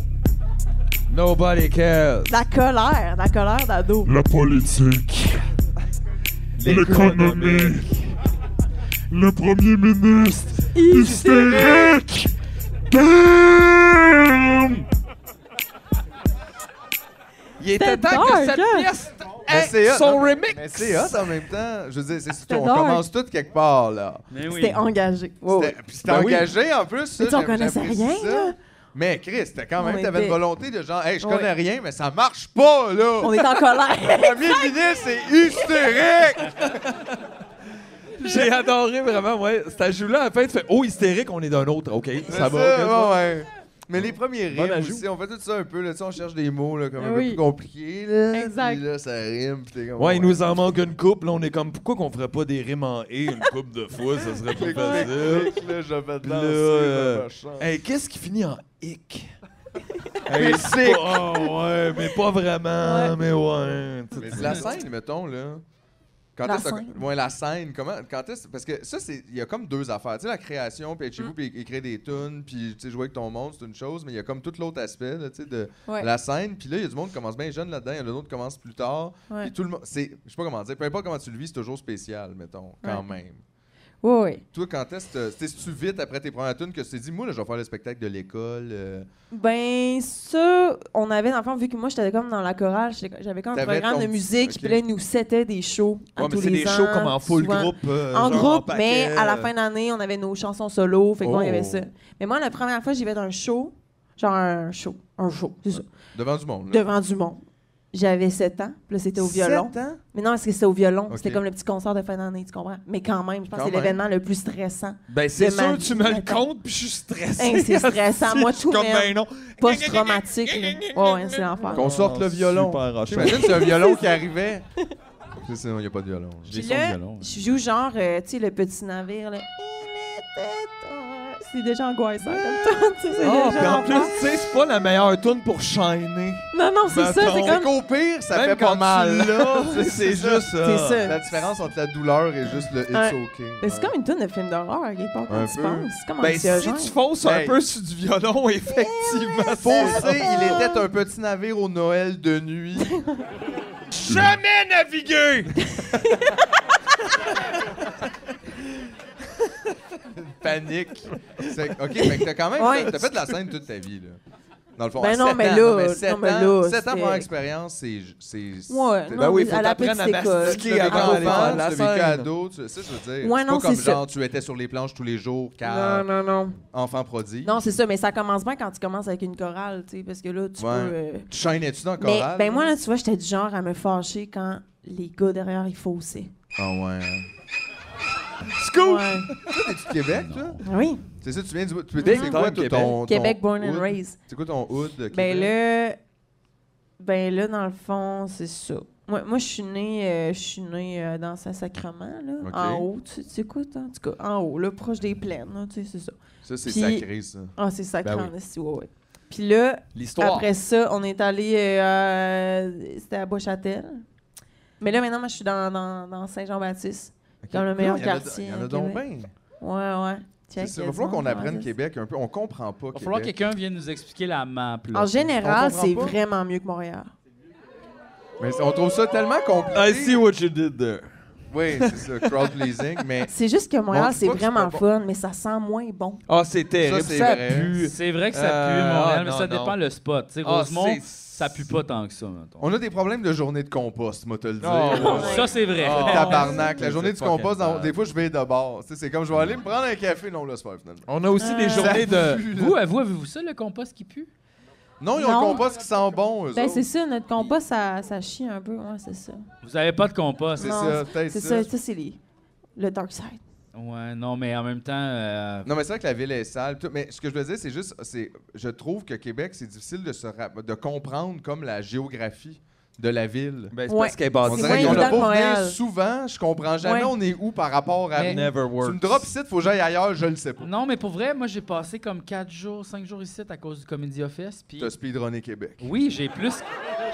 [SPEAKER 2] Nobody cares.
[SPEAKER 16] De la colère, de la colère d'ado.
[SPEAKER 9] La politique. L'économie. Le premier ministre. Hystérique. Damn!
[SPEAKER 2] Il était
[SPEAKER 16] C'était
[SPEAKER 2] temps que
[SPEAKER 16] dark,
[SPEAKER 2] cette
[SPEAKER 16] hein?
[SPEAKER 2] pièce
[SPEAKER 3] Mais
[SPEAKER 2] ait
[SPEAKER 3] hot,
[SPEAKER 2] son
[SPEAKER 3] non, mais-
[SPEAKER 2] remix.
[SPEAKER 3] Mais c'est hot en même temps. Je veux dire, c'est,
[SPEAKER 16] C'était
[SPEAKER 3] on
[SPEAKER 16] dark.
[SPEAKER 3] commence tout quelque part, là.
[SPEAKER 1] Mais
[SPEAKER 16] C'était engagé. Wow.
[SPEAKER 3] C'était, puis c'était
[SPEAKER 2] Ben oui.
[SPEAKER 3] engagé, en plus. ça,
[SPEAKER 16] Mais tu en
[SPEAKER 3] j'aime-
[SPEAKER 16] connaissais
[SPEAKER 3] j'apprécie
[SPEAKER 16] rien,
[SPEAKER 3] ça.
[SPEAKER 16] là?
[SPEAKER 3] Mais Chris, c'était quand même,
[SPEAKER 16] On
[SPEAKER 3] t'avais une
[SPEAKER 16] était-
[SPEAKER 3] volonté de genre, hey, je
[SPEAKER 16] Ouais.
[SPEAKER 3] connais rien, mais ça marche pas, là.
[SPEAKER 16] On est en colère.
[SPEAKER 3] Le premier ministre, c'est hystérique!
[SPEAKER 2] J'ai adoré vraiment, ouais. Cet ajout-là, à la fin, tu fais Oh, hystérique, on est d'un autre. OK,
[SPEAKER 3] C'est
[SPEAKER 2] ça va. ok,
[SPEAKER 3] ouais,
[SPEAKER 2] toi.
[SPEAKER 3] ouais. Mais les premiers rimes
[SPEAKER 2] Bon ajout. Ah
[SPEAKER 3] aussi, on fait tout ça un peu, là, tu sais, on cherche des mots, là, comme un peu
[SPEAKER 16] Oui.
[SPEAKER 3] plus compliqués, là.
[SPEAKER 16] Exact.
[SPEAKER 3] Puis là, ça rime, puis t'es comme...
[SPEAKER 2] Ouais, il nous en manque une coupe. Là, on est comme, pourquoi qu'on ferait pas des rimes en et une coupe de fois? Ça serait plus
[SPEAKER 3] Clic, clic,
[SPEAKER 2] facile.
[SPEAKER 3] clic, là, je vais
[SPEAKER 2] Puis
[SPEAKER 3] danser,
[SPEAKER 2] là,
[SPEAKER 3] je
[SPEAKER 2] euh,
[SPEAKER 3] vais chanter.
[SPEAKER 2] hey, qu'est-ce qui finit en hic? hey, c'est. Oh, ouais, mais pas vraiment, mais ouais. Tu-
[SPEAKER 3] Mais la scène, mettons, là. Quand
[SPEAKER 16] La
[SPEAKER 3] est-ce que-
[SPEAKER 16] scène.
[SPEAKER 3] Ouais, la scène, comment quand est-ce- parce que ça c'est il y a comme deux affaires, tu sais la création puis être
[SPEAKER 2] Hum.
[SPEAKER 3] chez vous puis écrire des tunes puis tu sais jouer avec ton monde, c'est une chose, mais il y a comme tout l'autre aspect là, tu sais de
[SPEAKER 16] Ouais.
[SPEAKER 3] la scène, puis là il y a du monde qui commence bien jeune là-dedans, il y en a d'autres qui commencent plus tard,
[SPEAKER 16] Ouais.
[SPEAKER 3] puis tout le monde c'est je sais pas comment dire, peu importe comment tu le vis, c'est toujours spécial mettons quand même.
[SPEAKER 16] Oui, oui.
[SPEAKER 3] Toi quand est-ce que t'es tu vite après tes premières tunes que tu t'es dit moi là je vais faire le spectacle de l'école, euh,
[SPEAKER 16] Ben, ça, on avait, dans le fond, vu que moi, j'étais comme dans la chorale, j'étais- j'avais comme un
[SPEAKER 3] T'avais
[SPEAKER 16] programme
[SPEAKER 3] ton
[SPEAKER 16] de
[SPEAKER 3] petit-
[SPEAKER 16] musique,
[SPEAKER 3] ok.
[SPEAKER 16] puis là, ils nous setaient des shows. à
[SPEAKER 2] Ouais, mais
[SPEAKER 16] tous
[SPEAKER 2] c'est
[SPEAKER 16] les
[SPEAKER 2] des shows
[SPEAKER 16] ans,
[SPEAKER 2] comme en full
[SPEAKER 16] souvent.
[SPEAKER 2] groupe. euh,
[SPEAKER 16] En
[SPEAKER 2] genre
[SPEAKER 16] groupe,
[SPEAKER 2] paquet,
[SPEAKER 16] mais à la
[SPEAKER 2] euh.
[SPEAKER 16] fin d'année, on avait nos chansons solo, fait que bon, il y avait
[SPEAKER 3] Oh.
[SPEAKER 16] ça. Mais moi, la première fois, j'y vais dans un show, genre un show, un show, c'est ça,
[SPEAKER 3] devant du monde. là.
[SPEAKER 16] devant du monde. J'avais 7 ans, puis là, c'était au
[SPEAKER 3] Sept
[SPEAKER 16] violon.
[SPEAKER 3] ans?
[SPEAKER 16] Mais non, parce que c'était au violon,
[SPEAKER 3] Ok.
[SPEAKER 16] c'était comme le petit concert de fin d'année, tu comprends? Mais quand même, je pense
[SPEAKER 3] Quand
[SPEAKER 16] que c'est
[SPEAKER 3] même.
[SPEAKER 16] l'événement le plus stressant.
[SPEAKER 2] Ben, c'est
[SPEAKER 16] de ma
[SPEAKER 2] sûr,
[SPEAKER 16] vie,
[SPEAKER 2] tu me le
[SPEAKER 16] mettons.
[SPEAKER 2] comptes, puis je suis stressé.
[SPEAKER 16] Hey, c'est stressant. Moi,
[SPEAKER 2] Je suis
[SPEAKER 16] tout
[SPEAKER 2] comme,
[SPEAKER 16] même.
[SPEAKER 2] ben non.
[SPEAKER 16] Post-traumatique, là. Ouais, ouais, c'est l'enfer.
[SPEAKER 3] Qu'on sorte
[SPEAKER 2] Oh,
[SPEAKER 3] le violon.
[SPEAKER 2] super rocheux.
[SPEAKER 3] J'imagine que c'est un violon qui arrivait. Je sais, non, il n'y a pas de violon.
[SPEAKER 16] Puis là, je joue genre, euh, tu sais, le petit navire, là. Il était temps. C'est déjà angoissant comme tout. tu sais, c'est
[SPEAKER 2] Ah, puis
[SPEAKER 16] déjà
[SPEAKER 2] en plus, tu sais, c'est pas la meilleure tune pour shiner.
[SPEAKER 16] Non, non, c'est ça, c'est
[SPEAKER 2] Mettons.
[SPEAKER 16] comme...
[SPEAKER 3] Au pire, ça
[SPEAKER 2] Même
[SPEAKER 3] fait
[SPEAKER 2] quand
[SPEAKER 3] pas
[SPEAKER 2] tu
[SPEAKER 3] mal.
[SPEAKER 2] l'as,
[SPEAKER 3] C'est-
[SPEAKER 2] c'est juste euh, ça.
[SPEAKER 16] C'est ça.
[SPEAKER 3] La différence entre la douleur et juste le it's
[SPEAKER 16] Ouais.
[SPEAKER 3] okay.
[SPEAKER 16] Mais c'est comme une tonne de film d'horreur, à l'époque, quand
[SPEAKER 3] Un
[SPEAKER 16] tu
[SPEAKER 3] peu.
[SPEAKER 16] penses. C'est comme
[SPEAKER 2] Ben,
[SPEAKER 16] anxiogène.
[SPEAKER 2] si tu fonces un
[SPEAKER 3] Hey.
[SPEAKER 2] peu sur du violon, effectivement,
[SPEAKER 3] Posé, il était un petit navire au Noël de nuit.
[SPEAKER 2] jamais navigué!
[SPEAKER 3] Panique. C'est- OK, fait que t'as quand même
[SPEAKER 16] Ouais.
[SPEAKER 3] fait, t'as fait de la scène toute ta vie, là. Dans le fond,
[SPEAKER 16] Ben
[SPEAKER 3] à
[SPEAKER 16] non,
[SPEAKER 3] sept
[SPEAKER 16] mais
[SPEAKER 3] ans,
[SPEAKER 16] là,
[SPEAKER 3] non, mais
[SPEAKER 16] non,
[SPEAKER 3] 7 ans,
[SPEAKER 16] mais là,
[SPEAKER 3] sept ans
[SPEAKER 16] c'était-
[SPEAKER 3] pour expérience, c'est. c'est
[SPEAKER 16] Ouais,
[SPEAKER 3] c'est-
[SPEAKER 16] non,
[SPEAKER 2] Ben oui,
[SPEAKER 16] mais
[SPEAKER 2] faut
[SPEAKER 16] à la
[SPEAKER 2] t'apprendre à
[SPEAKER 16] petite école.
[SPEAKER 2] mastiquer
[SPEAKER 3] T'as
[SPEAKER 16] Ah,
[SPEAKER 3] vécu
[SPEAKER 2] avant d'aller
[SPEAKER 3] enfant,
[SPEAKER 2] faire de la
[SPEAKER 3] t'as vécu
[SPEAKER 2] scène.
[SPEAKER 3] ado, tu- ça je veux dire.
[SPEAKER 16] Ouais,
[SPEAKER 3] c'est
[SPEAKER 16] non,
[SPEAKER 3] pas comme
[SPEAKER 16] c'est ça.
[SPEAKER 3] genre tu étais sur les planches tous les jours
[SPEAKER 16] Non,
[SPEAKER 3] car
[SPEAKER 16] non, non.
[SPEAKER 3] enfant prodigue.
[SPEAKER 16] Non, c'est ça, mais ça commence bien quand tu commences avec une chorale, tu sais, parce que là, tu
[SPEAKER 3] Ouais.
[SPEAKER 16] peux... euh,
[SPEAKER 3] Tu chaînais-tu dans le
[SPEAKER 16] Mais,
[SPEAKER 3] chorale?
[SPEAKER 16] ben
[SPEAKER 3] là?
[SPEAKER 16] moi, là, tu vois, j'étais du genre à me fâcher quand les gars derrière, ils faussaient.
[SPEAKER 3] Ah ouais. hein.
[SPEAKER 2] Ce que
[SPEAKER 4] cool!
[SPEAKER 3] Toi, T'es-tu de Québec, toi?
[SPEAKER 16] Ah Oui.
[SPEAKER 3] C'est ça, tu viens du. Tu peux dire, c'est
[SPEAKER 16] Big
[SPEAKER 3] quoi
[SPEAKER 16] time
[SPEAKER 3] toi,
[SPEAKER 16] Québec.
[SPEAKER 3] ton. ton
[SPEAKER 16] Québec born and
[SPEAKER 3] hood?
[SPEAKER 16] raised.
[SPEAKER 3] C'est quoi ton hood de Québec?
[SPEAKER 16] Ben là, ben là, dans le fond, c'est ça. Moi, moi je suis née, euh, je suis née euh, dans Saint-Sacrement, là,
[SPEAKER 3] Ok.
[SPEAKER 16] en haut. Tu, tu écoutes, en tout cas, en haut, là, proche des plaines, là, tu sais, c'est ça.
[SPEAKER 3] Ça, c'est
[SPEAKER 16] Puis-
[SPEAKER 3] sacré, ça.
[SPEAKER 16] Ah, c'est sacré,
[SPEAKER 3] Ben oui.
[SPEAKER 16] en esti, ouais, ouais. Puis là,
[SPEAKER 3] L'histoire.
[SPEAKER 16] après ça, on est allé, euh, euh, c'était à Beauchâtel. Mais là, maintenant, moi, je suis dans, dans, dans Saint-Jean-Baptiste, dans le meilleur
[SPEAKER 3] Il y en a-
[SPEAKER 16] quartier.
[SPEAKER 3] Il y en
[SPEAKER 16] à
[SPEAKER 3] a donc
[SPEAKER 16] Québec.
[SPEAKER 3] bien.
[SPEAKER 16] Ouais, ouais.
[SPEAKER 3] C'est
[SPEAKER 16] Check,
[SPEAKER 3] ça, Il
[SPEAKER 16] y a
[SPEAKER 3] va
[SPEAKER 16] du
[SPEAKER 3] falloir
[SPEAKER 16] monde
[SPEAKER 3] qu'on
[SPEAKER 16] dans
[SPEAKER 3] apprendre
[SPEAKER 16] Alice.
[SPEAKER 3] Québec un peu. On comprend pas.
[SPEAKER 1] Il va falloir que
[SPEAKER 3] Québec.
[SPEAKER 1] quelqu'un vienne nous expliquer la map. là.
[SPEAKER 16] En
[SPEAKER 3] On
[SPEAKER 16] général,
[SPEAKER 3] comprend
[SPEAKER 16] c'est
[SPEAKER 3] pas.
[SPEAKER 16] vraiment mieux que Montréal.
[SPEAKER 3] Mais on trouve ça tellement compliqué.
[SPEAKER 2] I see what you did there.
[SPEAKER 3] Oui, c'est ça, crowd pleasing, mais.
[SPEAKER 16] C'est juste que
[SPEAKER 3] Bon,
[SPEAKER 16] Montréal, c'est
[SPEAKER 3] pas que c'est
[SPEAKER 16] vraiment
[SPEAKER 3] pas bon.
[SPEAKER 16] fun, mais ça sent moins bon.
[SPEAKER 2] Ah, c'est terrible.
[SPEAKER 3] terrible.
[SPEAKER 2] Ça,
[SPEAKER 3] Ça
[SPEAKER 2] pue.
[SPEAKER 3] pue.
[SPEAKER 1] C'est vrai que ça pue,
[SPEAKER 2] Euh,
[SPEAKER 1] Montréal,
[SPEAKER 2] ah,
[SPEAKER 1] mais
[SPEAKER 2] non,
[SPEAKER 1] ça
[SPEAKER 2] non.
[SPEAKER 1] dépend le spot. Tu sais,
[SPEAKER 2] Ah,
[SPEAKER 1] Rosemont,
[SPEAKER 2] c'est-
[SPEAKER 1] ça pue pas tant que ça. mettons.
[SPEAKER 3] On a des problèmes de journée de compost, moi, te le dire.
[SPEAKER 1] Oh, ouais. Ça, c'est vrai.
[SPEAKER 3] Ah,
[SPEAKER 1] Oh,
[SPEAKER 3] tabarnak.
[SPEAKER 2] c'est-
[SPEAKER 3] La journée
[SPEAKER 2] c'est
[SPEAKER 3] du compost,
[SPEAKER 2] fucking
[SPEAKER 3] dans-
[SPEAKER 2] bad.
[SPEAKER 3] des fois, je vais de bord. Tu sais, C'est comme je vais aller me prendre un café. Non, là, c'est pas finalement.
[SPEAKER 2] On a
[SPEAKER 16] Ah.
[SPEAKER 2] aussi des
[SPEAKER 3] Ça
[SPEAKER 2] journées de.
[SPEAKER 3] pue, là.
[SPEAKER 1] Vous, vous, avez-vous ça, le compost qui pue?
[SPEAKER 3] Non, ils ont
[SPEAKER 16] Non.
[SPEAKER 3] le compost qui sent bon, eux
[SPEAKER 16] Ben,
[SPEAKER 3] autres.
[SPEAKER 16] c'est ça, notre compas, ça, ça chie un peu. Ouais, c'est ça.
[SPEAKER 1] Vous avez pas de compost.
[SPEAKER 3] C'est
[SPEAKER 16] Non,
[SPEAKER 3] ça, peut-être
[SPEAKER 16] C'est
[SPEAKER 3] ça.
[SPEAKER 16] ça, ça, c'est les- le dark side.
[SPEAKER 1] Ouais, non, mais en même temps... euh,
[SPEAKER 3] Non, mais c'est vrai que la ville est sale. pis tout, Mais ce que je veux dire, c'est juste, c'est, je trouve que Québec, c'est difficile de, se rap- de comprendre comme la géographie de la ville.
[SPEAKER 2] Ben, c'est
[SPEAKER 16] Ouais.
[SPEAKER 2] parce qu'elle est basée.
[SPEAKER 3] On
[SPEAKER 16] c'est
[SPEAKER 3] dirait qu'on
[SPEAKER 16] moins
[SPEAKER 3] a
[SPEAKER 16] évident
[SPEAKER 3] beau
[SPEAKER 16] que
[SPEAKER 3] venir
[SPEAKER 16] Montréal.
[SPEAKER 3] souvent, je comprends jamais
[SPEAKER 16] Ouais.
[SPEAKER 3] on est où par rapport à...
[SPEAKER 1] Mais-
[SPEAKER 2] Never
[SPEAKER 3] Tu
[SPEAKER 2] works.
[SPEAKER 3] me drops ici, faut que j'aille ailleurs, je le sais pas.
[SPEAKER 1] Non, mais pour vrai, moi, j'ai passé comme 4 jours, 5 jours ici à cause du Comedy Office. Puis
[SPEAKER 3] T'as speedrunné Québec.
[SPEAKER 1] oui, j'ai plus,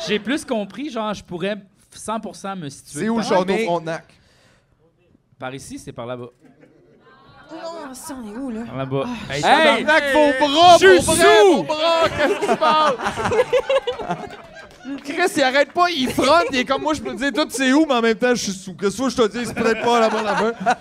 [SPEAKER 1] j'ai plus compris. Genre, je pourrais 100% me situer.
[SPEAKER 3] C'est où le
[SPEAKER 1] par,
[SPEAKER 3] château Frontenac?
[SPEAKER 1] par ici, c'est par là-bas.
[SPEAKER 16] Oh Non, ah, ça, on est où, là?
[SPEAKER 1] Par là-bas. Hey,
[SPEAKER 3] Frontenac, vos bras,
[SPEAKER 1] je
[SPEAKER 3] vos
[SPEAKER 1] suis
[SPEAKER 3] bras,
[SPEAKER 1] sous!
[SPEAKER 3] vos bras, qu'est-ce qui se passe?
[SPEAKER 2] Chris, il arrête pas, il frotte, il est comme moi, je peux te dire tout c'est où, mais en même temps, je suis sous. Que soit je te dis, c'est peut-être pas là-bas, Euh, là-bas.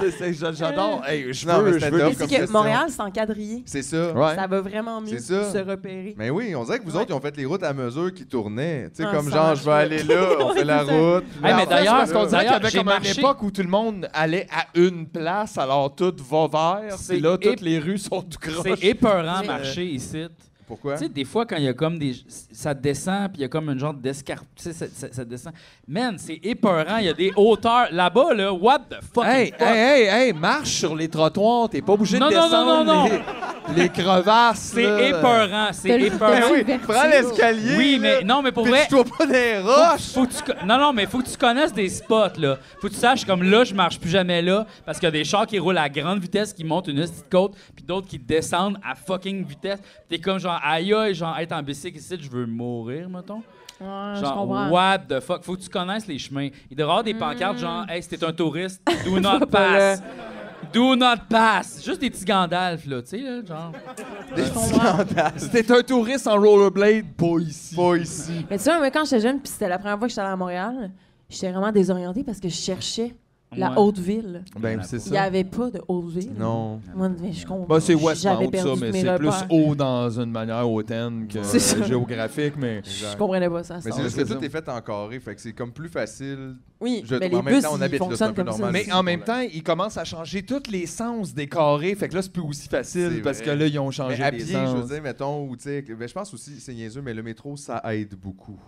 [SPEAKER 2] C'est- c'est- j'a- J'adore. Hey, je
[SPEAKER 3] Non, mais
[SPEAKER 2] veux,
[SPEAKER 3] c'était
[SPEAKER 2] je veux.
[SPEAKER 3] top.
[SPEAKER 16] Mais c'est
[SPEAKER 3] comme
[SPEAKER 16] que
[SPEAKER 3] question.
[SPEAKER 16] Montréal, c'est encadrillé.
[SPEAKER 3] C'est ça.
[SPEAKER 2] Ouais.
[SPEAKER 16] Ça va vraiment mieux
[SPEAKER 3] C'est ça.
[SPEAKER 16] se repérer.
[SPEAKER 3] Mais oui, on dirait que vous
[SPEAKER 16] Ouais.
[SPEAKER 3] autres, ils ont fait les routes à mesure qu'ils tournaient. Tu sais,
[SPEAKER 16] Ah,
[SPEAKER 3] comme
[SPEAKER 16] ça
[SPEAKER 3] genre,
[SPEAKER 16] marche
[SPEAKER 3] je vais aller là, on
[SPEAKER 16] Ouais,
[SPEAKER 3] fait la
[SPEAKER 16] c'est ça.
[SPEAKER 3] route. puis
[SPEAKER 1] Hey,
[SPEAKER 3] là,
[SPEAKER 1] mais
[SPEAKER 3] on-
[SPEAKER 1] d'ailleurs,
[SPEAKER 2] parce qu'on dirait qu'il y avait
[SPEAKER 1] j'ai
[SPEAKER 2] comme
[SPEAKER 1] marché.
[SPEAKER 2] une époque où tout le monde allait à une place, alors tout va vers.
[SPEAKER 1] C'est
[SPEAKER 2] C'est là,
[SPEAKER 1] ép-
[SPEAKER 2] toutes les rues sont tout
[SPEAKER 1] C'est
[SPEAKER 2] croches.
[SPEAKER 1] épeurant
[SPEAKER 16] J'ai-
[SPEAKER 1] marcher ici.
[SPEAKER 3] Pourquoi?
[SPEAKER 1] Tu sais, des fois, quand il y a comme des. Ça descend, puis il y a comme une genre d'escarpe. Tu sais, ça, ça- ça descend. Man, c'est épeurant. Il y a des hauteurs. Là-bas, là, what the fuck?
[SPEAKER 2] Hey, hey, hey, hey, marche sur les trottoirs, t'es pas obligé
[SPEAKER 1] Non,
[SPEAKER 2] de
[SPEAKER 1] non, non, non,
[SPEAKER 2] descendre
[SPEAKER 1] non.
[SPEAKER 2] Les, les crevasses. là.
[SPEAKER 1] C'est épeurant. C'est
[SPEAKER 3] Ben
[SPEAKER 1] épeurant.
[SPEAKER 3] oui, prends l'escalier.
[SPEAKER 1] Oui, mais
[SPEAKER 3] là,
[SPEAKER 1] non, mais pour
[SPEAKER 3] puis
[SPEAKER 1] vrai.
[SPEAKER 3] tu dois pas des roches.
[SPEAKER 1] Faut que tu co- non, non, mais faut que tu connaisses des spots, là. Faut que tu saches, comme là, je marche plus jamais là, parce qu'il y a des chars qui roulent à grande vitesse, qui montent une petite côte, puis d'autres qui descendent à fucking vitesse. T'es comme genre, aïe, aïe, genre, être en bicycle ici, je veux mourir, mettons.
[SPEAKER 16] Ouais, Ah, je
[SPEAKER 1] Genre,
[SPEAKER 16] comprends. Mm.
[SPEAKER 1] what the fuck? Faut que tu connaisses les chemins. Il doit y avoir des pancartes genre, hey, si t'es un touriste, do not
[SPEAKER 16] pas là.
[SPEAKER 1] pass. Do not pass. Juste des petits Gandalf, là, tu sais, là, genre.
[SPEAKER 2] Si t'es un touriste en rollerblade, pas ici.
[SPEAKER 3] Pas ici.
[SPEAKER 16] Mais tu vois, moi, quand j'étais jeune, puis c'était la première fois que j'étais allée à Montréal, j'étais vraiment désorientée parce que je cherchais la
[SPEAKER 1] Ouais.
[SPEAKER 16] haute ville.
[SPEAKER 2] Ben, c'est
[SPEAKER 16] Il n'y
[SPEAKER 2] ça.
[SPEAKER 16] avait pas de haute ville.
[SPEAKER 2] Non.
[SPEAKER 16] Moi, mais je comprends.
[SPEAKER 2] Ben, c'est
[SPEAKER 16] J'avais
[SPEAKER 2] Westmount, ça,
[SPEAKER 16] perdu
[SPEAKER 2] mais
[SPEAKER 16] mes
[SPEAKER 2] c'est plus
[SPEAKER 16] repères.
[SPEAKER 2] haut dans une manière hautaine que
[SPEAKER 16] C'est ça.
[SPEAKER 2] euh, géographique, mais.
[SPEAKER 16] Je comprenais pas ça. à ce
[SPEAKER 3] Mais c'est
[SPEAKER 16] temps-là.
[SPEAKER 3] juste que tout est fait en carré, fait que c'est comme plus facile.
[SPEAKER 16] Oui,
[SPEAKER 3] je-
[SPEAKER 16] mais
[SPEAKER 3] en
[SPEAKER 16] les
[SPEAKER 3] même
[SPEAKER 16] bus,
[SPEAKER 3] temps, on
[SPEAKER 16] ils
[SPEAKER 3] habite là, c'est un
[SPEAKER 16] fonctionnent
[SPEAKER 3] peu
[SPEAKER 16] comme ça.
[SPEAKER 3] normal.
[SPEAKER 2] Mais en même temps, ils commencent à changer tous les sens des carrés, fait que là, c'est plus aussi facile
[SPEAKER 3] C'est
[SPEAKER 2] parce que
[SPEAKER 3] vrai.
[SPEAKER 2] là, ils ont
[SPEAKER 3] Mais
[SPEAKER 2] changé
[SPEAKER 3] à
[SPEAKER 2] les
[SPEAKER 3] pied,
[SPEAKER 2] sens.
[SPEAKER 3] je veux dire, mettons, ou tu sais, ben, je pense aussi, c'est niaiseux, mais le métro, ça aide beaucoup.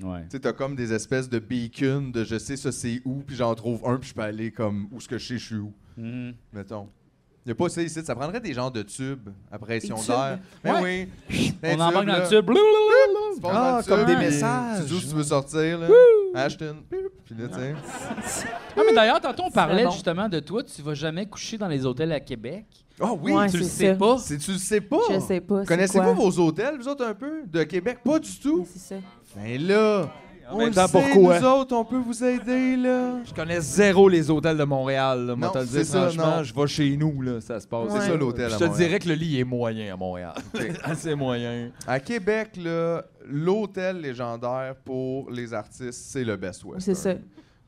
[SPEAKER 1] Ouais.
[SPEAKER 3] Tu sais, t'as comme des espèces de beacons de je sais ça c'est où, puis j'en trouve un, puis je peux aller comme où ce que je sais, je suis où, Mm.
[SPEAKER 1] Mhm.
[SPEAKER 3] mettons. Y a pas ça ici, ça prendrait des genres de tubes à pression
[SPEAKER 16] tubes.
[SPEAKER 3] d'air. Ben oui. Un
[SPEAKER 1] On en manque dans
[SPEAKER 3] là.
[SPEAKER 1] le tube. Blablabla.
[SPEAKER 3] Tu passes
[SPEAKER 2] Ah,
[SPEAKER 3] dans le tube,
[SPEAKER 2] comme des
[SPEAKER 3] puis
[SPEAKER 2] messages.
[SPEAKER 3] Tu dis où tu veux sortir, là. Ashton. Puis là, tu sais.
[SPEAKER 1] Ah, mais d'ailleurs, tantôt, on parlait
[SPEAKER 16] bon.
[SPEAKER 1] justement de toi. Tu vas jamais coucher dans les hôtels à Québec.
[SPEAKER 3] Ah oui,
[SPEAKER 16] Ouais,
[SPEAKER 1] tu le
[SPEAKER 16] c'est
[SPEAKER 1] sais
[SPEAKER 16] ça.
[SPEAKER 1] pas.
[SPEAKER 3] C'est- tu le sais pas.
[SPEAKER 16] Je sais pas. c'est
[SPEAKER 3] Connaissez-vous
[SPEAKER 16] quoi.
[SPEAKER 3] vos hôtels, vous autres, un peu? De Québec? Pas du
[SPEAKER 16] Mais
[SPEAKER 3] tout.
[SPEAKER 16] C'est ça.
[SPEAKER 3] Ben là, on
[SPEAKER 2] même
[SPEAKER 3] le
[SPEAKER 2] temps,
[SPEAKER 3] sait,
[SPEAKER 2] pourquoi?
[SPEAKER 3] nous autres, on peut vous aider, là.
[SPEAKER 2] Je connais zéro les hôtels de Montréal. Là, moi,
[SPEAKER 3] Non,
[SPEAKER 2] te le dis,
[SPEAKER 3] c'est ça,
[SPEAKER 2] franchement,
[SPEAKER 3] non.
[SPEAKER 2] je vais chez nous, là, ça se passe.
[SPEAKER 16] C'est Ouais.
[SPEAKER 3] ça, l'hôtel
[SPEAKER 2] Je
[SPEAKER 3] à
[SPEAKER 2] te
[SPEAKER 3] Montréal.
[SPEAKER 2] dirais que le lit est moyen à Montréal. Assez moyen.
[SPEAKER 3] À Québec, là, l'hôtel légendaire pour les artistes, c'est le Best
[SPEAKER 16] Oui,
[SPEAKER 3] Western.
[SPEAKER 16] C'est ça.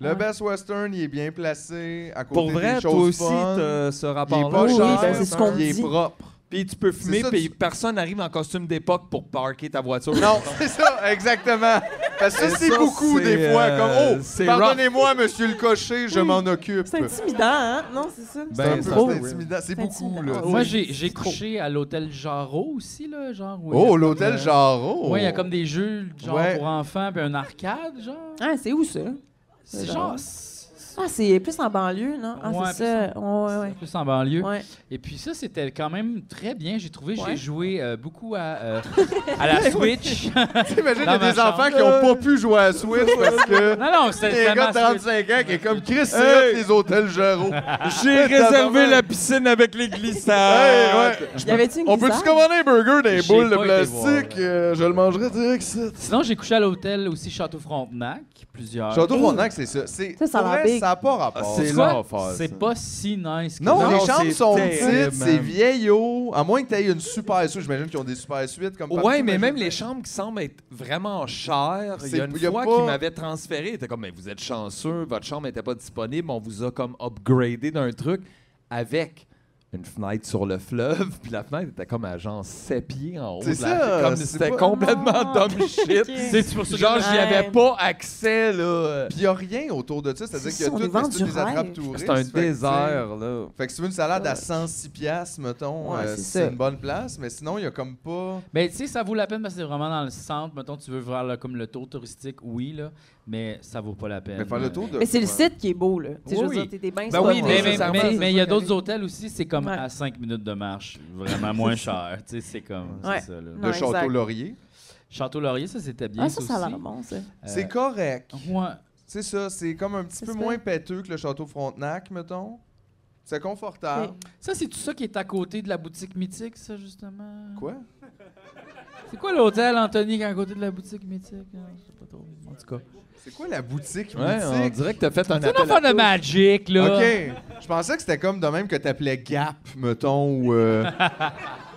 [SPEAKER 3] Le
[SPEAKER 16] Ouais.
[SPEAKER 3] Best Western, il est bien placé, à côté
[SPEAKER 2] Pour vrai,
[SPEAKER 3] des
[SPEAKER 2] toi
[SPEAKER 3] choses
[SPEAKER 2] aussi,
[SPEAKER 3] fun.
[SPEAKER 2] t'as ce
[SPEAKER 3] Il est
[SPEAKER 2] rapport-là.
[SPEAKER 3] pas
[SPEAKER 16] Oui,
[SPEAKER 3] cher, hein.
[SPEAKER 16] ben, c'est ce qu'on
[SPEAKER 3] il est
[SPEAKER 16] dit.
[SPEAKER 3] propre.
[SPEAKER 2] Puis tu peux fumer,
[SPEAKER 3] C'est ça,
[SPEAKER 2] puis
[SPEAKER 3] tu-
[SPEAKER 2] personne n'arrive en costume d'époque pour parker ta voiture.
[SPEAKER 3] Non, c'est ça, exactement. Parce que
[SPEAKER 2] Et
[SPEAKER 3] ça, c'est
[SPEAKER 2] ça,
[SPEAKER 3] beaucoup
[SPEAKER 2] c'est,
[SPEAKER 3] des fois.
[SPEAKER 2] euh,
[SPEAKER 3] Comme, oh,
[SPEAKER 2] c'est
[SPEAKER 3] pardonnez-moi, monsieur le cocher, je
[SPEAKER 16] Oui.
[SPEAKER 3] m'en occupe.
[SPEAKER 16] C'est intimidant, hein? Non, c'est ça.
[SPEAKER 3] C'est un
[SPEAKER 2] Ben,
[SPEAKER 3] peu
[SPEAKER 2] c'est
[SPEAKER 16] trop.
[SPEAKER 3] intimidant. C'est beaucoup,
[SPEAKER 16] intimidant.
[SPEAKER 3] là.
[SPEAKER 16] Ah
[SPEAKER 1] Moi,
[SPEAKER 16] oui,
[SPEAKER 1] j'ai j'ai
[SPEAKER 16] c'est trop.
[SPEAKER 1] couché à l'hôtel Jarreau aussi, là, genre. où il y a
[SPEAKER 3] Oh,
[SPEAKER 1] comme,
[SPEAKER 3] l'hôtel
[SPEAKER 1] euh,
[SPEAKER 3] Jarreau.
[SPEAKER 1] Ouais, il y a comme des jeux genre
[SPEAKER 3] Ouais.
[SPEAKER 1] pour enfants puis un arcade genre.
[SPEAKER 16] Ah, c'est où ça?
[SPEAKER 1] C'est
[SPEAKER 16] Genre.
[SPEAKER 1] genre c-
[SPEAKER 16] Ah, c'est plus en banlieue, non? Ah,
[SPEAKER 1] Ouais,
[SPEAKER 16] c'est ça. Ouais, ouais.
[SPEAKER 1] plus en banlieue.
[SPEAKER 16] Ouais.
[SPEAKER 1] Et puis ça, c'était quand même très bien. J'ai trouvé, j'ai
[SPEAKER 16] Ouais.
[SPEAKER 1] joué euh, beaucoup à, euh, à la
[SPEAKER 3] Ben oui.
[SPEAKER 1] Switch.
[SPEAKER 3] T'imagines, il y
[SPEAKER 1] Dans
[SPEAKER 3] a
[SPEAKER 1] ma
[SPEAKER 3] des enfants
[SPEAKER 1] chambre.
[SPEAKER 3] qui ont pas pu jouer à Switch parce que.
[SPEAKER 1] Non, non, c'était
[SPEAKER 3] Les gars de
[SPEAKER 1] vraiment
[SPEAKER 3] 35 ans qui est comme Chris, c'est
[SPEAKER 1] Hey.
[SPEAKER 3] hot, les hôtels Géraud.
[SPEAKER 2] J'ai réservé la piscine avec les glissades.
[SPEAKER 3] Hey, ouais.
[SPEAKER 2] Je
[SPEAKER 16] Y avait-tu une
[SPEAKER 3] On peut-tu
[SPEAKER 16] glissade?
[SPEAKER 3] commander un burger dans les
[SPEAKER 1] J'ai
[SPEAKER 3] boules de
[SPEAKER 1] pas été voir,
[SPEAKER 3] plastique? Euh, je le mangerai direct, ça.
[SPEAKER 1] Sinon, j'ai couché à l'hôtel aussi Château-Frontenac, plusieurs.
[SPEAKER 3] Château Frontenac, c'est ça. C'est-
[SPEAKER 16] Ça, ça a
[SPEAKER 3] pour
[SPEAKER 16] l'air
[SPEAKER 3] vrai,
[SPEAKER 16] big.
[SPEAKER 3] Ça n'a pas rapport.
[SPEAKER 1] C'est
[SPEAKER 3] Pourquoi?
[SPEAKER 1] l'enfer, C'est pas si nice. que
[SPEAKER 3] Non,
[SPEAKER 1] ça.
[SPEAKER 3] les chambres
[SPEAKER 1] c'est
[SPEAKER 3] sont
[SPEAKER 1] terrible,
[SPEAKER 3] petites, c'est
[SPEAKER 1] man.
[SPEAKER 3] vieillot. À moins que tu aies une super suite. J'imagine qu'ils ont des super suites comme partout,
[SPEAKER 2] Ouais, mais
[SPEAKER 3] j'imagine.
[SPEAKER 2] même les chambres qui semblent être vraiment chères. Il y a
[SPEAKER 3] C'est-
[SPEAKER 2] une
[SPEAKER 3] y a
[SPEAKER 2] fois
[SPEAKER 3] pas-
[SPEAKER 2] qui m'avait transféré, il était comme mais vous êtes chanceux, votre chambre n'était pas disponible, on vous a comme upgradé d'un truc avec une fenêtre sur le fleuve, puis la fenêtre était comme à genre 7 pieds en haut.
[SPEAKER 3] C'est
[SPEAKER 2] de la-
[SPEAKER 3] ça,
[SPEAKER 2] comme
[SPEAKER 3] c'est
[SPEAKER 2] c'était
[SPEAKER 3] pas-
[SPEAKER 16] Ah,
[SPEAKER 2] complètement dumb shit.
[SPEAKER 1] C'est pour ça que-
[SPEAKER 2] genre j'y avais
[SPEAKER 16] Ouais.
[SPEAKER 2] pas accès là.
[SPEAKER 3] Puis il n'y a rien autour de ça. C'est-à-dire
[SPEAKER 16] C'est
[SPEAKER 3] qu'il y a
[SPEAKER 16] ça, on
[SPEAKER 3] tout,
[SPEAKER 16] est
[SPEAKER 3] mais
[SPEAKER 16] vendre
[SPEAKER 3] c'est
[SPEAKER 16] du
[SPEAKER 3] toutes des
[SPEAKER 16] rêve.
[SPEAKER 3] attrapes touristes.
[SPEAKER 2] C'est un
[SPEAKER 3] Fait que, tu sais,
[SPEAKER 2] désert là.
[SPEAKER 3] Fait que si tu veux une salade à 106 piastres, mettons,
[SPEAKER 16] Ouais,
[SPEAKER 3] euh,
[SPEAKER 16] c'est
[SPEAKER 3] c'est
[SPEAKER 16] ça.
[SPEAKER 3] une bonne place. Mais sinon, il y a comme pas...
[SPEAKER 1] Mais Ben, tu sais, ça vaut la peine parce que c'est vraiment dans le centre. Mettons, tu veux faire là, comme le tour touristique, oui, là, mais ça vaut pas la peine.
[SPEAKER 3] Mais faire le tour de...
[SPEAKER 16] Mais c'est le
[SPEAKER 3] Ouais.
[SPEAKER 16] site qui est beau, là. Tu sais, je veux
[SPEAKER 1] Oui.
[SPEAKER 16] dire, t'es des bains
[SPEAKER 1] Ben oui,
[SPEAKER 16] spotés,
[SPEAKER 1] mais- mais
[SPEAKER 16] ça,
[SPEAKER 1] mais-
[SPEAKER 16] ça,
[SPEAKER 1] mais il
[SPEAKER 16] ça,
[SPEAKER 1] y a
[SPEAKER 16] ça,
[SPEAKER 1] d'autres
[SPEAKER 16] ça.
[SPEAKER 1] hôtels aussi, c'est comme
[SPEAKER 16] Ouais.
[SPEAKER 1] à 5 minutes de marche, vraiment moins cher. Tu sais, c'est comme.
[SPEAKER 16] Ouais.
[SPEAKER 1] C'est ça, là.
[SPEAKER 16] Non,
[SPEAKER 3] De
[SPEAKER 16] exact.
[SPEAKER 3] Château-Laurier.
[SPEAKER 2] Euh,
[SPEAKER 1] Château-Laurier, ça, c'était bien.
[SPEAKER 16] Ah, ça, ça a
[SPEAKER 1] aussi.
[SPEAKER 16] l'air bon, ça.
[SPEAKER 1] Euh,
[SPEAKER 3] C'est correct.
[SPEAKER 1] ouais.
[SPEAKER 3] C'est ça, c'est comme un petit
[SPEAKER 16] Ça
[SPEAKER 3] peu
[SPEAKER 16] se
[SPEAKER 3] moins
[SPEAKER 16] fait.
[SPEAKER 3] péteux que le Château Frontenac, mettons. C'est confortable.
[SPEAKER 1] Ça, c'est tout ça qui est à côté de la boutique mythique, ça, justement.
[SPEAKER 3] Quoi?
[SPEAKER 1] C'est quoi l'hôtel, Anthony, qui est à côté de la boutique mythique? hein? Je sais pas trop. En tout cas.
[SPEAKER 3] C'est quoi la boutique
[SPEAKER 2] Ouais, on
[SPEAKER 3] mythique?
[SPEAKER 2] dirait que t'as fait un
[SPEAKER 1] C'est une
[SPEAKER 2] appel.
[SPEAKER 1] affaire
[SPEAKER 2] à-
[SPEAKER 1] de Magic, là.
[SPEAKER 3] OK. Je pensais que c'était comme de même que t'appelais Gap, mettons, ou... euh,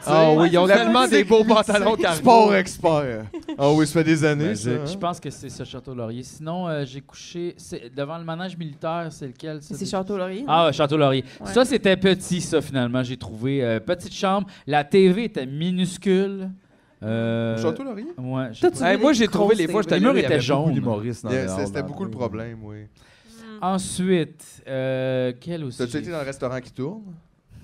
[SPEAKER 2] Ah oui, ils ont
[SPEAKER 3] La
[SPEAKER 2] tellement des
[SPEAKER 3] boutique
[SPEAKER 2] beaux pantalons
[SPEAKER 3] mythique.
[SPEAKER 2] cargo.
[SPEAKER 3] Sport expert. Ah oui, ça fait des années, ça.
[SPEAKER 1] Ben, Je
[SPEAKER 3] hein?
[SPEAKER 1] pense que c'est ce Château Laurier. Sinon, euh, j'ai couché c'est- devant le manège militaire, c'est lequel ça,
[SPEAKER 16] C'est
[SPEAKER 1] déjà?
[SPEAKER 16] Château-Laurier.
[SPEAKER 1] Ah, ouais, Château Laurier.
[SPEAKER 16] Ouais.
[SPEAKER 1] Ça, c'était petit, ça, finalement. J'ai trouvé euh, petite chambre. La TV était minuscule. Euh,
[SPEAKER 3] Château Laurier?
[SPEAKER 1] Ouais. je sais
[SPEAKER 16] Toi,
[SPEAKER 1] pas.
[SPEAKER 16] tu
[SPEAKER 2] Hey,
[SPEAKER 16] voulais
[SPEAKER 2] moi, j'ai
[SPEAKER 16] des
[SPEAKER 2] trouvé
[SPEAKER 16] grosses
[SPEAKER 2] les fois, j'étais
[SPEAKER 1] Les
[SPEAKER 2] allé,
[SPEAKER 1] murs
[SPEAKER 2] il y avait
[SPEAKER 1] étaient
[SPEAKER 2] beaucoup
[SPEAKER 1] jaunes.
[SPEAKER 2] d'humoristes dans
[SPEAKER 3] Yeah,
[SPEAKER 2] le
[SPEAKER 3] c'est- C'était
[SPEAKER 2] hall,
[SPEAKER 3] beaucoup le
[SPEAKER 2] dans-
[SPEAKER 3] problème, oui.
[SPEAKER 1] Ensuite, euh, quel aussi
[SPEAKER 3] T'as-tu
[SPEAKER 1] j'ai
[SPEAKER 3] été dans le restaurant qui tourne?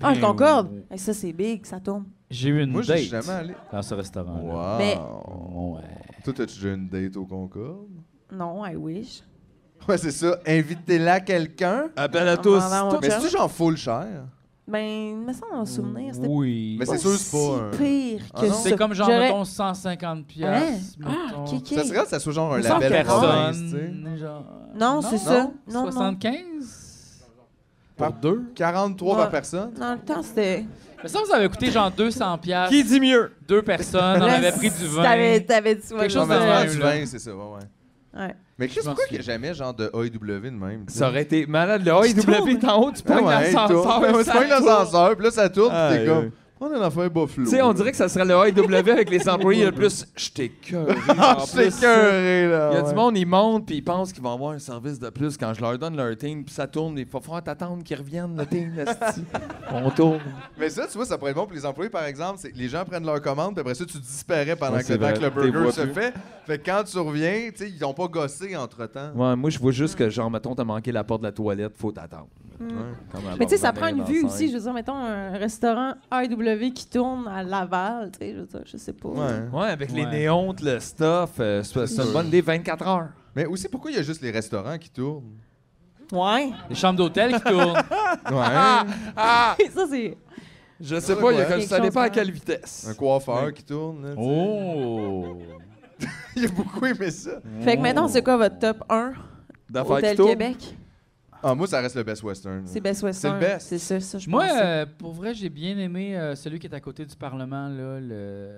[SPEAKER 16] Ah,
[SPEAKER 1] ben
[SPEAKER 16] le Concorde. Hey, ça, c'est big, ça tombe.
[SPEAKER 1] J'ai eu une
[SPEAKER 3] Moi, je
[SPEAKER 1] date
[SPEAKER 3] suis jamais allé.
[SPEAKER 1] dans ce restaurant.
[SPEAKER 3] Wow.
[SPEAKER 16] Mais-
[SPEAKER 1] Ouais.
[SPEAKER 3] Toi, t'as-tu déjà une date au Concorde?
[SPEAKER 16] Non, I wish.
[SPEAKER 3] Ouais, c'est ça. Invitez-la quelqu'un.
[SPEAKER 2] Appel à
[SPEAKER 16] On
[SPEAKER 2] tous.
[SPEAKER 16] va en
[SPEAKER 3] Mais c'est-tu genre full cher?
[SPEAKER 16] Ben, il me semble en souvenir, c'était
[SPEAKER 1] Oui.
[SPEAKER 3] Mais
[SPEAKER 16] pas
[SPEAKER 3] c'est sûr, c'est
[SPEAKER 16] si
[SPEAKER 3] pas un-
[SPEAKER 16] pire
[SPEAKER 3] Ah
[SPEAKER 16] que
[SPEAKER 3] non?
[SPEAKER 16] ça.
[SPEAKER 1] C'est comme genre,
[SPEAKER 16] J'aurais-
[SPEAKER 1] mettons, 150
[SPEAKER 16] Hein?
[SPEAKER 1] piastres.
[SPEAKER 16] Ah,
[SPEAKER 1] mettons.
[SPEAKER 16] ok, ok.
[SPEAKER 3] Ça serait que ça soit genre un
[SPEAKER 16] Il me semble
[SPEAKER 3] label
[SPEAKER 16] que-
[SPEAKER 3] Price, tu sais.
[SPEAKER 1] Personne, genre-
[SPEAKER 16] Non, c'est ça. Non, non.
[SPEAKER 1] 75?
[SPEAKER 3] Par deux? 43
[SPEAKER 16] Ouais.
[SPEAKER 3] par personne.
[SPEAKER 16] Dans le temps, c'était...
[SPEAKER 1] Mais ça, vous avez coûté genre 200 piastres.
[SPEAKER 2] Qui dit mieux?
[SPEAKER 1] Deux personnes, on
[SPEAKER 16] Là,
[SPEAKER 1] avait pris du vin.
[SPEAKER 16] T'avais, t'avais du
[SPEAKER 1] Quelque
[SPEAKER 3] Non,
[SPEAKER 1] chose
[SPEAKER 3] mais
[SPEAKER 1] de-
[SPEAKER 3] tu prends
[SPEAKER 1] Ouais,
[SPEAKER 3] du
[SPEAKER 1] là.
[SPEAKER 3] vin, c'est ça, ouais, ouais.
[SPEAKER 16] Ouais.
[SPEAKER 3] Mais
[SPEAKER 1] Je
[SPEAKER 3] Chris,
[SPEAKER 1] m'en
[SPEAKER 3] pourquoi qu'il n'y a jamais genre de AEW de même? tu sais?
[SPEAKER 2] Ça aurait été malade. Le AEW est en haut, tu
[SPEAKER 3] Ah
[SPEAKER 2] pognes
[SPEAKER 3] ouais, il
[SPEAKER 2] l'ascenseur.
[SPEAKER 3] tourne. Ouais,
[SPEAKER 2] ça
[SPEAKER 3] Tu pognes
[SPEAKER 2] tourne.
[SPEAKER 3] l'ascenseur, puis là, ça tourne, puis
[SPEAKER 2] Aïe,
[SPEAKER 3] t'es comme...
[SPEAKER 2] aïe.
[SPEAKER 3] On est dans un buffalo.
[SPEAKER 2] Tu sais, on dirait que ça serait le AEW avec les employés le plus. Je t'ai cœuré.
[SPEAKER 3] Ah,
[SPEAKER 2] en
[SPEAKER 3] c'est
[SPEAKER 2] plus,
[SPEAKER 3] écœuré, là.
[SPEAKER 2] Il y a
[SPEAKER 3] Ah, ouais.
[SPEAKER 2] du monde, ils montent puis ils pensent qu'ils vont avoir un service de plus quand je leur donne leur team, puis ça tourne. Il faut falloir t'attendre qu'ils reviennent, le team, esti. On tourne.
[SPEAKER 3] Mais ça, tu vois, ça pourrait être bon pour les employés, par exemple. c'est que Les gens prennent leur commande, puis après ça, tu disparais pendant
[SPEAKER 2] Ouais,
[SPEAKER 3] que
[SPEAKER 2] c'est
[SPEAKER 3] le temps
[SPEAKER 2] vrai.
[SPEAKER 3] que le
[SPEAKER 2] T'es vois
[SPEAKER 3] burger se
[SPEAKER 2] plus.
[SPEAKER 3] fait. Fait que quand tu reviens, tu sais, ils n'ont pas gossé entre-temps.
[SPEAKER 2] Ouais, moi, je vois juste que, genre, mettons, t'as manqué la porte de la toilette, faut t'attendre.
[SPEAKER 16] Mm.
[SPEAKER 2] Comme
[SPEAKER 16] Mais tu sais, ça
[SPEAKER 2] avant
[SPEAKER 16] prend
[SPEAKER 2] de
[SPEAKER 16] une
[SPEAKER 2] venir
[SPEAKER 16] vue
[SPEAKER 2] dans
[SPEAKER 16] aussi.
[SPEAKER 2] cinq.
[SPEAKER 16] Je veux dire, mettons, un restaurant AEW qui tourne à Laval, tu sais, je veux dire, je sais pas.
[SPEAKER 3] Ouais. hein.
[SPEAKER 2] Ouais, avec les
[SPEAKER 1] Ouais.
[SPEAKER 2] néons, le stuff, euh, c'est c'est une bonne idée, 24 heures.
[SPEAKER 3] Mais aussi, pourquoi il y a juste les restaurants qui tournent?
[SPEAKER 16] Ouais.
[SPEAKER 1] Les chambres d'hôtel qui tournent.
[SPEAKER 3] Ouais.
[SPEAKER 1] Ah.
[SPEAKER 16] ça, c'est...
[SPEAKER 2] Je sais
[SPEAKER 3] Ouais,
[SPEAKER 2] pas, il y a
[SPEAKER 3] ouais.
[SPEAKER 2] comme
[SPEAKER 16] Quelque
[SPEAKER 2] ça
[SPEAKER 16] chose,
[SPEAKER 2] dépend à
[SPEAKER 16] ouais.
[SPEAKER 2] quelle vitesse.
[SPEAKER 3] Un coiffeur qui tourne. là, tu sais.
[SPEAKER 1] Oh!
[SPEAKER 3] Il a beaucoup aimé ça.
[SPEAKER 16] Fait que maintenant, c'est quoi votre top 1
[SPEAKER 2] D'affaires qui
[SPEAKER 16] Hôtel
[SPEAKER 2] tournent.
[SPEAKER 16] Québec?
[SPEAKER 3] Ah, moi, ça reste le Best Western.
[SPEAKER 16] C'est Best Western.
[SPEAKER 3] C'est le best.
[SPEAKER 16] C'est ça, ça, je
[SPEAKER 1] Moi,
[SPEAKER 16] pense.
[SPEAKER 1] euh, pour vrai, j'ai bien aimé euh, celui qui est à côté du Parlement, là, le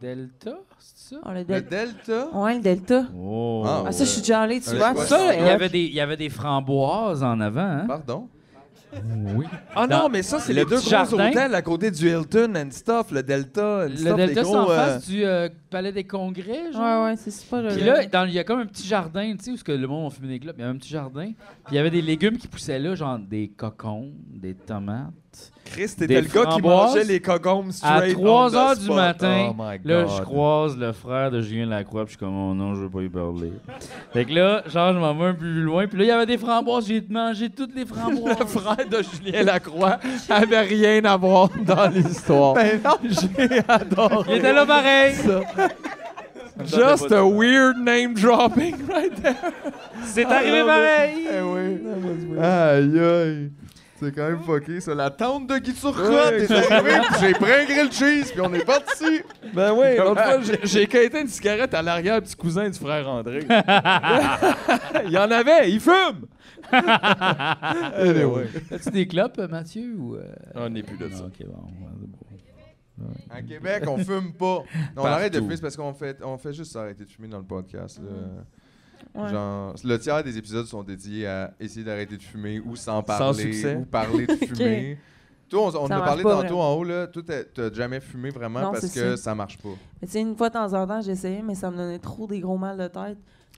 [SPEAKER 1] Delta, c'est ça?
[SPEAKER 16] Oh, le
[SPEAKER 3] Le
[SPEAKER 16] Delta.
[SPEAKER 3] Delta?
[SPEAKER 16] Ouais, le Delta.
[SPEAKER 1] Oh!
[SPEAKER 3] Ah,
[SPEAKER 16] Ah, ça, je suis déjà allée, tu
[SPEAKER 3] Un
[SPEAKER 16] vois.
[SPEAKER 3] choix
[SPEAKER 1] Ça,
[SPEAKER 16] c'est
[SPEAKER 1] il y,
[SPEAKER 16] hot.
[SPEAKER 1] avait des, il y avait des framboises en avant, hein?
[SPEAKER 3] Pardon?
[SPEAKER 1] Oui.
[SPEAKER 2] Ah
[SPEAKER 1] Dans-
[SPEAKER 2] non, mais ça, c'est
[SPEAKER 1] le
[SPEAKER 2] les deux
[SPEAKER 1] petit
[SPEAKER 2] gros
[SPEAKER 1] jardin.
[SPEAKER 2] hôtels à côté du Hilton and stuff, le Delta. and
[SPEAKER 1] Le
[SPEAKER 2] stuff, les
[SPEAKER 1] Delta, c'est
[SPEAKER 2] gros,
[SPEAKER 1] en
[SPEAKER 2] euh,
[SPEAKER 1] face du euh, Palais des Congrès, genre?
[SPEAKER 16] Ouais, ouais, c'est super.
[SPEAKER 1] Puis là, dans- il y a comme un petit jardin, tu sais, où ce que le monde a fumé des clopes, il y avait un petit jardin. Puis il y avait des légumes qui poussaient là, genre des cocons, des tomates.
[SPEAKER 2] Chris,
[SPEAKER 1] des
[SPEAKER 2] t'étais le gars qui
[SPEAKER 1] framboises.
[SPEAKER 2] mangeait les cogomes
[SPEAKER 1] À
[SPEAKER 2] straight.
[SPEAKER 1] 3
[SPEAKER 2] on the
[SPEAKER 1] h du
[SPEAKER 2] spot.
[SPEAKER 1] matin,
[SPEAKER 2] Oh my
[SPEAKER 1] là,
[SPEAKER 2] God.
[SPEAKER 1] je croise le frère de Julien Lacroix, puis je suis comme, oh non, je veux pas lui parler. fait que là, genre, je m'en vais un peu plus loin, puis là, il y avait des framboises, j'ai mangé toutes les framboises.
[SPEAKER 2] Le frère de Julien Lacroix avait rien à voir dans l'histoire.
[SPEAKER 3] Ben non!
[SPEAKER 2] J'ai adoré.
[SPEAKER 1] il était là pareil!
[SPEAKER 2] Just a weird name dropping right there.
[SPEAKER 1] C'est arrivé pareil.
[SPEAKER 3] Eh oui. Aïe, aïe. C'est quand même fucké, ça. La tente de Guy Turcotte
[SPEAKER 2] Ouais,
[SPEAKER 3] est arrivée, puis j'ai pris un grilled cheese, puis on est parti.
[SPEAKER 2] Ben oui, l'autre fois, j'ai- j'ai quitté une cigarette à l'arrière du cousin du frère André. il y en avait, il fume! Anyway.
[SPEAKER 1] As-tu des clopes, Mathieu? Ou euh,
[SPEAKER 2] On n'est plus là, de ça.
[SPEAKER 1] ok, bon, ouais,
[SPEAKER 3] À Québec, on fume pas. Non, on
[SPEAKER 2] Partout.
[SPEAKER 3] arrête de fumer, c'est parce qu'on fait, on fait juste arrêter de fumer dans le podcast. là.
[SPEAKER 16] Ouais.
[SPEAKER 3] Genre, le tiers des épisodes sont dédiés à essayer d'arrêter de fumer ou sans parler
[SPEAKER 2] succès.
[SPEAKER 3] ou parler de fumer. Toi, on, on en
[SPEAKER 16] Ça
[SPEAKER 3] a
[SPEAKER 16] marche
[SPEAKER 3] parlé
[SPEAKER 16] pas
[SPEAKER 3] tantôt
[SPEAKER 16] vraiment.
[SPEAKER 3] en haut, là. Toi, t'as- t'as jamais fumé vraiment
[SPEAKER 16] Non,
[SPEAKER 3] parce
[SPEAKER 16] c'est
[SPEAKER 3] que
[SPEAKER 16] ça.
[SPEAKER 3] ça marche pas.
[SPEAKER 16] Mais tu sais, une fois de temps en temps, j'essayais, mais ça me donnait trop des gros mal de tête.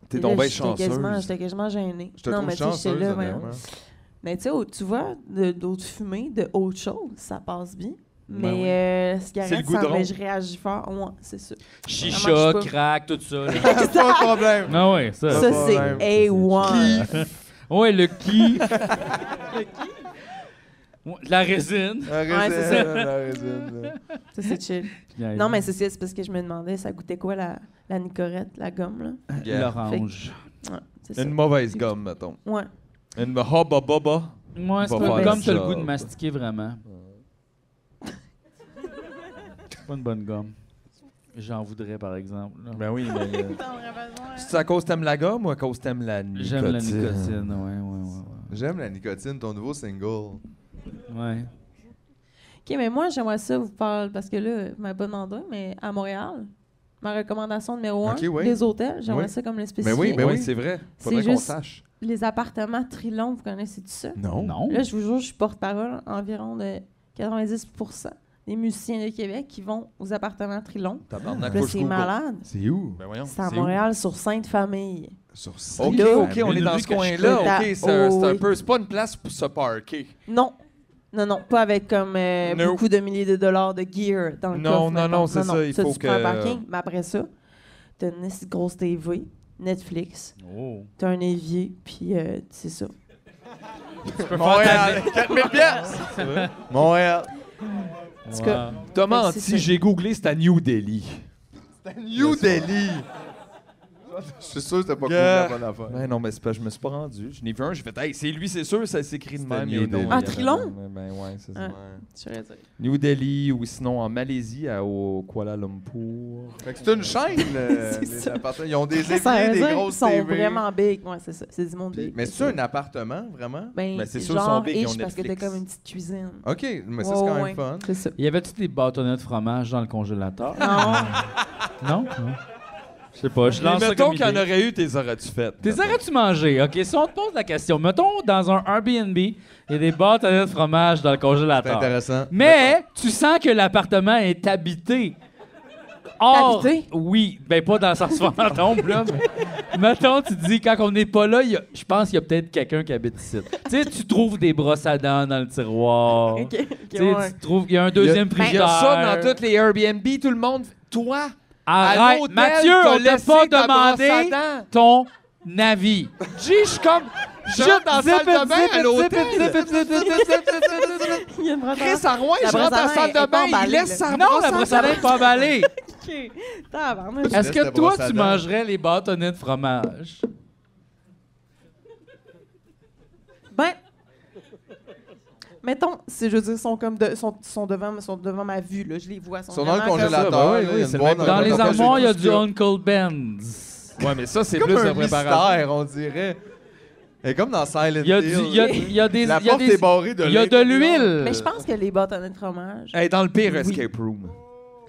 [SPEAKER 3] T'es
[SPEAKER 16] Puis là,
[SPEAKER 3] donc bien
[SPEAKER 16] j'étais quasiment-
[SPEAKER 3] chanceuse.
[SPEAKER 16] J'étais quasiment gênée.
[SPEAKER 3] Je te
[SPEAKER 16] non,
[SPEAKER 3] trouve
[SPEAKER 16] mais tu sais, j'étais
[SPEAKER 3] chanceuse,
[SPEAKER 16] là,
[SPEAKER 3] honnêtement.
[SPEAKER 16] voyons. Mais tu sais, au- tu vois, de- d'autres fumées, de autre chose, ça passe bien.
[SPEAKER 1] Ben
[SPEAKER 16] Mais
[SPEAKER 1] oui.
[SPEAKER 16] euh,
[SPEAKER 1] C'est le
[SPEAKER 16] cigarette, ça,
[SPEAKER 1] goudron.
[SPEAKER 16] mais je réagis fort. Ouais, c'est ça. Ça
[SPEAKER 1] Chicha,
[SPEAKER 16] marche pas.
[SPEAKER 1] crack, tout ça. là.
[SPEAKER 3] pas de problème.
[SPEAKER 1] Ah ouais, ça.
[SPEAKER 16] Ça,
[SPEAKER 3] pas
[SPEAKER 16] c'est
[SPEAKER 3] vrai.
[SPEAKER 16] A1.
[SPEAKER 1] Ouais, le qui. Ouais, de La résine.
[SPEAKER 3] La résine,
[SPEAKER 16] Ouais, c'est ça.
[SPEAKER 3] la résine, là.
[SPEAKER 16] Ça, c'est chill.
[SPEAKER 1] Yeah,
[SPEAKER 16] Non, mais c'est ça, c'est parce que je me demandais, ça goûtait quoi la, la nicorette, la gomme, là?
[SPEAKER 3] Yeah.
[SPEAKER 1] L'orange.
[SPEAKER 16] Ouais, c'est ça.
[SPEAKER 2] Une mauvaise gomme, mettons.
[SPEAKER 16] Ouais.
[SPEAKER 2] Une hobba baba.
[SPEAKER 1] Moi, c'est
[SPEAKER 2] Va
[SPEAKER 1] pas
[SPEAKER 2] faire
[SPEAKER 1] une gomme, t'as le
[SPEAKER 2] ça.
[SPEAKER 1] goût de mastiquer vraiment. C'est pas une bonne gomme. J'en voudrais, par exemple. là.
[SPEAKER 2] Ben oui, mais. euh, C'est à cause t'aimes la gomme ou à cause t'aimes la nicotine?
[SPEAKER 1] J'aime la nicotine, ouais,
[SPEAKER 3] J'aime la nicotine, ton nouveau single.
[SPEAKER 1] ouais, ouais. ouais.
[SPEAKER 16] OK, mais moi, j'aimerais ça vous parle parce que là, ma bonne endroit, mais à Montréal, ma recommandation numéro un,
[SPEAKER 3] OK, oui.
[SPEAKER 16] les hôtels, j'aimerais
[SPEAKER 3] Oui.
[SPEAKER 16] ça comme le spécifier.
[SPEAKER 3] Ben oui, ben
[SPEAKER 2] Oui,
[SPEAKER 3] oui.
[SPEAKER 2] c'est vrai.
[SPEAKER 16] C'est
[SPEAKER 2] Faudrait qu'on
[SPEAKER 16] juste-
[SPEAKER 2] sache.
[SPEAKER 16] Les appartements Trilon, vous connaissez tout ça?
[SPEAKER 2] Non.
[SPEAKER 1] Non.
[SPEAKER 16] Là, je vous jure, je suis porte-parole environ de 90 des musiciens de Québec qui vont aux appartements Trilon.
[SPEAKER 2] Tabarnak,
[SPEAKER 1] Ben,
[SPEAKER 2] faut
[SPEAKER 16] Là,
[SPEAKER 2] que je
[SPEAKER 16] c'est
[SPEAKER 2] Google.
[SPEAKER 16] malade.
[SPEAKER 3] C'est où?
[SPEAKER 2] Ben voyons.
[SPEAKER 16] C'est à
[SPEAKER 2] c'est où?
[SPEAKER 16] Montréal, sur Sainte-Famille.
[SPEAKER 3] Sur
[SPEAKER 2] Ok,
[SPEAKER 3] Sainte-
[SPEAKER 2] ok, on
[SPEAKER 1] Une
[SPEAKER 2] est dans
[SPEAKER 1] rue
[SPEAKER 2] ce
[SPEAKER 1] que je
[SPEAKER 2] coin-là.
[SPEAKER 16] connais.
[SPEAKER 2] Ok, c'est un-
[SPEAKER 16] Oh,
[SPEAKER 2] c'est un
[SPEAKER 16] oui.
[SPEAKER 2] peu. C'est pas une place pour se parquer.
[SPEAKER 16] Non. Non, non, pas avec comme euh,
[SPEAKER 2] No.
[SPEAKER 16] beaucoup de milliers de dollars de gear dans le
[SPEAKER 2] Non,
[SPEAKER 16] coffre,
[SPEAKER 2] non,
[SPEAKER 16] mettons.
[SPEAKER 2] non, c'est ça, il faut
[SPEAKER 16] tu prends un
[SPEAKER 2] que-
[SPEAKER 16] parking, mais après ça, t'as une esti de grosse TV, Netflix,
[SPEAKER 1] Oh.
[SPEAKER 16] t'as un évier, puis euh, c'est ça.
[SPEAKER 1] Tu peux
[SPEAKER 3] Montréal, 4000 pièces. Montréal.
[SPEAKER 1] En
[SPEAKER 16] tout cas,
[SPEAKER 2] T'as
[SPEAKER 16] Ben, c'est
[SPEAKER 2] menti,
[SPEAKER 16] ça.
[SPEAKER 2] j'ai googlé, c'est à New Delhi.
[SPEAKER 3] New Delhi. Je suis sûr que t'as pas compris la
[SPEAKER 2] Yeah.
[SPEAKER 3] bonne affaire.
[SPEAKER 2] Ben non, mais c'est pas, je me suis pas rendu. Je n'ai vu un, j'ai fait, hey, c'est lui, c'est sûr, ça s'écrit de
[SPEAKER 3] C'était
[SPEAKER 2] même.
[SPEAKER 3] New
[SPEAKER 2] mais non,
[SPEAKER 3] Delhi.
[SPEAKER 2] il y
[SPEAKER 16] Ah,
[SPEAKER 2] avait-
[SPEAKER 16] Trilon?
[SPEAKER 2] Ben, ben ouais, c'est ça.
[SPEAKER 16] Ah.
[SPEAKER 3] Ouais.
[SPEAKER 2] New Delhi ou sinon en Malaisie, à, au Kuala Lumpur.
[SPEAKER 3] Fait que c'est une chaîne, euh,
[SPEAKER 16] C'est
[SPEAKER 3] les
[SPEAKER 16] ça.
[SPEAKER 3] appartements. Ils ont des
[SPEAKER 16] Ça, ça
[SPEAKER 3] éviers,
[SPEAKER 16] veut dire
[SPEAKER 3] des
[SPEAKER 16] qu'ils
[SPEAKER 3] grosses
[SPEAKER 16] sont
[SPEAKER 3] TV.
[SPEAKER 16] vraiment big, ouais, c'est ça. C'est du monde
[SPEAKER 3] Puis-
[SPEAKER 16] big.
[SPEAKER 3] mais c'est un appartement, vraiment?
[SPEAKER 16] Ben,
[SPEAKER 2] Ben, c'est sûr, ils
[SPEAKER 16] genre,
[SPEAKER 2] sont big, ils ont
[SPEAKER 16] ish, parce que t'as
[SPEAKER 2] Netflix. Ah.
[SPEAKER 16] comme une petite cuisine.
[SPEAKER 3] OK, mais ça, c'est
[SPEAKER 16] Ouais,
[SPEAKER 3] quand
[SPEAKER 16] ouais.
[SPEAKER 3] même fun.
[SPEAKER 16] C'est ça.
[SPEAKER 1] Y avait-tu des bâtonnets de fromage dans le congélateur?
[SPEAKER 16] Non.
[SPEAKER 1] Non? Non. Je sais pas, je
[SPEAKER 2] Mais
[SPEAKER 1] lance ça
[SPEAKER 2] mettons
[SPEAKER 1] comme
[SPEAKER 2] qu'il y en
[SPEAKER 1] idée.
[SPEAKER 2] aurait eu, t'es aurais-tu fait?
[SPEAKER 1] T'es aurais-tu mangé? OK, si on te pose la question, mettons dans un Airbnb, il y a des bâtonnets de fromage dans le
[SPEAKER 3] C'est
[SPEAKER 1] congélateur.
[SPEAKER 3] intéressant.
[SPEAKER 1] Mais tu sens que l'appartement est habité. Or,
[SPEAKER 16] Habité?
[SPEAKER 1] oui, ben pas dans le sens fantôme, là, mais mettons, tu dis, quand on n'est pas là, il y a- je pense qu'il y a peut-être quelqu'un qui habite ici. Tu sais, tu trouves des brosses à dents dans le tiroir.
[SPEAKER 16] OK, ok,
[SPEAKER 1] Tu sais,
[SPEAKER 16] ouais.
[SPEAKER 1] Tu trouves qu'il y a un deuxième
[SPEAKER 16] Ben,
[SPEAKER 1] frigidaire.
[SPEAKER 2] Il y a ça dans toutes les Airbnb, tout le monde. Toi, à
[SPEAKER 1] Arrête,
[SPEAKER 2] l'hôtel,
[SPEAKER 1] Mathieu,
[SPEAKER 2] t'as
[SPEAKER 1] on t'a
[SPEAKER 2] laissé
[SPEAKER 1] pas
[SPEAKER 2] ta brosse à
[SPEAKER 1] demandé
[SPEAKER 2] dents.
[SPEAKER 1] ton avis.
[SPEAKER 2] G, je suis comme. Je rentre dans la salle de bain à l'hôtel.
[SPEAKER 16] Il y a une brosse à
[SPEAKER 2] Chris à Rouen,
[SPEAKER 16] La
[SPEAKER 2] je rentre dans
[SPEAKER 16] brosse à
[SPEAKER 2] la salle
[SPEAKER 16] dents
[SPEAKER 2] de
[SPEAKER 16] est pas
[SPEAKER 2] bain, il
[SPEAKER 16] emballée,
[SPEAKER 2] laisse
[SPEAKER 16] là.
[SPEAKER 2] sa
[SPEAKER 1] Non,
[SPEAKER 2] brosse
[SPEAKER 1] la
[SPEAKER 2] à
[SPEAKER 1] brosse à dents
[SPEAKER 2] dents.
[SPEAKER 1] est pas emballée.
[SPEAKER 16] OK. Tabarnak.
[SPEAKER 1] Est-ce
[SPEAKER 3] laisses
[SPEAKER 1] que
[SPEAKER 3] ta
[SPEAKER 1] toi,
[SPEAKER 3] brosse à
[SPEAKER 1] tu
[SPEAKER 3] dents.
[SPEAKER 1] mangerais les bâtonnets de fromage?
[SPEAKER 16] Ben, mettons, si je veux dire, sont comme de, sont, sont devant, sont devant ma vue là, je les vois.
[SPEAKER 3] Ils sont dans le
[SPEAKER 16] vraiment comme-
[SPEAKER 3] congélateur.
[SPEAKER 2] ça, ben oui,
[SPEAKER 3] là,
[SPEAKER 2] oui,
[SPEAKER 3] il y a
[SPEAKER 2] c'est
[SPEAKER 3] une
[SPEAKER 2] le
[SPEAKER 3] boîte
[SPEAKER 2] même
[SPEAKER 3] dans
[SPEAKER 1] Dans
[SPEAKER 3] le
[SPEAKER 1] les
[SPEAKER 3] congélateur,
[SPEAKER 1] armoires, il y a
[SPEAKER 3] j'ai
[SPEAKER 1] du
[SPEAKER 3] tout
[SPEAKER 1] Uncle Ben's.
[SPEAKER 2] Ouais, mais ça, c'est
[SPEAKER 3] comme
[SPEAKER 2] plus de
[SPEAKER 3] un
[SPEAKER 2] préparation.
[SPEAKER 3] mystère, on dirait. Et comme dans Silent
[SPEAKER 1] Il y a, du,
[SPEAKER 3] Hill.
[SPEAKER 1] il y a, il y a des.
[SPEAKER 3] La
[SPEAKER 1] il y a
[SPEAKER 3] porte
[SPEAKER 1] des-
[SPEAKER 3] est barrée de
[SPEAKER 1] Il y a de l'huile.
[SPEAKER 16] Mais je pense que les bâtonnets de fromage.
[SPEAKER 1] Euh.
[SPEAKER 2] Hey, dans le pire
[SPEAKER 16] Oui.
[SPEAKER 2] escape room.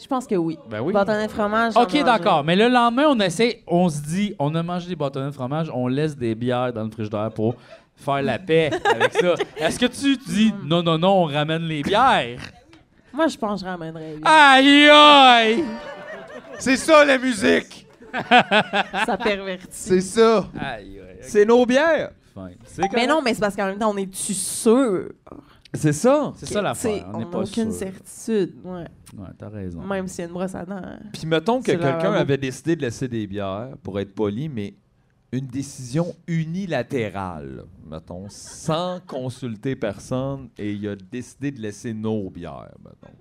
[SPEAKER 16] Je pense que oui.
[SPEAKER 2] Ben oui.
[SPEAKER 16] Bâtonnets de fromage. j'en ai
[SPEAKER 1] Ok,
[SPEAKER 16] mangé.
[SPEAKER 1] d'accord. Mais le lendemain, on essaie, on se dit, on a mangé des bâtonnets de fromage, on laisse des bières dans le frigidaire pour faire la paix avec ça. Est-ce que tu dis non, non, non, on ramène les bières?
[SPEAKER 16] euh, Moi, je pense que je ramènerais. lui.
[SPEAKER 1] Aïe aïe!
[SPEAKER 3] C'est ça, la musique!
[SPEAKER 1] Ah!
[SPEAKER 16] Ça pervertit.
[SPEAKER 3] C'est ça!
[SPEAKER 1] Aïe aïe.
[SPEAKER 2] C'est nos bières.
[SPEAKER 1] Fine. C'est
[SPEAKER 16] Mais
[SPEAKER 1] correct.
[SPEAKER 16] non, mais c'est parce qu'en même temps, on est-tu sûr?
[SPEAKER 2] C'est ça.
[SPEAKER 1] C'est ça
[SPEAKER 16] T'sais,
[SPEAKER 1] l'affaire. On
[SPEAKER 16] On
[SPEAKER 1] n'est
[SPEAKER 16] n'a
[SPEAKER 1] pas sûr.
[SPEAKER 16] aucune certitude. Ouais.
[SPEAKER 1] Ouais, t'as raison.
[SPEAKER 16] Même s'il y a une brosse à dents. hein.
[SPEAKER 2] Puis mettons que
[SPEAKER 16] C'est la
[SPEAKER 2] quelqu'un
[SPEAKER 16] rame.
[SPEAKER 2] avait décidé de laisser des bières pour être poli, mais une décision unilatérale, mettons, sans consulter personne, et il a décidé de laisser nos bières, mettons.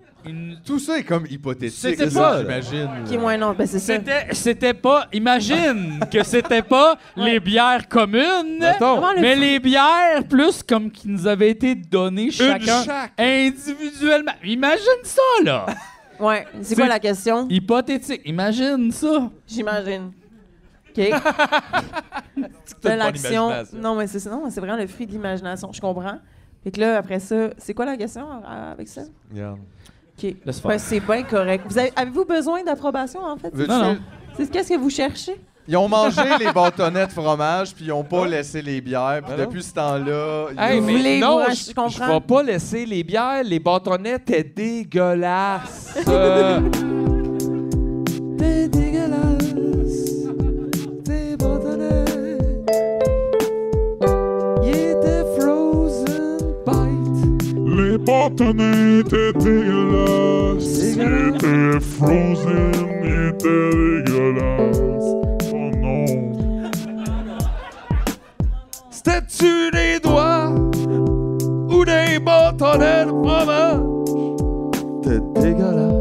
[SPEAKER 3] Tout ça est comme hypothétique,
[SPEAKER 2] C'était
[SPEAKER 3] là,
[SPEAKER 2] pas-
[SPEAKER 3] j'imagine.
[SPEAKER 16] Ok, ouais, non, ben c'est ça.
[SPEAKER 1] C'était, c'était pas. Imagine que c'était pas les bières communes,
[SPEAKER 2] Mettons.
[SPEAKER 1] Oh! mais les bières plus comme qui nous avaient été données chacun
[SPEAKER 16] chaque.
[SPEAKER 1] individuellement. Imagine ça là.
[SPEAKER 16] Ouais, c'est quoi
[SPEAKER 1] C'est-
[SPEAKER 16] la question?
[SPEAKER 1] Hypothétique. Imagine ça.
[SPEAKER 16] J'imagine. OK. de l'action. Non, mais c'est ça. Non, c'est vraiment le fruit de l'imagination. Je comprends. Fait que là, après ça, c'est quoi la question euh, avec ça?
[SPEAKER 2] Regarde.
[SPEAKER 16] OK.
[SPEAKER 2] Laisse
[SPEAKER 16] Ben,
[SPEAKER 2] faire.
[SPEAKER 16] c'est bien correct. Vous avez, avez-vous besoin d'approbation, en fait?
[SPEAKER 3] Veux-tu-
[SPEAKER 16] C'est-
[SPEAKER 3] Non, non.
[SPEAKER 16] C'est qu'est-ce que vous cherchez?
[SPEAKER 3] Ils ont mangé les bâtonnets de fromage, puis ils ont pas laissé les bières. Puis
[SPEAKER 2] Ah non.
[SPEAKER 3] depuis ce temps-là, ils
[SPEAKER 2] Hey,
[SPEAKER 3] ont-
[SPEAKER 2] mais
[SPEAKER 16] voulez,
[SPEAKER 2] non,
[SPEAKER 16] vous, hein,
[SPEAKER 2] je,
[SPEAKER 16] je comprends.
[SPEAKER 2] je vais pas laisser les bières, les bâtonnets étaient dégueulasses. Euh, T'es dégueulasse, tes bâtonnets. Ils étaient frozen bite.
[SPEAKER 9] Les bâtonnets étaient dégueulasses. Ils étaient frozen, ils étaient dégueulasses. Oh non.
[SPEAKER 2] C'était-tu des doigts ou des bâtonnets de fromage? T'es dégueulasse.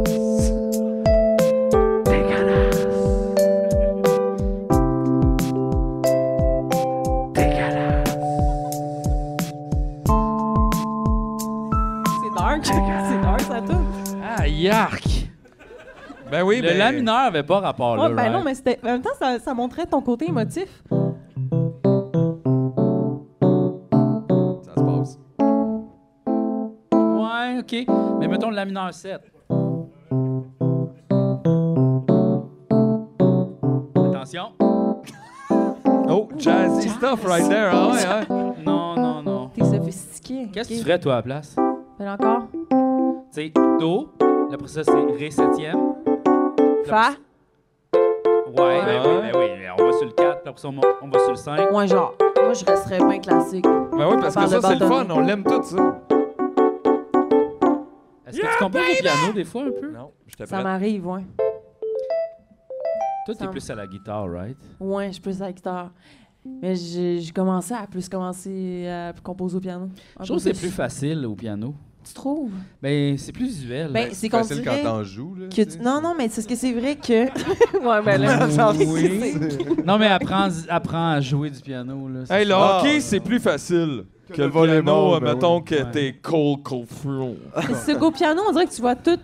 [SPEAKER 16] C'est dark. c'est dark, ça tout.
[SPEAKER 1] Ah, yark.
[SPEAKER 2] Ben oui,
[SPEAKER 1] Le
[SPEAKER 2] ben-
[SPEAKER 1] lamineur avait pas rapport là.
[SPEAKER 16] Ouais, ben
[SPEAKER 1] right?
[SPEAKER 16] non, mais c'était. En même temps, ça, ça montrait ton côté émotif.
[SPEAKER 2] Ça se passe.
[SPEAKER 1] Ouais, ok. Mais mettons le lamineur 7. Attention.
[SPEAKER 2] Oh, jazzy stuff right there. Ah ouais, hein?
[SPEAKER 1] Non, non, non.
[SPEAKER 16] T'es sophistiqué.
[SPEAKER 1] Qu'est-ce que tu ferais, toi, à la place?
[SPEAKER 16] Mais encore.
[SPEAKER 1] Tu sais, Do, là, après ça, c'est Ré septième. Puis
[SPEAKER 16] Fa.
[SPEAKER 1] après ça- Ouais, ben oui, ben oui. ben On va sur le 4, puis après ça, on, mon- on va sur le 5.
[SPEAKER 16] Moi, genre. Moi, je resterais bien classique.
[SPEAKER 2] Ben oui, parce que
[SPEAKER 16] On parle
[SPEAKER 2] ça,
[SPEAKER 16] de
[SPEAKER 2] c'est le fun.
[SPEAKER 16] bâtonnets.
[SPEAKER 2] On l'aime tout, ça.
[SPEAKER 1] Est-ce que tu composes au piano des fois un peu?
[SPEAKER 2] Non, je te
[SPEAKER 16] Ça m'arrive, ouais.
[SPEAKER 1] Toi, t'es
[SPEAKER 16] ça me-
[SPEAKER 1] plus à la guitare, right?
[SPEAKER 16] Ouais, je suis plus acteur. Mais j'ai j'ai commencé à plus commencer à composer au piano. Un
[SPEAKER 1] Je trouve que
[SPEAKER 16] peu
[SPEAKER 1] c'est plus facile au piano.
[SPEAKER 16] Tu trouves?
[SPEAKER 1] Ben, c'est plus visuel.
[SPEAKER 16] Ben, c'est qu'on
[SPEAKER 3] facile quand
[SPEAKER 16] dirait
[SPEAKER 3] t'en joues. Là,
[SPEAKER 16] que
[SPEAKER 3] tu
[SPEAKER 16] tu-
[SPEAKER 3] sais.
[SPEAKER 16] Non, non, mais c'est ce que c'est vrai que... ouais, ben là...
[SPEAKER 1] Oui. non, mais apprends, apprends à jouer du piano. Là, c'est
[SPEAKER 2] Hey, le
[SPEAKER 1] ça.
[SPEAKER 2] hockey, c'est plus facile que,
[SPEAKER 3] Ah. le
[SPEAKER 2] le piano,
[SPEAKER 3] volleyball,
[SPEAKER 2] euh,
[SPEAKER 3] ben
[SPEAKER 2] mettons
[SPEAKER 3] oui.
[SPEAKER 2] que
[SPEAKER 1] Ouais.
[SPEAKER 2] t'es cold, cold throw.
[SPEAKER 16] Mais c'est qu'au piano, on dirait que tu vois tout.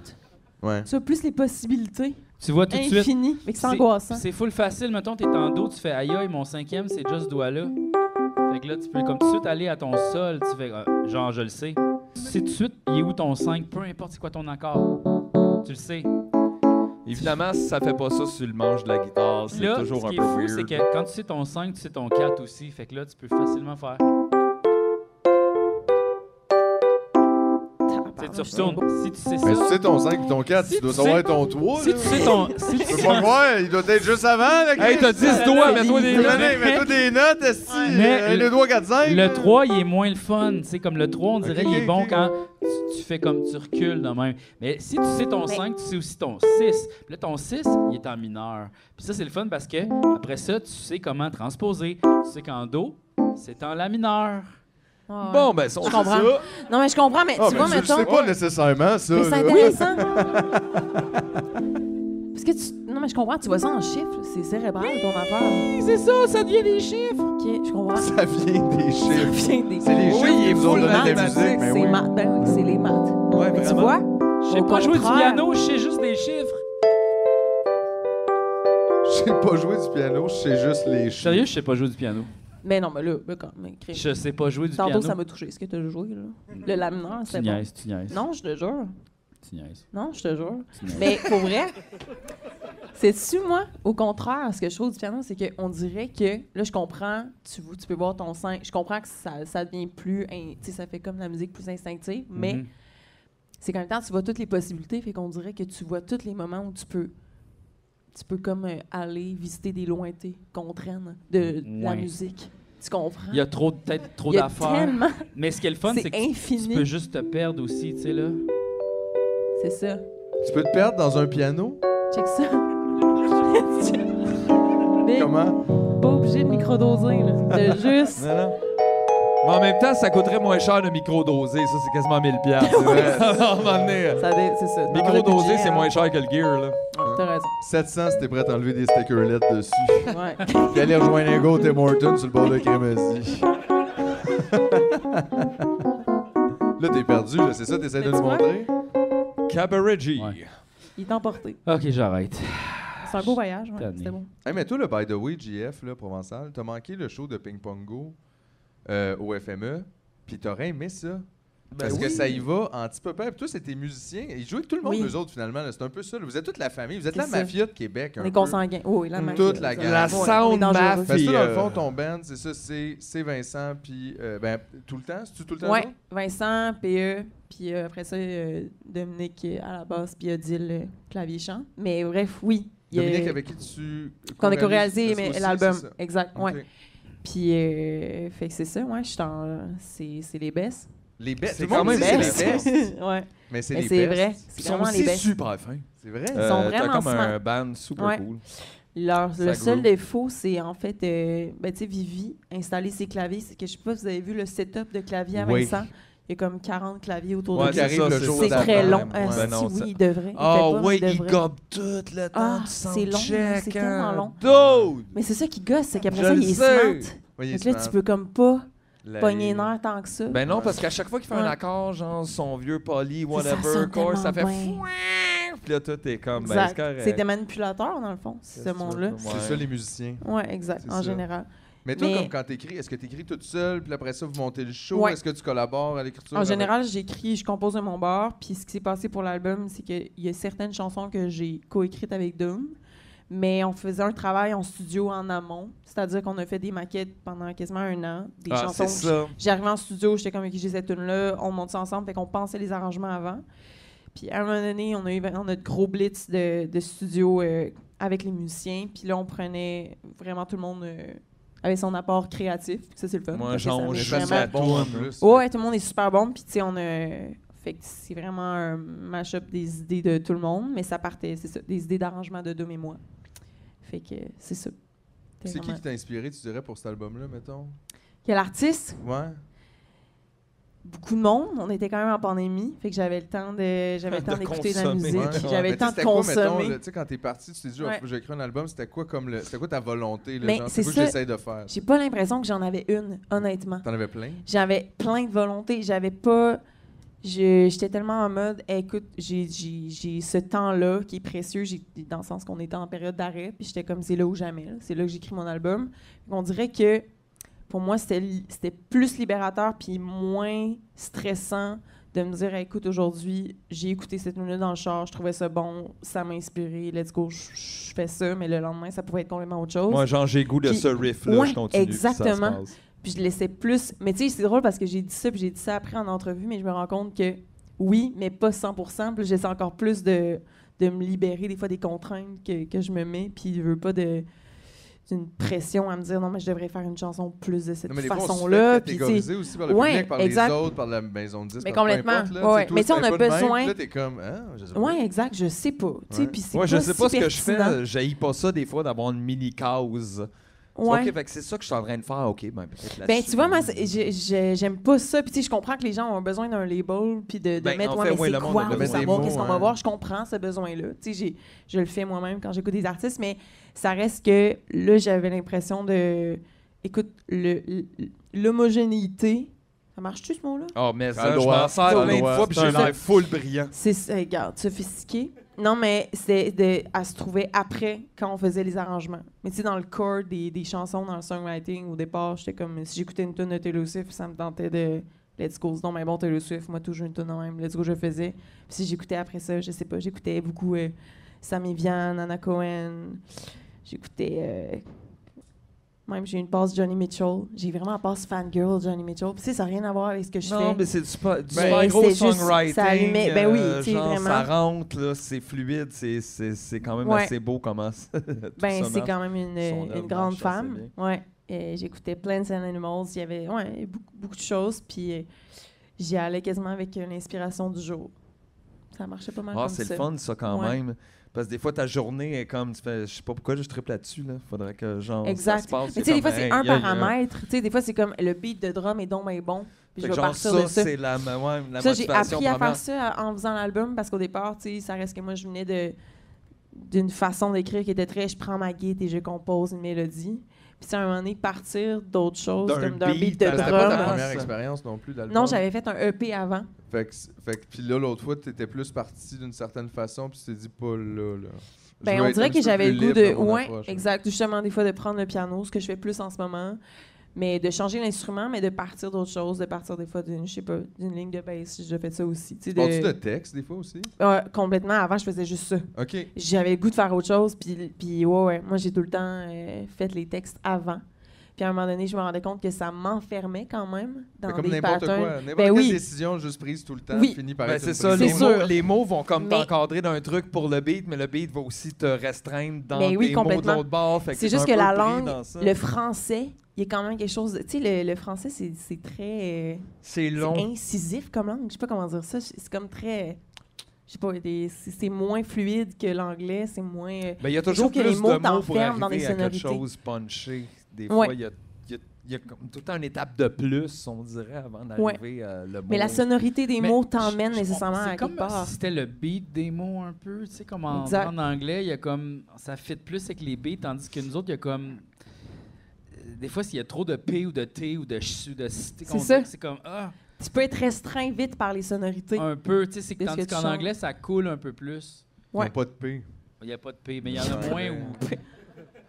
[SPEAKER 3] Ouais.
[SPEAKER 16] Tu vois plus les possibilités
[SPEAKER 1] Tu vois tout de suite.
[SPEAKER 16] infinies, mais que c'est
[SPEAKER 1] C'est-
[SPEAKER 16] angoissant.
[SPEAKER 1] C'est full facile. Mettons, t'es en dos, tu fais aïe aïe, mon cinquième, c'est juste doigt-là. Fait que là, tu peux comme tout de suite aller à ton sol. Tu fais euh, genre, je le sais. Tu sais tout de suite, il est où ton 5, peu importe c'est quoi ton accord. Tu le sais.
[SPEAKER 2] Évidemment, ça fait pas ça sur le manche de la guitare,
[SPEAKER 1] Puis
[SPEAKER 2] c'est
[SPEAKER 1] là,
[SPEAKER 2] toujours
[SPEAKER 1] ce
[SPEAKER 2] un
[SPEAKER 1] qui
[SPEAKER 2] peu
[SPEAKER 1] est fou,
[SPEAKER 2] weird.
[SPEAKER 1] c'est que quand tu sais ton 5, tu sais ton 4 aussi. Fait que là, tu peux facilement faire.
[SPEAKER 16] Ah,
[SPEAKER 1] Tu sais, tu
[SPEAKER 16] Tabarnouche, c'est beau.
[SPEAKER 1] retournes. Si tu sais ça.
[SPEAKER 3] Mais si tu sais ton 5 et ton 4,
[SPEAKER 1] Si
[SPEAKER 3] tu dois
[SPEAKER 1] tu
[SPEAKER 3] savoir
[SPEAKER 1] sais-
[SPEAKER 3] ton 3.
[SPEAKER 1] Si tu sais ton. Si tu
[SPEAKER 3] Tu peux
[SPEAKER 1] sais
[SPEAKER 3] pas voir, il doit être juste avant. Là,
[SPEAKER 2] Hey, t'as 10 doigts, mets-toi des
[SPEAKER 3] Il
[SPEAKER 2] notes.
[SPEAKER 3] mets mets-toi des notes, esti.
[SPEAKER 1] Mais
[SPEAKER 3] Euh,
[SPEAKER 1] le-
[SPEAKER 3] 1, 2, 3, 4, 5.
[SPEAKER 1] Le 3, il est moins le fun. C'est comme le 3, on dirait
[SPEAKER 3] Ok,
[SPEAKER 1] il est
[SPEAKER 3] ok,
[SPEAKER 1] bon
[SPEAKER 3] ok.
[SPEAKER 1] quand tu, tu fais comme tu recules de même. Mais si tu sais ton
[SPEAKER 16] Mais-
[SPEAKER 1] 5, tu sais aussi ton 6. Puis là, ton 6, il est en mineur. Puis ça, c'est le fun parce que après ça, tu sais comment transposer. Tu sais qu'en Do, c'est en la mineur.
[SPEAKER 16] Ouais, ouais.
[SPEAKER 2] Bon, ben, si on
[SPEAKER 16] Je
[SPEAKER 2] fait
[SPEAKER 16] comprends.
[SPEAKER 2] ça,
[SPEAKER 16] Non, mais je comprends, mais
[SPEAKER 3] Ah,
[SPEAKER 16] tu
[SPEAKER 3] ben,
[SPEAKER 16] vois,
[SPEAKER 3] je le
[SPEAKER 16] mettons...
[SPEAKER 3] sais pas nécessairement, ça.
[SPEAKER 16] Mais c'est
[SPEAKER 3] là.
[SPEAKER 16] intéressant. Parce que tu. Non, mais je comprends, tu vois ça en chiffres. C'est cérébral, ton affaire.
[SPEAKER 1] C'est ça, ça devient des chiffres.
[SPEAKER 16] Ok, je comprends. Ça
[SPEAKER 3] Ça vient des chiffres.
[SPEAKER 16] vient des.
[SPEAKER 3] C'est les
[SPEAKER 2] Oui,
[SPEAKER 3] chiffres
[SPEAKER 2] il est
[SPEAKER 3] qui nous ont
[SPEAKER 2] full
[SPEAKER 3] donné de la
[SPEAKER 2] mathématique,
[SPEAKER 3] musique. mais
[SPEAKER 16] C'est
[SPEAKER 3] oui.
[SPEAKER 16] maths. Ben oui, c'est les maths.
[SPEAKER 2] Ouais,
[SPEAKER 16] Mais tu
[SPEAKER 2] vraiment.
[SPEAKER 16] vois,
[SPEAKER 1] Je sais
[SPEAKER 16] Au
[SPEAKER 1] pas jouer du
[SPEAKER 16] contraire.
[SPEAKER 1] piano, je sais juste des chiffres.
[SPEAKER 3] Je sais pas jouer du piano, je sais juste les chiffres.
[SPEAKER 1] Sérieux, je sais pas jouer du piano.
[SPEAKER 16] Mais non, mais là, là quand même. crime.
[SPEAKER 1] Je sais pas jouer du
[SPEAKER 16] Tantôt,
[SPEAKER 1] piano.
[SPEAKER 16] ça m'a touché ce que t'as joué, là. Le lamineur,
[SPEAKER 1] Tu
[SPEAKER 16] c'est bon.
[SPEAKER 1] niaises, tu niaises.
[SPEAKER 16] Non, je te jure.
[SPEAKER 1] Tu niaises.
[SPEAKER 16] Non, je te jure.
[SPEAKER 1] Tu niaises.
[SPEAKER 16] Mais pour vrai, c'est-tu, moi, au contraire, ce que je trouve du piano, c'est qu'on dirait que, là, je comprends, tu, vois- tu peux voir ton sein, je comprends que ça, ça devient plus, in- tu sais, ça fait comme la musique plus instinctive, mais
[SPEAKER 1] Mhm.
[SPEAKER 16] c'est qu'en même temps, tu vois toutes les possibilités, fait qu'on dirait que tu vois tous les moments où tu peux, tu peux comme euh, aller visiter des lointains qu'on traîne de, de la
[SPEAKER 1] Ouais.
[SPEAKER 16] musique. Tu comprends?
[SPEAKER 1] Il y a trop de- peut-être trop
[SPEAKER 16] Il y a
[SPEAKER 1] d'affaires.
[SPEAKER 16] tellement...
[SPEAKER 1] Mais ce qui est le fun,
[SPEAKER 16] C'est
[SPEAKER 1] c'est que tu- tu
[SPEAKER 16] infini.
[SPEAKER 1] peux juste te perdre aussi, tu sais là.
[SPEAKER 16] C'est ça.
[SPEAKER 3] Tu peux te perdre dans un piano?
[SPEAKER 16] Check ça. big.
[SPEAKER 3] Comment?
[SPEAKER 16] Pas obligé de microdoser, là. De juste.
[SPEAKER 2] Non, non. Mais en même temps, ça coûterait moins cher de micro-doser. Ça, c'est quasiment 1000$. piastres, c'est
[SPEAKER 16] Ouais,
[SPEAKER 2] vrai.
[SPEAKER 16] c'est ça.
[SPEAKER 2] À un moment donné,
[SPEAKER 16] Ça dé- c'est ça. Dans le
[SPEAKER 2] Micro-doser,
[SPEAKER 16] budget,
[SPEAKER 1] euh,
[SPEAKER 2] c'est
[SPEAKER 16] hein.
[SPEAKER 2] moins cher que le gear. Là.
[SPEAKER 1] ah,
[SPEAKER 16] T'as raison.
[SPEAKER 3] 700 si t'es prêt à enlever des stickerlettes dessus.
[SPEAKER 16] Ouais.
[SPEAKER 3] Puis aller rejoindre un gars au Tim Hortons sur le bord de Crémazie. là, t'es perdu, là, c'est ça, t'essaies de nous montrer?
[SPEAKER 2] Cabaretji.
[SPEAKER 16] Il est emporté.
[SPEAKER 1] Ok, j'arrête.
[SPEAKER 16] C'est un beau voyage, ouais.
[SPEAKER 1] Tanné.
[SPEAKER 16] C'était bon.
[SPEAKER 3] Hey, mais toi, le by the way, GF, là, Provençal, t'as manqué le show de Ping Pong Go euh, au FME, puis t'aurais aimé ça.
[SPEAKER 16] Ben
[SPEAKER 3] Parce que
[SPEAKER 4] oui.
[SPEAKER 3] ça y va en petit peu peur. Puis toi, c'était musicien. Ils jouaient avec tout le monde,
[SPEAKER 16] Oui.
[SPEAKER 3] eux autres, finalement. là. C'est un peu ça. là. Vous êtes toute la famille. Vous êtes
[SPEAKER 16] C'est
[SPEAKER 3] la
[SPEAKER 16] ça.
[SPEAKER 3] mafia de Québec. un
[SPEAKER 16] On est
[SPEAKER 3] peu.
[SPEAKER 16] consanguins. Oui, oui, la
[SPEAKER 3] Mm.
[SPEAKER 16] mafia,
[SPEAKER 3] Toute la
[SPEAKER 16] ça.
[SPEAKER 3] gang.
[SPEAKER 16] La Ouais, on est sound dangereux. mafia.
[SPEAKER 3] Parce que toi, dans le fond, ton band, c'est ça, c'est c'est Vincent, puis euh, ben, tout le temps. C'est-tu tout le temps?
[SPEAKER 16] Ouais,
[SPEAKER 3] non?
[SPEAKER 16] Vincent, PE, puis euh, après ça, euh, Dominique euh, à la basse, puis Odile, euh, clavier-chant. Mais bref, oui. il y a-
[SPEAKER 3] Dominique, avec qui tu.
[SPEAKER 16] Qu'on a
[SPEAKER 3] co-réalises
[SPEAKER 16] co-réalisé mais
[SPEAKER 3] aussi,
[SPEAKER 16] l'album.
[SPEAKER 3] c'est ça.
[SPEAKER 16] Exact,
[SPEAKER 3] Ok.
[SPEAKER 16] ouais. Puis, euh, fait que c'est ça, ouais, je suis en. C'est c'est les bestes.
[SPEAKER 3] Les bestes.
[SPEAKER 16] C'est
[SPEAKER 3] Tout le monde
[SPEAKER 16] quand
[SPEAKER 3] dit
[SPEAKER 16] même
[SPEAKER 3] Ah, c'est les
[SPEAKER 16] best.
[SPEAKER 3] bestes.
[SPEAKER 16] Ouais.
[SPEAKER 3] Mais c'est
[SPEAKER 16] Mais
[SPEAKER 3] les
[SPEAKER 16] c'est
[SPEAKER 3] bestes.
[SPEAKER 16] vrai, c'est
[SPEAKER 3] Ils sont
[SPEAKER 16] vraiment les
[SPEAKER 3] aussi
[SPEAKER 16] bestes.
[SPEAKER 3] super fins. C'est vrai.
[SPEAKER 16] Ils sont vraiment
[SPEAKER 2] Euh, T'as comme un
[SPEAKER 16] smart.
[SPEAKER 2] band super
[SPEAKER 16] Ouais.
[SPEAKER 2] cool.
[SPEAKER 16] Leur,
[SPEAKER 2] Ça
[SPEAKER 16] le seul
[SPEAKER 2] groove.
[SPEAKER 16] défaut, c'est en fait, euh, ben, tu sais, Vivi, installer ses claviers. C'est que je sais pas, vous avez vu le setup de clavier à
[SPEAKER 3] Oui.
[SPEAKER 16] Vincent. Il y a comme 40 claviers autour
[SPEAKER 2] Ouais,
[SPEAKER 16] de lui.
[SPEAKER 2] c'est ça,
[SPEAKER 16] C'est
[SPEAKER 2] c'est
[SPEAKER 16] c'est
[SPEAKER 2] ça.
[SPEAKER 16] très long.
[SPEAKER 2] Ouais,
[SPEAKER 16] Ah,
[SPEAKER 2] ben
[SPEAKER 16] si,
[SPEAKER 2] non,
[SPEAKER 16] oui,
[SPEAKER 2] ça-
[SPEAKER 16] il devrait. Il
[SPEAKER 2] Ah
[SPEAKER 16] fait pas, mais
[SPEAKER 2] ouais,
[SPEAKER 16] il
[SPEAKER 2] il
[SPEAKER 16] devrait.
[SPEAKER 2] gobe tout le temps
[SPEAKER 16] Ah,
[SPEAKER 2] du
[SPEAKER 16] c'est long, là,
[SPEAKER 2] soundcheck,
[SPEAKER 16] c'est
[SPEAKER 2] hein.
[SPEAKER 16] tellement long.
[SPEAKER 2] Dude!
[SPEAKER 16] Mais c'est ça qui gosse, c'est qu'après
[SPEAKER 2] Je
[SPEAKER 16] ça,
[SPEAKER 2] le
[SPEAKER 16] il est
[SPEAKER 2] sais.
[SPEAKER 16] smart.
[SPEAKER 2] Oui, il
[SPEAKER 16] Donc
[SPEAKER 2] est
[SPEAKER 16] là,
[SPEAKER 2] smart.
[SPEAKER 16] tu peux comme pas
[SPEAKER 2] La-
[SPEAKER 16] pogner une heure tant que ça.
[SPEAKER 2] Ben non, parce qu'à chaque fois qu'il fait un
[SPEAKER 16] Ouais.
[SPEAKER 2] accord, genre son vieux poly,
[SPEAKER 16] Ça, ça
[SPEAKER 2] whatever,
[SPEAKER 16] sonne
[SPEAKER 2] course, ça fait
[SPEAKER 16] tellement
[SPEAKER 2] fouin. Puis là, tout est comme, ben, c'est
[SPEAKER 16] Exact.
[SPEAKER 2] correct.
[SPEAKER 16] C'est des manipulateurs, dans le fond,
[SPEAKER 2] Qu'est-ce
[SPEAKER 16] ce
[SPEAKER 2] que tu veux
[SPEAKER 16] monde-là.
[SPEAKER 2] que-
[SPEAKER 3] C'est ça, les musiciens.
[SPEAKER 16] Ouais, exact,
[SPEAKER 3] C'est
[SPEAKER 16] en
[SPEAKER 3] ça.
[SPEAKER 16] général.
[SPEAKER 3] Mais toi, comme quand t'écris, est-ce que t'écris toute seule, puis après ça, vous montez le show?
[SPEAKER 16] Ouais.
[SPEAKER 3] Est-ce que tu collabores à l'écriture?
[SPEAKER 16] En
[SPEAKER 3] avec-
[SPEAKER 16] général, j'écris, je compose de mon bord. Puis ce qui s'est passé pour l'album, c'est qu'il y a certaines chansons que j'ai coécrites avec Doom, mais on faisait un travail en studio en amont. C'est-à-dire qu'on a fait des maquettes pendant quasiment un an, des
[SPEAKER 2] Ah,
[SPEAKER 16] chansons.
[SPEAKER 2] c'est ça.
[SPEAKER 16] J'arrivais en studio, j'étais comme, OK, j'ai cette tune-là, on monte ça ensemble, fait qu'on pensait les arrangements avant. Puis à un moment donné, on a eu vraiment notre gros blitz de, de studio euh, avec les musiciens. Puis là, on prenait vraiment tout le monde euh, avec son apport créatif. Puis ça, c'est le fun.
[SPEAKER 2] Moi,
[SPEAKER 16] Fait que ça
[SPEAKER 2] genre,
[SPEAKER 16] met
[SPEAKER 2] je fais
[SPEAKER 16] vraiment-
[SPEAKER 2] ça bon, en plus.
[SPEAKER 16] Ouais, ouais, tout le monde est super bon. Puis, tu sais, on a. Fait que c'est vraiment un mash-up des idées de tout le monde, mais ça partait, c'est ça, des idées d'arrangement de Dom et moi. Fait que c'est ça. C'était
[SPEAKER 3] C'est qui
[SPEAKER 16] vraiment-
[SPEAKER 3] qui t'a inspiré, tu dirais, pour cet album-là, mettons?
[SPEAKER 16] Quel artiste?
[SPEAKER 3] Ouais.
[SPEAKER 16] Beaucoup de monde. On était quand même en pandémie. Fait que j'avais le temps de j'avais le temps
[SPEAKER 3] De
[SPEAKER 16] d'écouter de la
[SPEAKER 3] consommer.
[SPEAKER 16] musique.
[SPEAKER 3] Ouais,
[SPEAKER 16] puis
[SPEAKER 3] ouais.
[SPEAKER 16] J'avais
[SPEAKER 3] Mais
[SPEAKER 16] le temps de
[SPEAKER 3] t'sais, c'était quoi, mettons,
[SPEAKER 16] consommer.
[SPEAKER 3] le- Tu sais, quand t'es parti, tu t'es dit, Ah,
[SPEAKER 16] Ouais.
[SPEAKER 3] j'ai écrit un album, c'était quoi comme le- c'était quoi ta volonté? là,
[SPEAKER 16] Mais
[SPEAKER 3] genre, C'est
[SPEAKER 16] c'est
[SPEAKER 3] quoi que
[SPEAKER 16] ça.
[SPEAKER 3] j'essaie de faire?
[SPEAKER 16] J'ai pas l'impression que j'en avais une, honnêtement.
[SPEAKER 3] T'en avais plein?
[SPEAKER 16] J'avais plein de volonté. J'avais pas. je- J'étais tellement en mode, écoute, j'ai- j'ai j'ai ce temps-là qui est précieux, j'ai- dans le sens qu'on était en période d'arrêt, puis j'étais comme, c'est là ou jamais, là. c'est là que j'écris mon album. On dirait que pour moi, c'était li- c'était plus libérateur, puis moins stressant de me dire, écoute, aujourd'hui, j'ai écouté cette minute dans le char, je trouvais ça bon, ça m'a inspiré, let's go, je- je fais ça, mais le lendemain, ça pouvait être complètement autre chose.
[SPEAKER 2] Moi, genre, j'ai goût de
[SPEAKER 16] Puis-
[SPEAKER 2] ce riff-là,
[SPEAKER 16] Ouais,
[SPEAKER 2] je continue. puis ça se
[SPEAKER 16] Exactement.
[SPEAKER 2] passe.
[SPEAKER 16] Puis je laissais plus. Mais tu sais, c'est drôle parce que j'ai dit ça, puis j'ai dit ça après en entrevue, mais je me rends compte que oui, mais pas 100 Puis j'essaie encore plus de, de me libérer des fois des contraintes que, que je me mets, puis je veux pas de d'une pression à me dire non mais je devrais faire une chanson plus de cette
[SPEAKER 3] Non, mais des fois, on se fait
[SPEAKER 16] façon là
[SPEAKER 3] catégoriser aussi par le public, par les autres, par la maison de disques,
[SPEAKER 16] mais
[SPEAKER 3] par peu
[SPEAKER 16] complètement
[SPEAKER 3] importe, là, tu sais,
[SPEAKER 16] ouais.
[SPEAKER 3] toi,
[SPEAKER 16] mais tu
[SPEAKER 3] c'était
[SPEAKER 16] sais, on a
[SPEAKER 3] pas de même,
[SPEAKER 16] besoin
[SPEAKER 3] puis là, t'es comme, Ah, je sais pas.
[SPEAKER 16] ouais exact je sais pas tu sais puis c'est
[SPEAKER 2] Ouais, je sais pas
[SPEAKER 16] si
[SPEAKER 2] ce que je
[SPEAKER 16] pertinent.
[SPEAKER 2] fais. euh, J'haïs pas ça des fois d'avoir une mini cause. Tu vois,
[SPEAKER 16] Ouais.
[SPEAKER 2] OK, fait que c'est ça que je suis en train de faire. OK, ben peut-être là
[SPEAKER 16] Ben, tu vois, moi, c'est- j'ai- j'ai- j'aime pas ça. Puis, tu sais, je comprends que les gens ont besoin d'un label, puis de, de
[SPEAKER 2] Ben,
[SPEAKER 16] mettre,
[SPEAKER 2] en
[SPEAKER 16] ouais,
[SPEAKER 2] fait,
[SPEAKER 16] mais
[SPEAKER 2] ouais, le
[SPEAKER 16] c'est
[SPEAKER 2] monde
[SPEAKER 16] quoi,
[SPEAKER 2] a
[SPEAKER 16] on veut
[SPEAKER 2] besoin des
[SPEAKER 16] savoir
[SPEAKER 2] mots,
[SPEAKER 16] qu'est-ce qu'on
[SPEAKER 2] hein.
[SPEAKER 16] va voir. Je comprends ce besoin-là. Tu sais, j'ai- je le fais moi-même quand j'écoute des artistes, mais ça reste que là, j'avais l'impression de. Écoute, le- le- l'homogénéité. Ça marche-tu, ce mot-là?
[SPEAKER 2] Oh, mais
[SPEAKER 16] Ça
[SPEAKER 2] ça, je
[SPEAKER 16] doit,
[SPEAKER 2] m'en sers
[SPEAKER 16] ça
[SPEAKER 2] plein de
[SPEAKER 16] doit.
[SPEAKER 2] fois, puis
[SPEAKER 16] C'est
[SPEAKER 2] j'ai
[SPEAKER 16] un-
[SPEAKER 2] l'air full brillant.
[SPEAKER 16] C'est ça, regarde, sophistiqué. Non, mais c'est de, à se trouver après quand on faisait les arrangements. Mais tu sais, dans le corps des, des chansons, dans le songwriting, au départ, j'étais comme si j'écoutais une tonne de Taylor Swift, ça me tentait de Let's go, non, mais bon, Taylor Swift, moi, toujours une tonne même, Let's go, je le faisais. Puis si j'écoutais après ça, je sais pas, j'écoutais beaucoup euh, Sammy Vian, Anna Cohen, j'écoutais. euh, même j'ai une passe Johnny Mitchell. J'ai vraiment une passe fangirl Johnny Mitchell. Puis tu sais, ça n'a rien à voir avec ce que je fais.
[SPEAKER 2] Non, mais c'est du, super, du
[SPEAKER 16] Ben,
[SPEAKER 2] super gros
[SPEAKER 16] c'est juste-
[SPEAKER 2] songwriting.
[SPEAKER 16] ça allumait. Ben oui,
[SPEAKER 2] euh,
[SPEAKER 16] tu sais,
[SPEAKER 2] genre,
[SPEAKER 16] vraiment.
[SPEAKER 2] Ça rentre, là, c'est fluide, c'est- c'est c'est quand même
[SPEAKER 16] Ouais.
[SPEAKER 2] assez beau comment ça. tout
[SPEAKER 16] Ben,
[SPEAKER 2] ça
[SPEAKER 16] c'est
[SPEAKER 2] marche.
[SPEAKER 16] quand même une,
[SPEAKER 2] Son
[SPEAKER 16] une
[SPEAKER 2] œuvre
[SPEAKER 16] grande
[SPEAKER 2] marche assez
[SPEAKER 16] femme.
[SPEAKER 2] bien.
[SPEAKER 16] Ouais. Euh, J'écoutais Plants and Animals. Il y avait ouais, beaucoup, beaucoup de choses. Puis euh, j'y allais quasiment avec euh, l'inspiration du jour. Ça marchait pas mal
[SPEAKER 2] Ah,
[SPEAKER 16] comme
[SPEAKER 2] c'est
[SPEAKER 16] ça.
[SPEAKER 2] le fun, ça, quand
[SPEAKER 16] Ouais.
[SPEAKER 2] même. Parce que des fois, ta journée est comme. Tu fais, je sais pas pourquoi je triple là-dessus, là. Faudrait que, genre. Ça se
[SPEAKER 16] Exact.
[SPEAKER 2] passe,
[SPEAKER 16] Mais tu sais, des
[SPEAKER 2] comme,
[SPEAKER 16] fois, c'est
[SPEAKER 2] hey,
[SPEAKER 16] un
[SPEAKER 2] yeah, yeah.
[SPEAKER 16] paramètre. Tu sais, des fois, c'est comme le beat de drum est donc bien bon.
[SPEAKER 2] Fait
[SPEAKER 16] Puis je
[SPEAKER 2] que
[SPEAKER 16] vais
[SPEAKER 2] genre,
[SPEAKER 16] partir
[SPEAKER 2] ça,
[SPEAKER 16] de ça.
[SPEAKER 2] c'est la, ma- ouais, la
[SPEAKER 16] ça, j'ai
[SPEAKER 2] motivation
[SPEAKER 16] appris à
[SPEAKER 2] première.
[SPEAKER 16] faire ça en faisant l'album parce qu'au départ, tu sais, ça reste que moi, je venais de d'une façon d'écrire qui était très je prends ma guide et je compose une mélodie. Puis, c'est à un moment donné, partir d'autres choses,
[SPEAKER 3] D'un
[SPEAKER 16] comme d'un beat,
[SPEAKER 3] beat,
[SPEAKER 16] de
[SPEAKER 3] c'était pas ta
[SPEAKER 16] drum.
[SPEAKER 3] première expérience non plus d'album.
[SPEAKER 16] Non, j'avais fait un EP avant.
[SPEAKER 3] Fait que, c- fait que- puis là, l'autre fois, t'étais plus parti d'une certaine façon, puis tu t'es dit pas là, là. Je
[SPEAKER 16] Ben,
[SPEAKER 3] veux être
[SPEAKER 16] on
[SPEAKER 3] un
[SPEAKER 16] dirait que
[SPEAKER 3] petit peu
[SPEAKER 16] j'avais le
[SPEAKER 3] plus
[SPEAKER 16] goût
[SPEAKER 3] libre
[SPEAKER 16] de.
[SPEAKER 3] dans mon
[SPEAKER 16] Ouais,
[SPEAKER 3] approche. hein.
[SPEAKER 16] exact. Justement, des fois, de prendre le piano, ce que je fais plus en ce moment. Mais de changer l'instrument, mais de partir d'autre chose, de partir des fois d'une, je sais pas, d'une ligne de bass. J'ai déjà fait ça aussi. Tu sais,
[SPEAKER 3] Parles-tu de texte, des fois, aussi?
[SPEAKER 16] Ouais, complètement. Avant, je faisais juste ça.
[SPEAKER 3] OK.
[SPEAKER 16] J'avais le goût de faire autre chose. Puis, puis ouais, ouais. Moi, j'ai tout le temps euh, fait les textes avant. Puis à un moment donné, je me rendais compte que ça m'enfermait quand même dans
[SPEAKER 3] Fait comme
[SPEAKER 16] des
[SPEAKER 3] n'importe
[SPEAKER 16] patterns.
[SPEAKER 3] quoi. N'importe
[SPEAKER 16] Ben
[SPEAKER 3] quelle
[SPEAKER 16] oui.
[SPEAKER 3] décision juste prise tout le temps
[SPEAKER 16] Oui.
[SPEAKER 3] finit par
[SPEAKER 2] Ben,
[SPEAKER 3] être
[SPEAKER 2] c'est
[SPEAKER 3] une
[SPEAKER 2] ça,
[SPEAKER 3] prise.
[SPEAKER 2] les mots, les mots vont comme
[SPEAKER 16] Mais-
[SPEAKER 2] t'encadrer d'un truc pour le beat, mais le beat va aussi te restreindre dans
[SPEAKER 16] Ben oui,
[SPEAKER 2] des mots de
[SPEAKER 16] complètement.
[SPEAKER 2] l'autre bord. fait
[SPEAKER 16] C'est
[SPEAKER 2] t'es
[SPEAKER 16] juste
[SPEAKER 2] un
[SPEAKER 16] que
[SPEAKER 2] peu
[SPEAKER 16] la
[SPEAKER 2] pris
[SPEAKER 16] langue,
[SPEAKER 2] dans ça.
[SPEAKER 16] le français, il y a quand même quelque chose. de- Tu sais, le, le français, c'est c'est très. euh,
[SPEAKER 2] C'est long.
[SPEAKER 16] incisif comme langue. Je sais pas comment dire ça. C'est comme très. Je sais pas, des- c'est c'est moins fluide que l'anglais, c'est moins. euh,
[SPEAKER 2] Ben, il y a
[SPEAKER 16] je trouve
[SPEAKER 2] toujours
[SPEAKER 16] que
[SPEAKER 2] plus
[SPEAKER 16] les
[SPEAKER 2] de
[SPEAKER 16] mots
[SPEAKER 2] mots pour
[SPEAKER 16] t'enferment
[SPEAKER 2] arriver
[SPEAKER 16] dans des
[SPEAKER 2] à quelque
[SPEAKER 16] sonorités.
[SPEAKER 2] chose punché. Des
[SPEAKER 16] Ouais.
[SPEAKER 2] fois, il y a, il y a- il y a comme tout le temps une étape de plus, on dirait, avant d'arriver à le mot.
[SPEAKER 16] Mais la sonorité des
[SPEAKER 1] Mais
[SPEAKER 16] mots t'emmène nécessairement à
[SPEAKER 1] C'est
[SPEAKER 16] quelque
[SPEAKER 1] comme
[SPEAKER 16] part.
[SPEAKER 1] si c'était le beat des mots un peu, tu sais, comme en,
[SPEAKER 16] Exact.
[SPEAKER 1] en anglais, il y a comme ça fit plus avec les beats, tandis que nous autres, il y a comme euh, des fois s'il y a trop de p ou de t ou de ch ou de c, tu sais, qu'on
[SPEAKER 16] C'est ça.
[SPEAKER 1] dirait que c'est comme ah
[SPEAKER 16] Tu peux être restreint vite par les sonorités.
[SPEAKER 1] un peu, tu sais, c'est que
[SPEAKER 16] de ce
[SPEAKER 1] tandis
[SPEAKER 16] que tu
[SPEAKER 1] qu'en
[SPEAKER 16] chantes.
[SPEAKER 1] anglais ça coule un peu plus.
[SPEAKER 16] Il y a Ouais.
[SPEAKER 3] pas de P.
[SPEAKER 1] Il y a pas de p, mais il y en a moins ou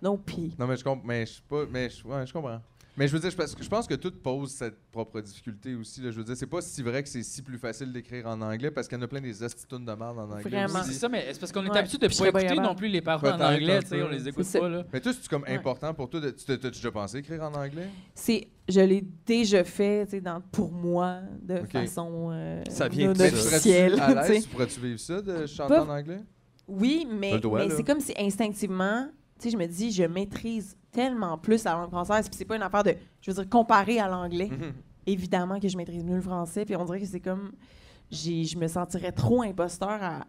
[SPEAKER 16] Non, pis.
[SPEAKER 3] Non, mais je comprends. Mais je suis pas. Mais je, ouais, je comprends. Mais je veux dire, je, parce que je pense que tout pose cette propre difficulté aussi. là. Je veux dire, c'est pas si vrai que c'est si plus facile d'écrire en anglais parce qu'il y en a plein des astitunes de merde en anglais.
[SPEAKER 1] Vraiment.
[SPEAKER 3] aussi.
[SPEAKER 1] C'est ça, mais c'est parce qu'on est
[SPEAKER 16] Ouais,
[SPEAKER 1] habitué de
[SPEAKER 16] puis je
[SPEAKER 1] pas
[SPEAKER 16] serais bien
[SPEAKER 1] écouter
[SPEAKER 16] capable.
[SPEAKER 1] non plus les paroles en
[SPEAKER 3] Peut-être
[SPEAKER 1] anglais,
[SPEAKER 3] un
[SPEAKER 1] tu sais,
[SPEAKER 3] peu.
[SPEAKER 1] on les écoute
[SPEAKER 16] C'est ça.
[SPEAKER 1] pas là.
[SPEAKER 3] Mais toi, c'est comme
[SPEAKER 16] Ouais.
[SPEAKER 3] important pour toi. de- tu t'es- T'as-tu déjà pensé écrire en anglais?
[SPEAKER 16] C'est, je l'ai déjà fait, tu sais, dans, pour moi, de façon euh,
[SPEAKER 2] Ça vient
[SPEAKER 16] non
[SPEAKER 2] de- Mais
[SPEAKER 3] tu
[SPEAKER 16] officielle.
[SPEAKER 3] serais-tu à
[SPEAKER 16] tu sais.
[SPEAKER 3] l'aise? Tu Pourrais-tu vivre ça de chanter
[SPEAKER 16] Pas-
[SPEAKER 3] en anglais?
[SPEAKER 16] Oui,
[SPEAKER 3] Le
[SPEAKER 16] mais,
[SPEAKER 3] doigt,
[SPEAKER 16] mais
[SPEAKER 3] là.
[SPEAKER 16] c'est comme si instinctivement, tu sais, je me dis, je maîtrise tellement plus la langue française, puis c'est pas une affaire de, je veux dire, comparé à l'anglais. Évidemment que je maîtrise mieux le français, puis on dirait que c'est comme, j'ai, je me sentirais trop imposteur à,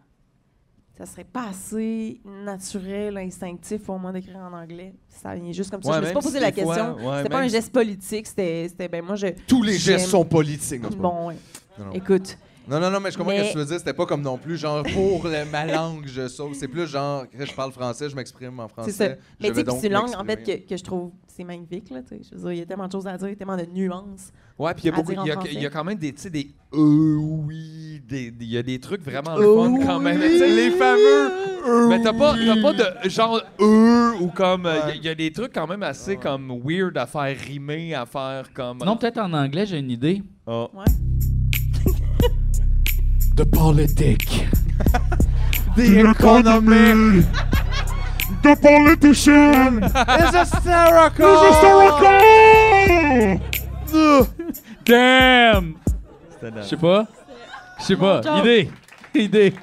[SPEAKER 16] ça serait pas assez naturel, instinctif pour moi d'écrire en anglais. Ça vient juste comme ça.
[SPEAKER 2] Ouais,
[SPEAKER 16] je me suis
[SPEAKER 2] même si
[SPEAKER 16] pas posé
[SPEAKER 2] des
[SPEAKER 16] la
[SPEAKER 2] fois-
[SPEAKER 16] question.
[SPEAKER 2] ouais,
[SPEAKER 16] c'était pas
[SPEAKER 2] même
[SPEAKER 16] un
[SPEAKER 2] si-
[SPEAKER 16] geste politique, c'était, c'était, ben moi je.
[SPEAKER 3] Tous les
[SPEAKER 16] j'aime-
[SPEAKER 3] gestes sont politiques. Non, c'est pas vrai.
[SPEAKER 16] Bon, ouais.
[SPEAKER 3] Non, non.
[SPEAKER 16] écoute.
[SPEAKER 3] Non, non, non, mais je comprends
[SPEAKER 16] Mais-
[SPEAKER 3] ce que tu veux dire. C'était pas comme non plus, genre, pour le- ma langue, je sauve. C'est plus genre, je parle français, je m'exprime en français.
[SPEAKER 16] C'est ça.
[SPEAKER 3] je
[SPEAKER 16] Mais tu
[SPEAKER 3] vais
[SPEAKER 16] sais, puis
[SPEAKER 3] donc
[SPEAKER 16] c'est une langue, en fait,
[SPEAKER 3] m'exprimer.
[SPEAKER 16] que, que je trouve, c'est magnifique, là, tu sais. Je veux dire, il y a tellement de choses à dire, tellement de nuances.
[SPEAKER 2] Ouais, puis il y a
[SPEAKER 16] à
[SPEAKER 2] beaucoup.
[SPEAKER 16] dire en
[SPEAKER 2] Il y, a-
[SPEAKER 16] français.
[SPEAKER 2] il y a quand même des. Tu sais, des. Euh, oui. des- des- Il y a des trucs vraiment le
[SPEAKER 16] Euh,
[SPEAKER 2] fun quand même. Tu sais, les fameux. euh, Mais t'as pas, t'as pas de genre euh ou comme. euh, Il y a- il y, a des trucs quand même assez comme weird à faire rimer, à faire comme.
[SPEAKER 1] Non, peut-être en anglais, j'ai une idée.
[SPEAKER 2] Ah.
[SPEAKER 16] Ouais.
[SPEAKER 1] De politique.
[SPEAKER 9] The economy. The politician.
[SPEAKER 2] It's
[SPEAKER 9] It's hysterical.
[SPEAKER 1] Damn!
[SPEAKER 2] C'était dans-
[SPEAKER 1] Je sais pas. Je sais pas. Idée. Idée.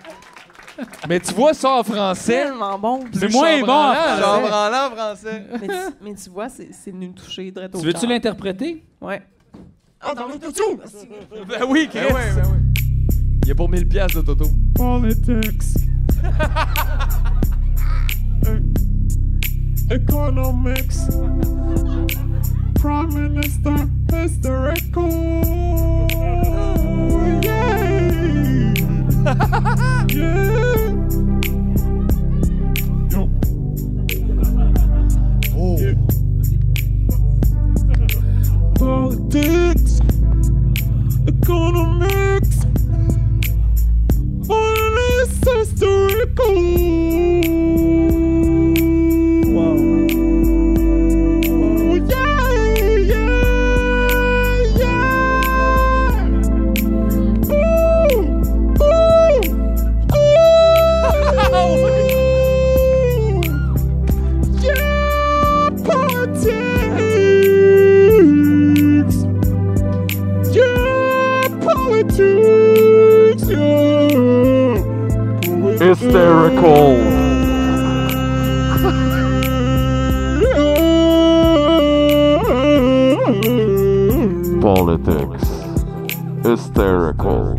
[SPEAKER 2] Mais tu vois ça en français.
[SPEAKER 16] Tellement bon.
[SPEAKER 1] C'est moins bon. en
[SPEAKER 2] chambranlant,
[SPEAKER 1] français.
[SPEAKER 2] là.
[SPEAKER 3] Branlant en français.
[SPEAKER 16] mais, tu, mais tu vois, c'est c'est venu me toucher direct au
[SPEAKER 1] Tu veux-tu
[SPEAKER 16] cœur.
[SPEAKER 1] l'interpréter?
[SPEAKER 16] Ouais.
[SPEAKER 2] Ben oui, Chris. Il y a pour 1000 piastres de Toto.
[SPEAKER 3] Euh,
[SPEAKER 9] Politics. E- Economics. Prime Minister Hysterical. Yay! yeah! Yo. Yeah. Politics. Economics. Honest historical. Wow. Yeah, yeah, yeah. Ooh, ooh, ooh. Yeah, politics. Yeah, politics. Yeah.
[SPEAKER 7] Hysterical. Politics. Hysterical.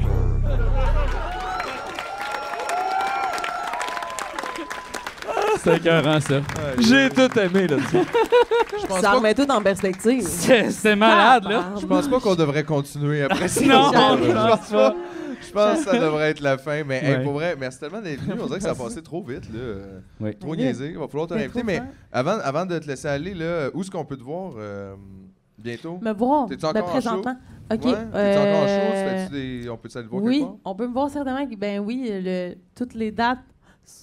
[SPEAKER 1] C'est écœurant, ça.
[SPEAKER 2] J'ai tout aimé là-dessus.
[SPEAKER 16] Ça remet tout en perspective.
[SPEAKER 1] C'est c'est malade,
[SPEAKER 16] Ah,
[SPEAKER 1] là.
[SPEAKER 3] Je pense pas qu'on devrait continuer après ça.
[SPEAKER 1] Non,
[SPEAKER 3] je
[SPEAKER 1] je
[SPEAKER 3] pense
[SPEAKER 1] pense
[SPEAKER 3] pas. Je pense que ça devrait être la fin, mais hey,
[SPEAKER 1] Ouais.
[SPEAKER 3] pour vrai, merci tellement d'être venu. On dirait que ça a passé trop vite, là. Euh,
[SPEAKER 1] Oui.
[SPEAKER 3] Trop
[SPEAKER 16] Oui.
[SPEAKER 3] niaisé. Il va falloir te
[SPEAKER 16] Mais
[SPEAKER 3] réinviter.
[SPEAKER 16] Ben trop
[SPEAKER 3] Mais
[SPEAKER 16] fort.
[SPEAKER 3] avant, avant de te laisser aller, là, où est-ce qu'on peut te voir euh, bientôt?
[SPEAKER 16] Me voir.
[SPEAKER 3] T'es-tu
[SPEAKER 16] ben,
[SPEAKER 3] encore en
[SPEAKER 16] présentement. OK.
[SPEAKER 3] Ouais? T'es-tu encore en show?
[SPEAKER 16] euh,
[SPEAKER 3] Tu fais-tu des- On peut-tu aller te voir
[SPEAKER 16] Oui,
[SPEAKER 3] quelque part?
[SPEAKER 16] on peut me voir certainement. Ben oui, le- toutes les dates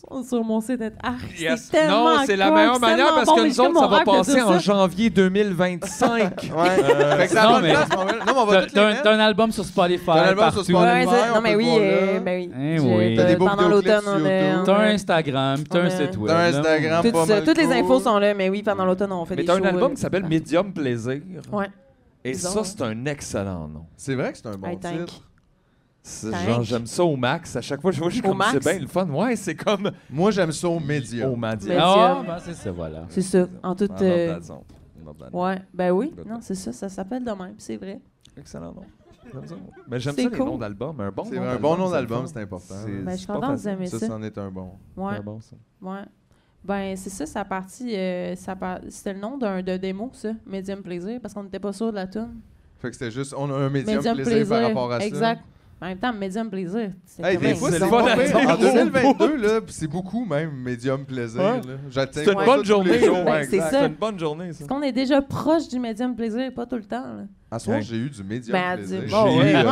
[SPEAKER 16] sont sur mon site net. Ah,
[SPEAKER 2] euh, Yes.
[SPEAKER 16] c'est tellement
[SPEAKER 2] Non, c'est la
[SPEAKER 16] cool,
[SPEAKER 2] meilleure
[SPEAKER 16] c'est
[SPEAKER 2] manière
[SPEAKER 16] tellement
[SPEAKER 2] parce
[SPEAKER 16] bon,
[SPEAKER 2] que
[SPEAKER 16] mais
[SPEAKER 2] nous
[SPEAKER 16] j'ai comme
[SPEAKER 2] autres, ça
[SPEAKER 16] mon
[SPEAKER 2] va
[SPEAKER 16] rêve de
[SPEAKER 2] passer
[SPEAKER 16] dire
[SPEAKER 2] en
[SPEAKER 16] ça.
[SPEAKER 2] janvier 2025.
[SPEAKER 3] Ouais. fait
[SPEAKER 2] Euh,
[SPEAKER 3] que ça
[SPEAKER 1] non,
[SPEAKER 3] va
[SPEAKER 1] mais-
[SPEAKER 3] place, mais on va- Non, mais on va
[SPEAKER 1] T'as
[SPEAKER 3] toutes les
[SPEAKER 1] t'as un,
[SPEAKER 3] mettre.
[SPEAKER 1] t'as un album sur Spotify.
[SPEAKER 3] T'as un album sur
[SPEAKER 1] partout.
[SPEAKER 3] Spotify.
[SPEAKER 16] Ouais, c'est-
[SPEAKER 3] on
[SPEAKER 16] non, mais
[SPEAKER 3] peut
[SPEAKER 16] oui,
[SPEAKER 3] voir là.
[SPEAKER 16] euh, ben oui.
[SPEAKER 1] Eh
[SPEAKER 16] Je-
[SPEAKER 1] oui.
[SPEAKER 3] T'as des beaux
[SPEAKER 16] pendant
[SPEAKER 3] vidéoclips
[SPEAKER 16] l'automne, euh,
[SPEAKER 3] sur
[SPEAKER 16] on est-
[SPEAKER 3] YouTube.
[SPEAKER 16] on
[SPEAKER 1] T'as un
[SPEAKER 16] est-
[SPEAKER 1] Instagram, puis t'as
[SPEAKER 16] On
[SPEAKER 1] un
[SPEAKER 16] a-
[SPEAKER 1] site web.
[SPEAKER 3] T'as un Instagram,
[SPEAKER 16] Tout
[SPEAKER 3] pas
[SPEAKER 16] ça,
[SPEAKER 3] mal
[SPEAKER 16] toutes les
[SPEAKER 3] cool.
[SPEAKER 16] infos sont là, mais oui, pendant l'automne, on fait
[SPEAKER 2] Mais
[SPEAKER 16] des
[SPEAKER 2] t'as
[SPEAKER 16] shows.
[SPEAKER 2] un album
[SPEAKER 16] euh,
[SPEAKER 2] qui s'appelle
[SPEAKER 16] partout.
[SPEAKER 2] Medium Plaisir.
[SPEAKER 16] Ouais.
[SPEAKER 2] Et
[SPEAKER 16] Bizarre,
[SPEAKER 2] ça,
[SPEAKER 16] hein?
[SPEAKER 2] c'est un excellent nom.
[SPEAKER 3] C'est vrai que c'est un bon
[SPEAKER 16] I think.
[SPEAKER 3] titre.
[SPEAKER 2] C'est
[SPEAKER 16] Thank.
[SPEAKER 2] Genre, j'aime ça au max. À chaque fois, je vois, je suis
[SPEAKER 16] Au
[SPEAKER 2] comme,
[SPEAKER 16] max?
[SPEAKER 2] c'est bien le fun. Ouais, c'est comme
[SPEAKER 3] Moi, j'aime ça au média.
[SPEAKER 2] au Madium.
[SPEAKER 16] Mais-
[SPEAKER 1] Ah,
[SPEAKER 16] Medium.
[SPEAKER 1] ben, c'est ça, voilà.
[SPEAKER 16] C'est ça, en toute... euh,
[SPEAKER 2] Ouais.
[SPEAKER 16] ouais, ben oui.
[SPEAKER 2] Good.
[SPEAKER 16] Non, c'est ça, ça s'appelle de même, c'est vrai.
[SPEAKER 2] Excellent nom. J'aime ça. Mais j'aime ça
[SPEAKER 16] C'est
[SPEAKER 2] les
[SPEAKER 16] cool.
[SPEAKER 2] noms d'albums. Un bon
[SPEAKER 3] C'est
[SPEAKER 2] nom
[SPEAKER 3] un bon nom
[SPEAKER 2] c'est le
[SPEAKER 3] d'album,
[SPEAKER 2] fun.
[SPEAKER 3] c'est important.
[SPEAKER 2] C'est-
[SPEAKER 16] Ben, je suis
[SPEAKER 2] c'est pas
[SPEAKER 16] contente que vous
[SPEAKER 2] facile.
[SPEAKER 16] aimez
[SPEAKER 3] Ça, Ah,
[SPEAKER 16] ça.
[SPEAKER 3] c'en est un bon.
[SPEAKER 16] Ouais,
[SPEAKER 2] C'est bon, ça.
[SPEAKER 16] ouais. Ben, c'est ça, ça partit... euh, ça par- C'était le nom d'un de démo, ça, Medium Plaisir, parce qu'on n'était pas sûr de la tune.
[SPEAKER 3] Fait que c'était juste, on a un médium, plaisir, par rapport à ça.
[SPEAKER 16] Exact. En même temps, Medium Plaisir, c'est
[SPEAKER 3] Hey,
[SPEAKER 16] quand
[SPEAKER 3] des
[SPEAKER 16] même-
[SPEAKER 3] fois,
[SPEAKER 2] C'est
[SPEAKER 3] c'est
[SPEAKER 2] le fun
[SPEAKER 3] pas
[SPEAKER 2] à
[SPEAKER 3] pire.
[SPEAKER 2] dire.
[SPEAKER 3] En 2022, là, pis c'est beaucoup même, médium plaisir.
[SPEAKER 2] Ouais.
[SPEAKER 3] là. J'atteins
[SPEAKER 2] C'est une
[SPEAKER 3] pas ça
[SPEAKER 2] bonne
[SPEAKER 3] tous les
[SPEAKER 2] journée.
[SPEAKER 3] jours.
[SPEAKER 2] là.
[SPEAKER 16] Ben,
[SPEAKER 2] Ouais,
[SPEAKER 16] c'est
[SPEAKER 2] exact.
[SPEAKER 16] ça.
[SPEAKER 2] C'est une bonne journée, ça.
[SPEAKER 16] Parce qu'on est déjà proche du Medium Plaisir, pas tout le temps, là.
[SPEAKER 3] À ce moment,
[SPEAKER 2] Ouais.
[SPEAKER 3] j'ai eu du médium
[SPEAKER 16] Ben,
[SPEAKER 3] plaisir.
[SPEAKER 16] du-
[SPEAKER 3] J'ai
[SPEAKER 16] Bon,
[SPEAKER 3] eu,
[SPEAKER 16] ouais.
[SPEAKER 3] euh,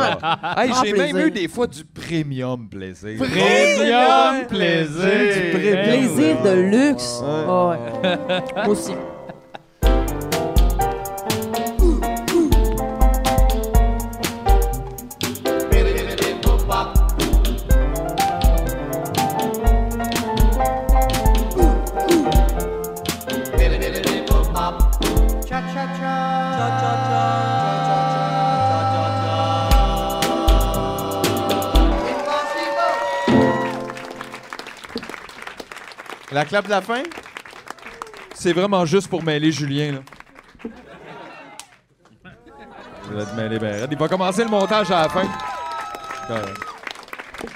[SPEAKER 2] Hey,
[SPEAKER 16] Grand
[SPEAKER 2] j'ai même
[SPEAKER 16] plaisir.
[SPEAKER 2] eu des fois du premium plaisir.
[SPEAKER 1] Premium plaisir.
[SPEAKER 3] Du premium.
[SPEAKER 16] Plaisir de luxe.
[SPEAKER 3] Ouais.
[SPEAKER 16] Ah ouais. Moi aussi.
[SPEAKER 3] La clap de la fin?
[SPEAKER 2] C'est vraiment juste pour mêler Julien, là. Ben, Il va te mêler, ben, raide. Il va commencer le montage à la fin. Ouais.